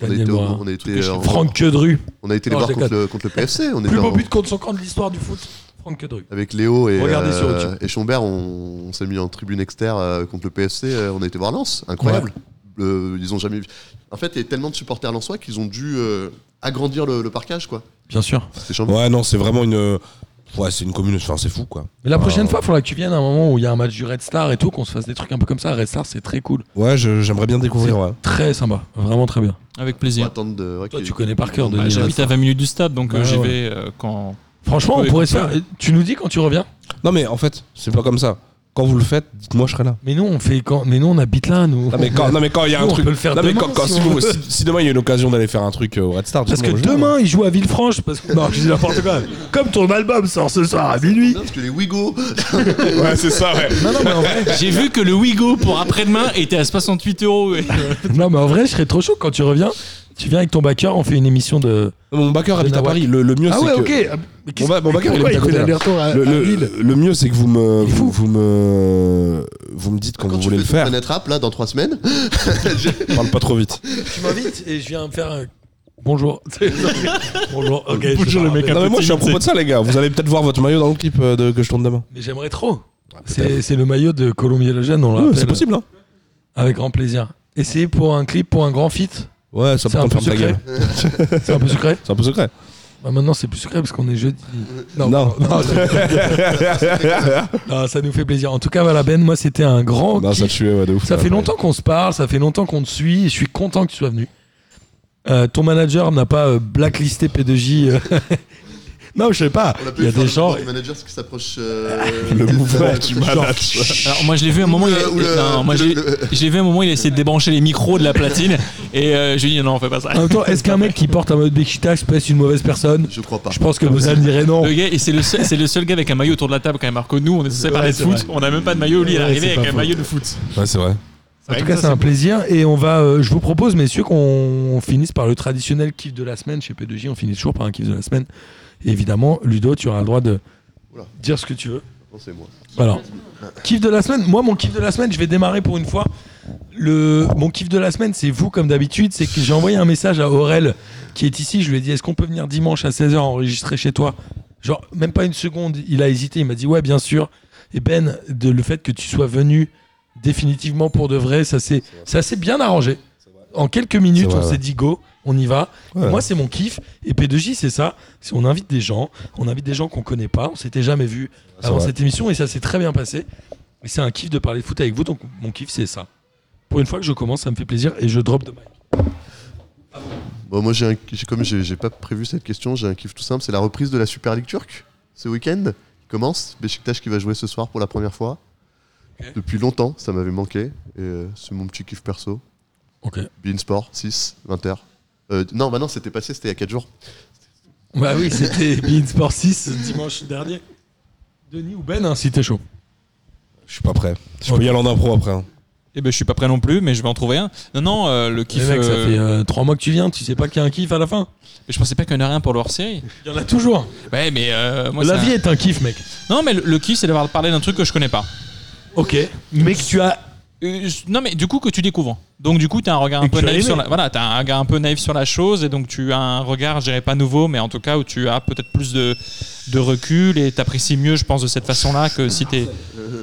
S4: on a
S3: Daniel
S4: été-
S3: Morin.
S4: on a été,
S5: les
S4: euh,
S3: Franck Quedru,
S4: on a été les
S3: Non,
S4: voir
S3: je
S4: contre le, contre le PFC. On était
S3: plus beau
S4: en-
S3: but contre son camp de l'histoire du foot. Franck Quedru.
S4: Avec Léo et,
S3: Regardez sur
S4: euh,
S3: YouTube.
S4: et Schombert, on, on s'est mis en tribune externe euh, contre le PFC. euh, on a été voir Lens. Incroyable. Le- ils ont jamais vu. En fait, il y a tellement de supporters lensois qu'ils ont dû euh, agrandir le, le parcage, quoi.
S3: Bien sûr.
S4: C'était chambé.
S6: Ouais, non, c'est vraiment une. Ouais, c'est une commune. Enfin, c'est fou, quoi.
S3: Mais la prochaine
S6: Ah.
S3: fois, il faudra que tu viennes à un moment où il y a un match du Red Star et tout, qu'on se fasse des trucs un peu comme ça. Red Star, c'est très cool.
S6: Ouais, je- j'aimerais bien découvrir, ouais.
S3: Très sympa. Vraiment très bien.
S5: Avec
S4: On va
S5: plaisir.
S4: attendre de- ouais,
S3: Toi,
S4: qu'il-
S3: tu connais par cœur,
S4: Bah,
S5: Bah,
S3: Denis. Red
S5: J'habite à
S3: Star.
S5: 20 minutes du stade, donc euh,
S3: Ouais,
S5: j'y
S3: ouais.
S5: vais euh, quand.
S3: Franchement, on
S5: Ouais,
S3: pourrait se
S5: écoute,
S3: faire. Tu nous dis quand tu reviens
S6: Non, mais en fait, c'est pas comme ça. Quand vous le faites, dites-moi, je serai là.
S3: Mais nous, on fait quand Ah, Mais nous, on habite là, nous.
S6: Non, mais quand non, mais quand il y a un
S3: Nous, on
S6: truc.
S3: peut le faire
S6: Non, mais
S3: demain,
S6: quand- quand-
S3: si
S6: si,
S3: on
S6: vous-
S3: veut.
S6: si- si demain il y a une occasion d'aller faire un truc euh, au Red Star,
S3: Parce que
S6: dites-moi, je-
S3: demain, il joue à Villefranche. Parce que... Non, je dis n'importe quoi. Comme ton album sort ce soir à minuit.
S4: Non, parce que les Ouigo,
S6: Ouais, c'est ça, ouais.
S3: Non, non, mais en vrai,
S5: J'ai vu que le Wigo pour après-demain était à 68 euros.
S3: non, mais en vrai, je serais trop chaud quand tu reviens. Tu viens avec ton backer, on fait une émission de.
S6: Mon backer habite à
S3: Nawak.
S6: Paris. Le, le mieux,
S3: Ah
S6: c'est
S3: ouais,
S6: que.
S3: ok. Ah, mais qu'est-ce-
S6: va- bon,
S3: mais
S6: backer, il
S3: pourquoi
S6: habite à côté, là.
S3: aller-retour à,
S6: Le,
S3: à
S6: le-
S3: Lille
S6: le mieux, c'est que vous me,
S3: Il est fou.
S6: vous, vous me, vous me dites quand,
S4: quand
S6: vous
S4: tu
S6: voulez
S4: fais
S6: le
S4: ton
S6: faire.
S4: planète rap, là, dans trois semaines,
S6: Parle pas trop vite.
S3: Tu m'invites et je viens me faire. un Bonjour. Bonjour. Ok. je
S5: Bonjour,
S3: vais
S5: le
S3: pas
S5: mec
S3: rappeler.
S6: Non, mais moi, je suis à
S5: timide,
S6: propos de ça, les gars. Vous allez peut-être voir votre maillot dans le clip euh, de- que je tourne demain.
S3: Mais j'aimerais trop. C'est c'est le maillot de Colombier Lejeune, on
S6: Ouais,
S3: l'appelle.
S6: c'est possible, hein
S3: Avec grand plaisir. Et c'est pour un clip, pour un grand feat.
S6: Ouais, ça
S3: C'est
S6: peut
S3: un
S6: t'en
S3: peu
S6: faire ta
S3: secret.
S6: gueule.
S3: C'est un peu secret.
S6: C'est un peu secret.
S3: Bah, maintenant, c'est plus secret parce qu'on est jeudi. Non,
S6: Non.
S3: non, non, Ah, ça nous fait plaisir. En tout cas, voilà, Ben, moi, c'était un grand.
S6: Non, Bah, ça
S3: kiff.
S6: te tuait, ouais, de ouf.
S3: Ça
S6: ouais,
S3: fait
S6: ouais.
S3: longtemps qu'on se parle, ça fait longtemps qu'on te suit. et Je suis content que tu sois venu. Euh, ton manager n'a pas euh, blacklisté P2J. euh, non, je sais pas.
S4: on a pu
S3: Il y a
S4: faire
S3: des
S4: le
S3: gens.
S4: mouvement du manager qui s'approche. euh,
S6: Le
S4: des-
S6: mouvement du
S4: Genre,
S6: manage.
S5: Alors moi je l'ai vu à un moment,
S4: Ou
S5: il
S4: le-
S5: a-
S4: ou le-
S5: non, moi,
S4: le-
S5: je l'ai-
S4: le-
S5: je l'ai vu à un moment, il a essayé de débrancher les micros de la platine et euh, je lui ai dit non, on fait pas ça.
S3: En même temps, est-ce qu'un mec qui porte un mode Bekita se passe une mauvaise personne
S4: Je crois pas.
S3: Je pense que vous allez me direz non.
S5: Le gars, et c'est le, seul- c'est le seul gars avec un maillot autour de la table quand même, alors que nous on est censé parler de
S3: c'est
S5: foot,
S3: vrai.
S5: on a même pas de maillot, lui il est
S3: Ouais, c'est
S5: arrivé avec
S3: pas
S5: un
S3: faux.
S5: maillot de foot.
S6: Ouais, c'est vrai.
S3: En tout cas, c'est un plaisir et on va. euh, je vous propose, messieurs, qu'on finisse par le traditionnel kiff de la semaine chez P2J. On finit toujours par un kiff de la semaine. Et évidemment, Ludo, tu auras le droit de
S4: Oula.
S3: dire ce que tu veux.
S4: Non, c'est moi.
S3: Alors, kiff de la semaine. Moi, mon kiff de la semaine, je vais démarrer pour une fois. Le, mon kiff de la semaine, c'est vous, comme d'habitude. C'est que j'ai envoyé un message à Aurel, qui est ici. Je lui ai dit Est-ce qu'on peut venir dimanche à 16h enregistrer chez toi Genre, même pas une seconde, il a hésité, il m'a dit ouais, bien sûr. Et Ben, de, le fait que tu sois venu définitivement pour de vrai, ça s'est ça s'est bien arrangé. En quelques minutes,
S6: C'est vrai,
S3: on s'est
S6: ouais.
S3: dit go, on y va.
S6: Ouais.
S3: Moi, c'est mon kiff. Et P2J, c'est ça. C'est- On invite des gens, on invite des gens qu'on connaît pas, on s'était jamais vu
S6: C'est
S3: avant
S6: vrai.
S3: cette émission et ça s'est très bien passé. Et c'est un kiff de parler de foot avec vous, donc mon kiff, c'est ça. Pour une fois que je commence, ça me fait plaisir et je drop de mic.
S4: Bon, moi, j'ai un- j'ai- comme j'ai j'ai pas prévu cette question, j'ai un kiff tout simple. C'est la reprise de la Super League turque ce week-end. qui Commence Beşiktaş qui va jouer ce soir pour la première fois.
S3: Ok.
S4: Depuis longtemps, ça m'avait manqué. Et euh, c'est mon petit kiff perso.
S3: Ok.
S4: Beansport, 6, 20h. non, bah non, c'était passé, c'était il y a 4 jours.
S3: Bah oui, c'était Beansport 6 dimanche dernier. Denis ou Ben, hein, si t'es chaud.
S2: Je suis pas prêt. Je
S3: Ok.
S2: peux y aller en impro après. hein.
S5: Eh ben, je suis pas prêt non plus, mais je vais en trouver un. Non, non, euh, le
S3: Les
S5: kiff.
S3: mecs, Eh ça
S5: euh,
S3: fait hein. 3 mois que tu viens, tu sais pas qu'il y a un kiff à la fin.
S5: Je pensais pas qu'il y en aurait un pour le hors-série.
S3: Il y en a toujours.
S5: Ouais, mais euh, moi,
S3: la
S5: c'est un-
S3: vie est un kiff, mec.
S5: Non, mais le, le kiff, c'est d'avoir parlé d'un truc que je connais pas.
S3: Ok. Mais que tu as.
S5: Euh, non, mais du coup, que tu découvres. Donc, du coup, t'as un regard un
S3: Et
S5: peu
S3: tu as
S5: naïf
S3: aimé.
S5: sur la. Voilà, t'as un regard un peu naïf sur la chose, et donc tu as un regard, je dirais pas nouveau, mais en tout cas où tu as peut-être plus de, de recul et t'apprécies mieux, je pense, de cette façon-là que si t'es.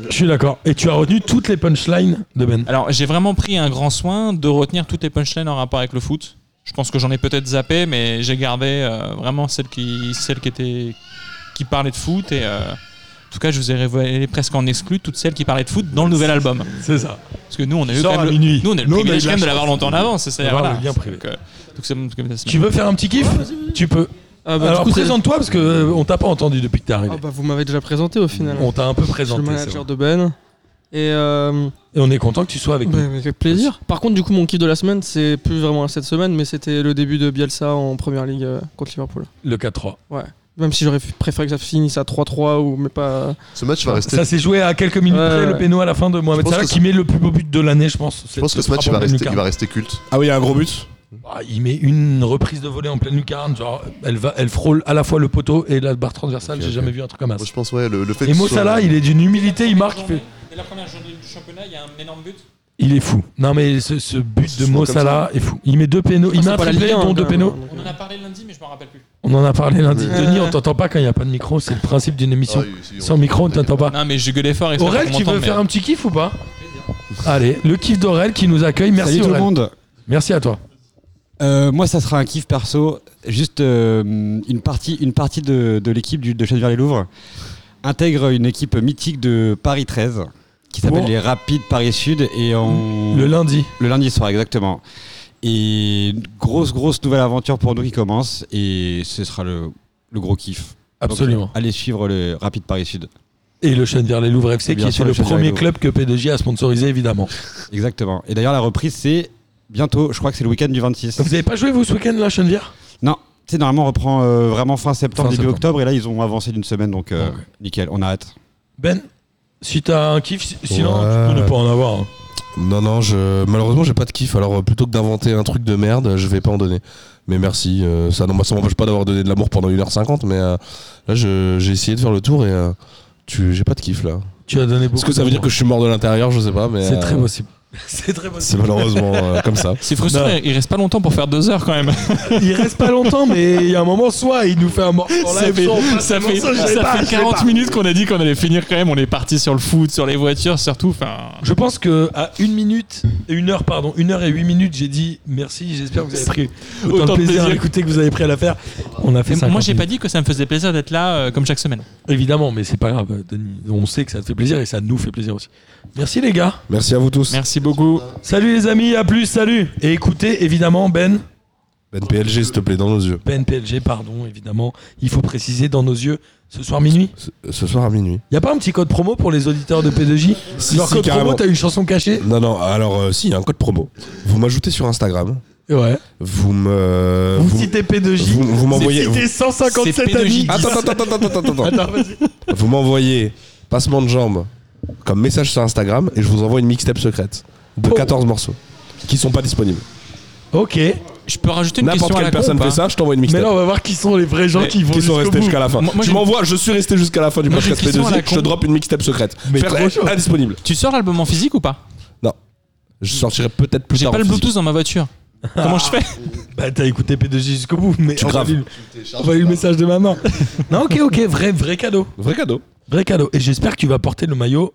S3: Je suis d'accord. Et tu as retenu toutes les punchlines de Ben.
S5: Alors, j'ai vraiment pris un grand soin de retenir toutes les punchlines en rapport avec le foot. Je pense que j'en ai peut-être zappé, mais j'ai gardé euh, vraiment celle qui, celle qui était, qui parlait de foot. Et euh, en tout cas, je vous ai révélé presque en exclu toutes celles qui parlaient de foot dans le nouvel album.
S3: C'est ça.
S5: Parce que nous, on a eu
S3: Sort
S5: quand même
S3: à
S5: le-
S3: minuit.
S5: nous, on a eu le
S3: Nous, on a
S5: privilège
S3: eu la
S5: quand même de
S3: chance.
S5: l'avoir longtemps en avance. C'est
S3: D'avoir
S5: voilà.
S3: le lien privé.
S5: Donc, euh, donc c'est donc ça se met.
S3: Tu veux faire un petit kiff Tu peux.
S8: Ah bah,
S3: Alors
S8: du coup, c'est-
S3: présente-toi parce que euh, on t'a pas entendu depuis que t'es arrivé.
S8: Ah bah, vous m'avez déjà présenté
S4: bah,
S8: au final.
S3: On t'a un peu
S8: Je suis le
S3: présenté. c'est
S8: manager de Ben. Et euh,
S3: vrai. Et on est content que tu sois avec
S8: bah,
S3: nous.
S8: avec plaisir. Par contre, du coup, mon kiff de la semaine, c'est plus vraiment cette semaine, mais c'était le début de Bielsa en première ligue euh, contre Liverpool.
S3: Le 4-3.
S8: Même si j'aurais préféré que ça finisse à 3-3 ou mais pas.
S4: Ce match va rester.
S3: Ça s'est joué à quelques minutes
S8: Ouais,
S3: près,
S8: ouais.
S3: le péno à la fin de Mohamed
S4: Je pense
S3: Salah
S4: que
S3: qui met le plus beau but de l'année, je pense.
S4: Je pense que ce match il va, rester, il va rester culte.
S2: Ah oui, il y a un gros but.
S3: Ah, il met une reprise de volée en pleine lucarne, genre elle va, elle frôle à la fois le poteau et la barre transversale.
S4: Ok,
S3: J'ai
S4: ok.
S3: jamais vu un truc comme
S4: Moi,
S3: ça.
S4: je pense, ouais, le, le fait
S3: Et
S4: que ce
S3: Mo
S4: soit-
S3: Salah, il est d'une humilité, il marque, il fait-
S5: Dès la première journée du championnat, il y a un énorme but.
S3: il est fou. Non mais ce, ce but de
S4: se
S3: Mo
S4: joue comme ça.
S3: Salah est fou. Il met deux pénaux, il met un
S8: Ah, c'est pas la
S3: triplé,
S8: Ligue 1,
S3: dont
S8: quand
S3: deux
S8: même,
S3: pénaux.
S8: donc, euh,
S5: a parlé lundi, mais je m'en rappelle plus.
S3: On en a parlé lundi.
S8: Ouais.
S3: Denis, on t'entend pas quand il n'y a pas de micro, c'est le principe d'une
S4: Ah,
S3: émission.
S4: oui, si,
S3: Sans micro, on t'entend pas.
S5: Non, mais j'ai gueulé fort. et ça
S3: Aurel,
S5: fait qu'on
S3: tu veux
S5: m'entende,
S3: faire
S5: mais- euh,
S3: un petit kiff ou pas Allez, le kiff d'Aurel qui nous accueille. Merci
S10: Salut tout le
S3: Aurel.
S10: monde.
S3: Merci à toi.
S10: Euh, moi, ça sera un kiff perso. Juste euh, une partie, une partie de, de l'équipe du- de Château-Vers-les-Louvres intègre une équipe mythique de Paris 13 qui s'appelle
S3: Bon.
S10: les Rapides Paris Sud et on...
S3: Le lundi.
S10: le lundi soir exactement. Et une grosse grosse nouvelle aventure pour nous qui commence et ce sera le, le gros kiff. Donc,
S3: Absolument.
S10: allez suivre le Rapide Paris Sud.
S3: Et le Chenvier les Louvres FC,
S10: Et
S3: qui
S10: Eh bien
S3: est
S10: sûr,
S3: le
S10: le Chenvier-les-Louvres.
S3: premier club que P2J a sponsorisé, évidemment.
S10: Exactement. Et d'ailleurs la reprise c'est bientôt. Je crois que c'est le week-end du 26.
S3: Vous n'avez pas joué, vous, ce week-end, là, Chenvière
S10: Non, tu sais, normalement, on reprend euh, vraiment fin septembre,
S3: Fin
S10: début
S3: septembre.
S10: octobre, et là, ils ont avancé d'une semaine, donc euh,
S3: Ok.
S10: nickel, on a hâte.
S3: Ben, si t'as un kiff, si- sinon,
S2: Ouais.
S3: tu peux ne pas en avoir. hein.
S2: Non, non, je... malheureusement, j'ai pas de kiff. Alors, euh, plutôt que d'inventer un truc de merde, je vais pas en donner. Mais merci. euh, ça non, moi, ça m'empêche pas d'avoir donné de l'amour pendant 1h50, mais euh, là, je- j'ai essayé de faire le tour et euh, tu... j'ai pas de kiff là.
S3: Tu as donné beaucoup.
S2: Est-ce que ça veut dire que je suis mort de l'intérieur Je sais pas, mais.
S3: C'est
S2: euh,
S3: très possible. C'est très
S2: C'est
S3: possible.
S2: malheureusement euh, comme ça.
S5: C'est frustrant,
S3: Non.
S5: il reste pas longtemps pour faire deux heures quand même.
S3: Il reste pas longtemps, mais il y a un moment, soit il nous fait un morceau en live, soit on passe
S5: ça
S3: un
S5: fait,
S3: morceau, je
S5: ça
S3: sais
S5: fait
S3: pas, je sais
S5: 40
S3: pas.
S5: minutes qu'on a dit qu'on allait finir quand même. On est parti sur le foot, sur les voitures, surtout. Enfin,
S3: Je pense que à une minute, et une heure, pardon, une heure et huit minutes, j'ai dit merci, j'espère que vous avez pris autant, de plaisir, à l'écouter que vous avez pris à la faire. On a fait ça.
S5: moi, j'ai pas dit que ça me faisait plaisir d'être là euh, comme chaque semaine.
S3: Évidemment, mais c'est pas grave, Denis. On sait que ça te fait plaisir et ça nous fait plaisir aussi. Merci les gars.
S2: Merci à vous tous.
S5: Merci beaucoup.
S3: Salut les amis, à plus, salut. Et écoutez, évidemment, Ben,
S2: Ben PLG, s'il te plaît, dans nos yeux.
S3: Ben PLG, pardon, évidemment, il faut préciser dans nos yeux, ce soir minuit.
S2: Ce- Ce soir à minuit.
S3: Y a pas un petit code promo pour les auditeurs de P2J
S2: Si,
S3: Leur
S2: si,
S3: code
S2: carrément.
S3: promo, t'as une chanson cachée
S2: Non, non, alors, euh, si, il y a un code promo. Vous m'ajoutez sur Instagram.
S3: Ouais.
S2: Vous me.
S3: vous, citez P2J.
S2: Euh, vous- vous m'envoyez-
S3: Vous citez 157
S5: C'est
S3: amis.
S5: P2J.
S2: Attends, attends, attends, attends, attends, attends.
S3: Attends, vas-y.
S2: Vous m'envoyez passement de jambes comme message sur Instagram et je vous envoie une mixtape secrète de
S3: Oh.
S2: 14 morceaux qui sont pas disponibles.
S3: Ok.
S5: Je peux rajouter une question
S2: N'importe
S5: à la hein.
S2: quelle
S5: con,
S2: personne
S5: ou pas
S2: fait ça, je t'envoie une
S3: Mais
S2: mixtape.
S3: là, on va voir qui sont les vrais gens
S5: Mais
S3: qui vont
S2: qui sont
S3: jusqu'au
S2: restés
S3: bout.
S2: jusqu'à la fin.
S5: Moi, moi,
S2: tu
S5: j'ai-
S2: m'envoies, je suis resté jusqu'à la fin du
S5: Moi, j'ai
S2: podcast
S5: une question à la
S2: P2I, je te
S5: con.
S2: drop une mixtape secrète.
S3: Mais
S2: Faire
S3: trop chaud.
S2: indisponible.
S5: Tu sors l'album en physique ou pas
S2: Je sortirai peut-être plus
S5: J'ai
S2: tard. en
S5: pas le
S2: physique.
S5: Bluetooth dans ma voiture. Comment je fais
S3: Bah t'as écouté P2J jusqu'au bout, mais
S6: Tu
S3: on va
S6: graves.
S3: lui- on va lui le message de ma main. non, ok, ok, vrai, vrai cadeau.
S6: Vrai cadeau.
S3: Vrai cadeau. Et j'espère que tu vas porter le maillot,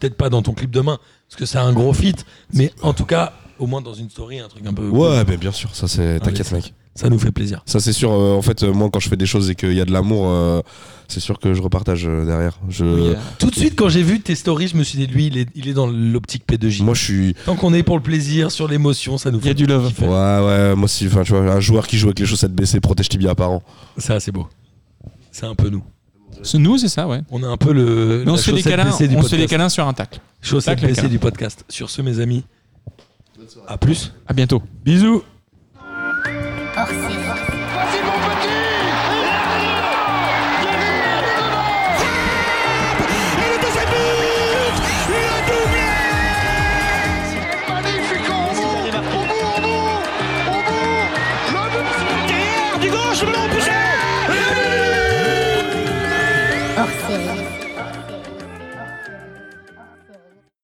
S3: peut-être pas dans ton clip demain, parce que c'est un gros fit, mais en tout cas, au moins dans une story, un truc un peu.
S6: Ouais, ben bien sûr, ça c'est. T'inquiète, mec.
S3: Ça nous fait plaisir.
S6: Ça c'est sûr. euh, en fait, euh, moi, quand je fais des choses et qu'il y a de l'amour, euh, c'est sûr que je repartage euh, derrière. Je,
S3: hein. Tout de suite, quand j'ai vu tes stories, je me suis dit, lui, il est, il est dans l'optique P2J.
S6: moi, je suis.
S3: Tant qu'on est pour le plaisir, sur l'émotion, ça nous fait.
S5: Il y a du love.
S3: kiffer.
S6: Ouais, ouais. Moi, si, enfin, tu vois, un joueur qui joue avec les chaussettes baissées protège tibia par an.
S3: Ça, c'est beau. C'est un peu nous.
S5: C'est Nous, c'est ça, ouais.
S3: On a un peu le.
S5: Mais on
S3: la
S5: se fait des
S3: chaussette
S5: câlins,
S3: baissée du
S5: on se fait des
S3: podcast.
S5: câlins sur un tacle.
S3: Chaussette
S5: Tacle,
S3: baissée
S5: câlin.
S3: du podcast. Sur ce, mes amis, à plus.
S5: À bientôt.
S3: Bisous.
S11: hors série.
S1: Derrière, du gauche, le ballon poussé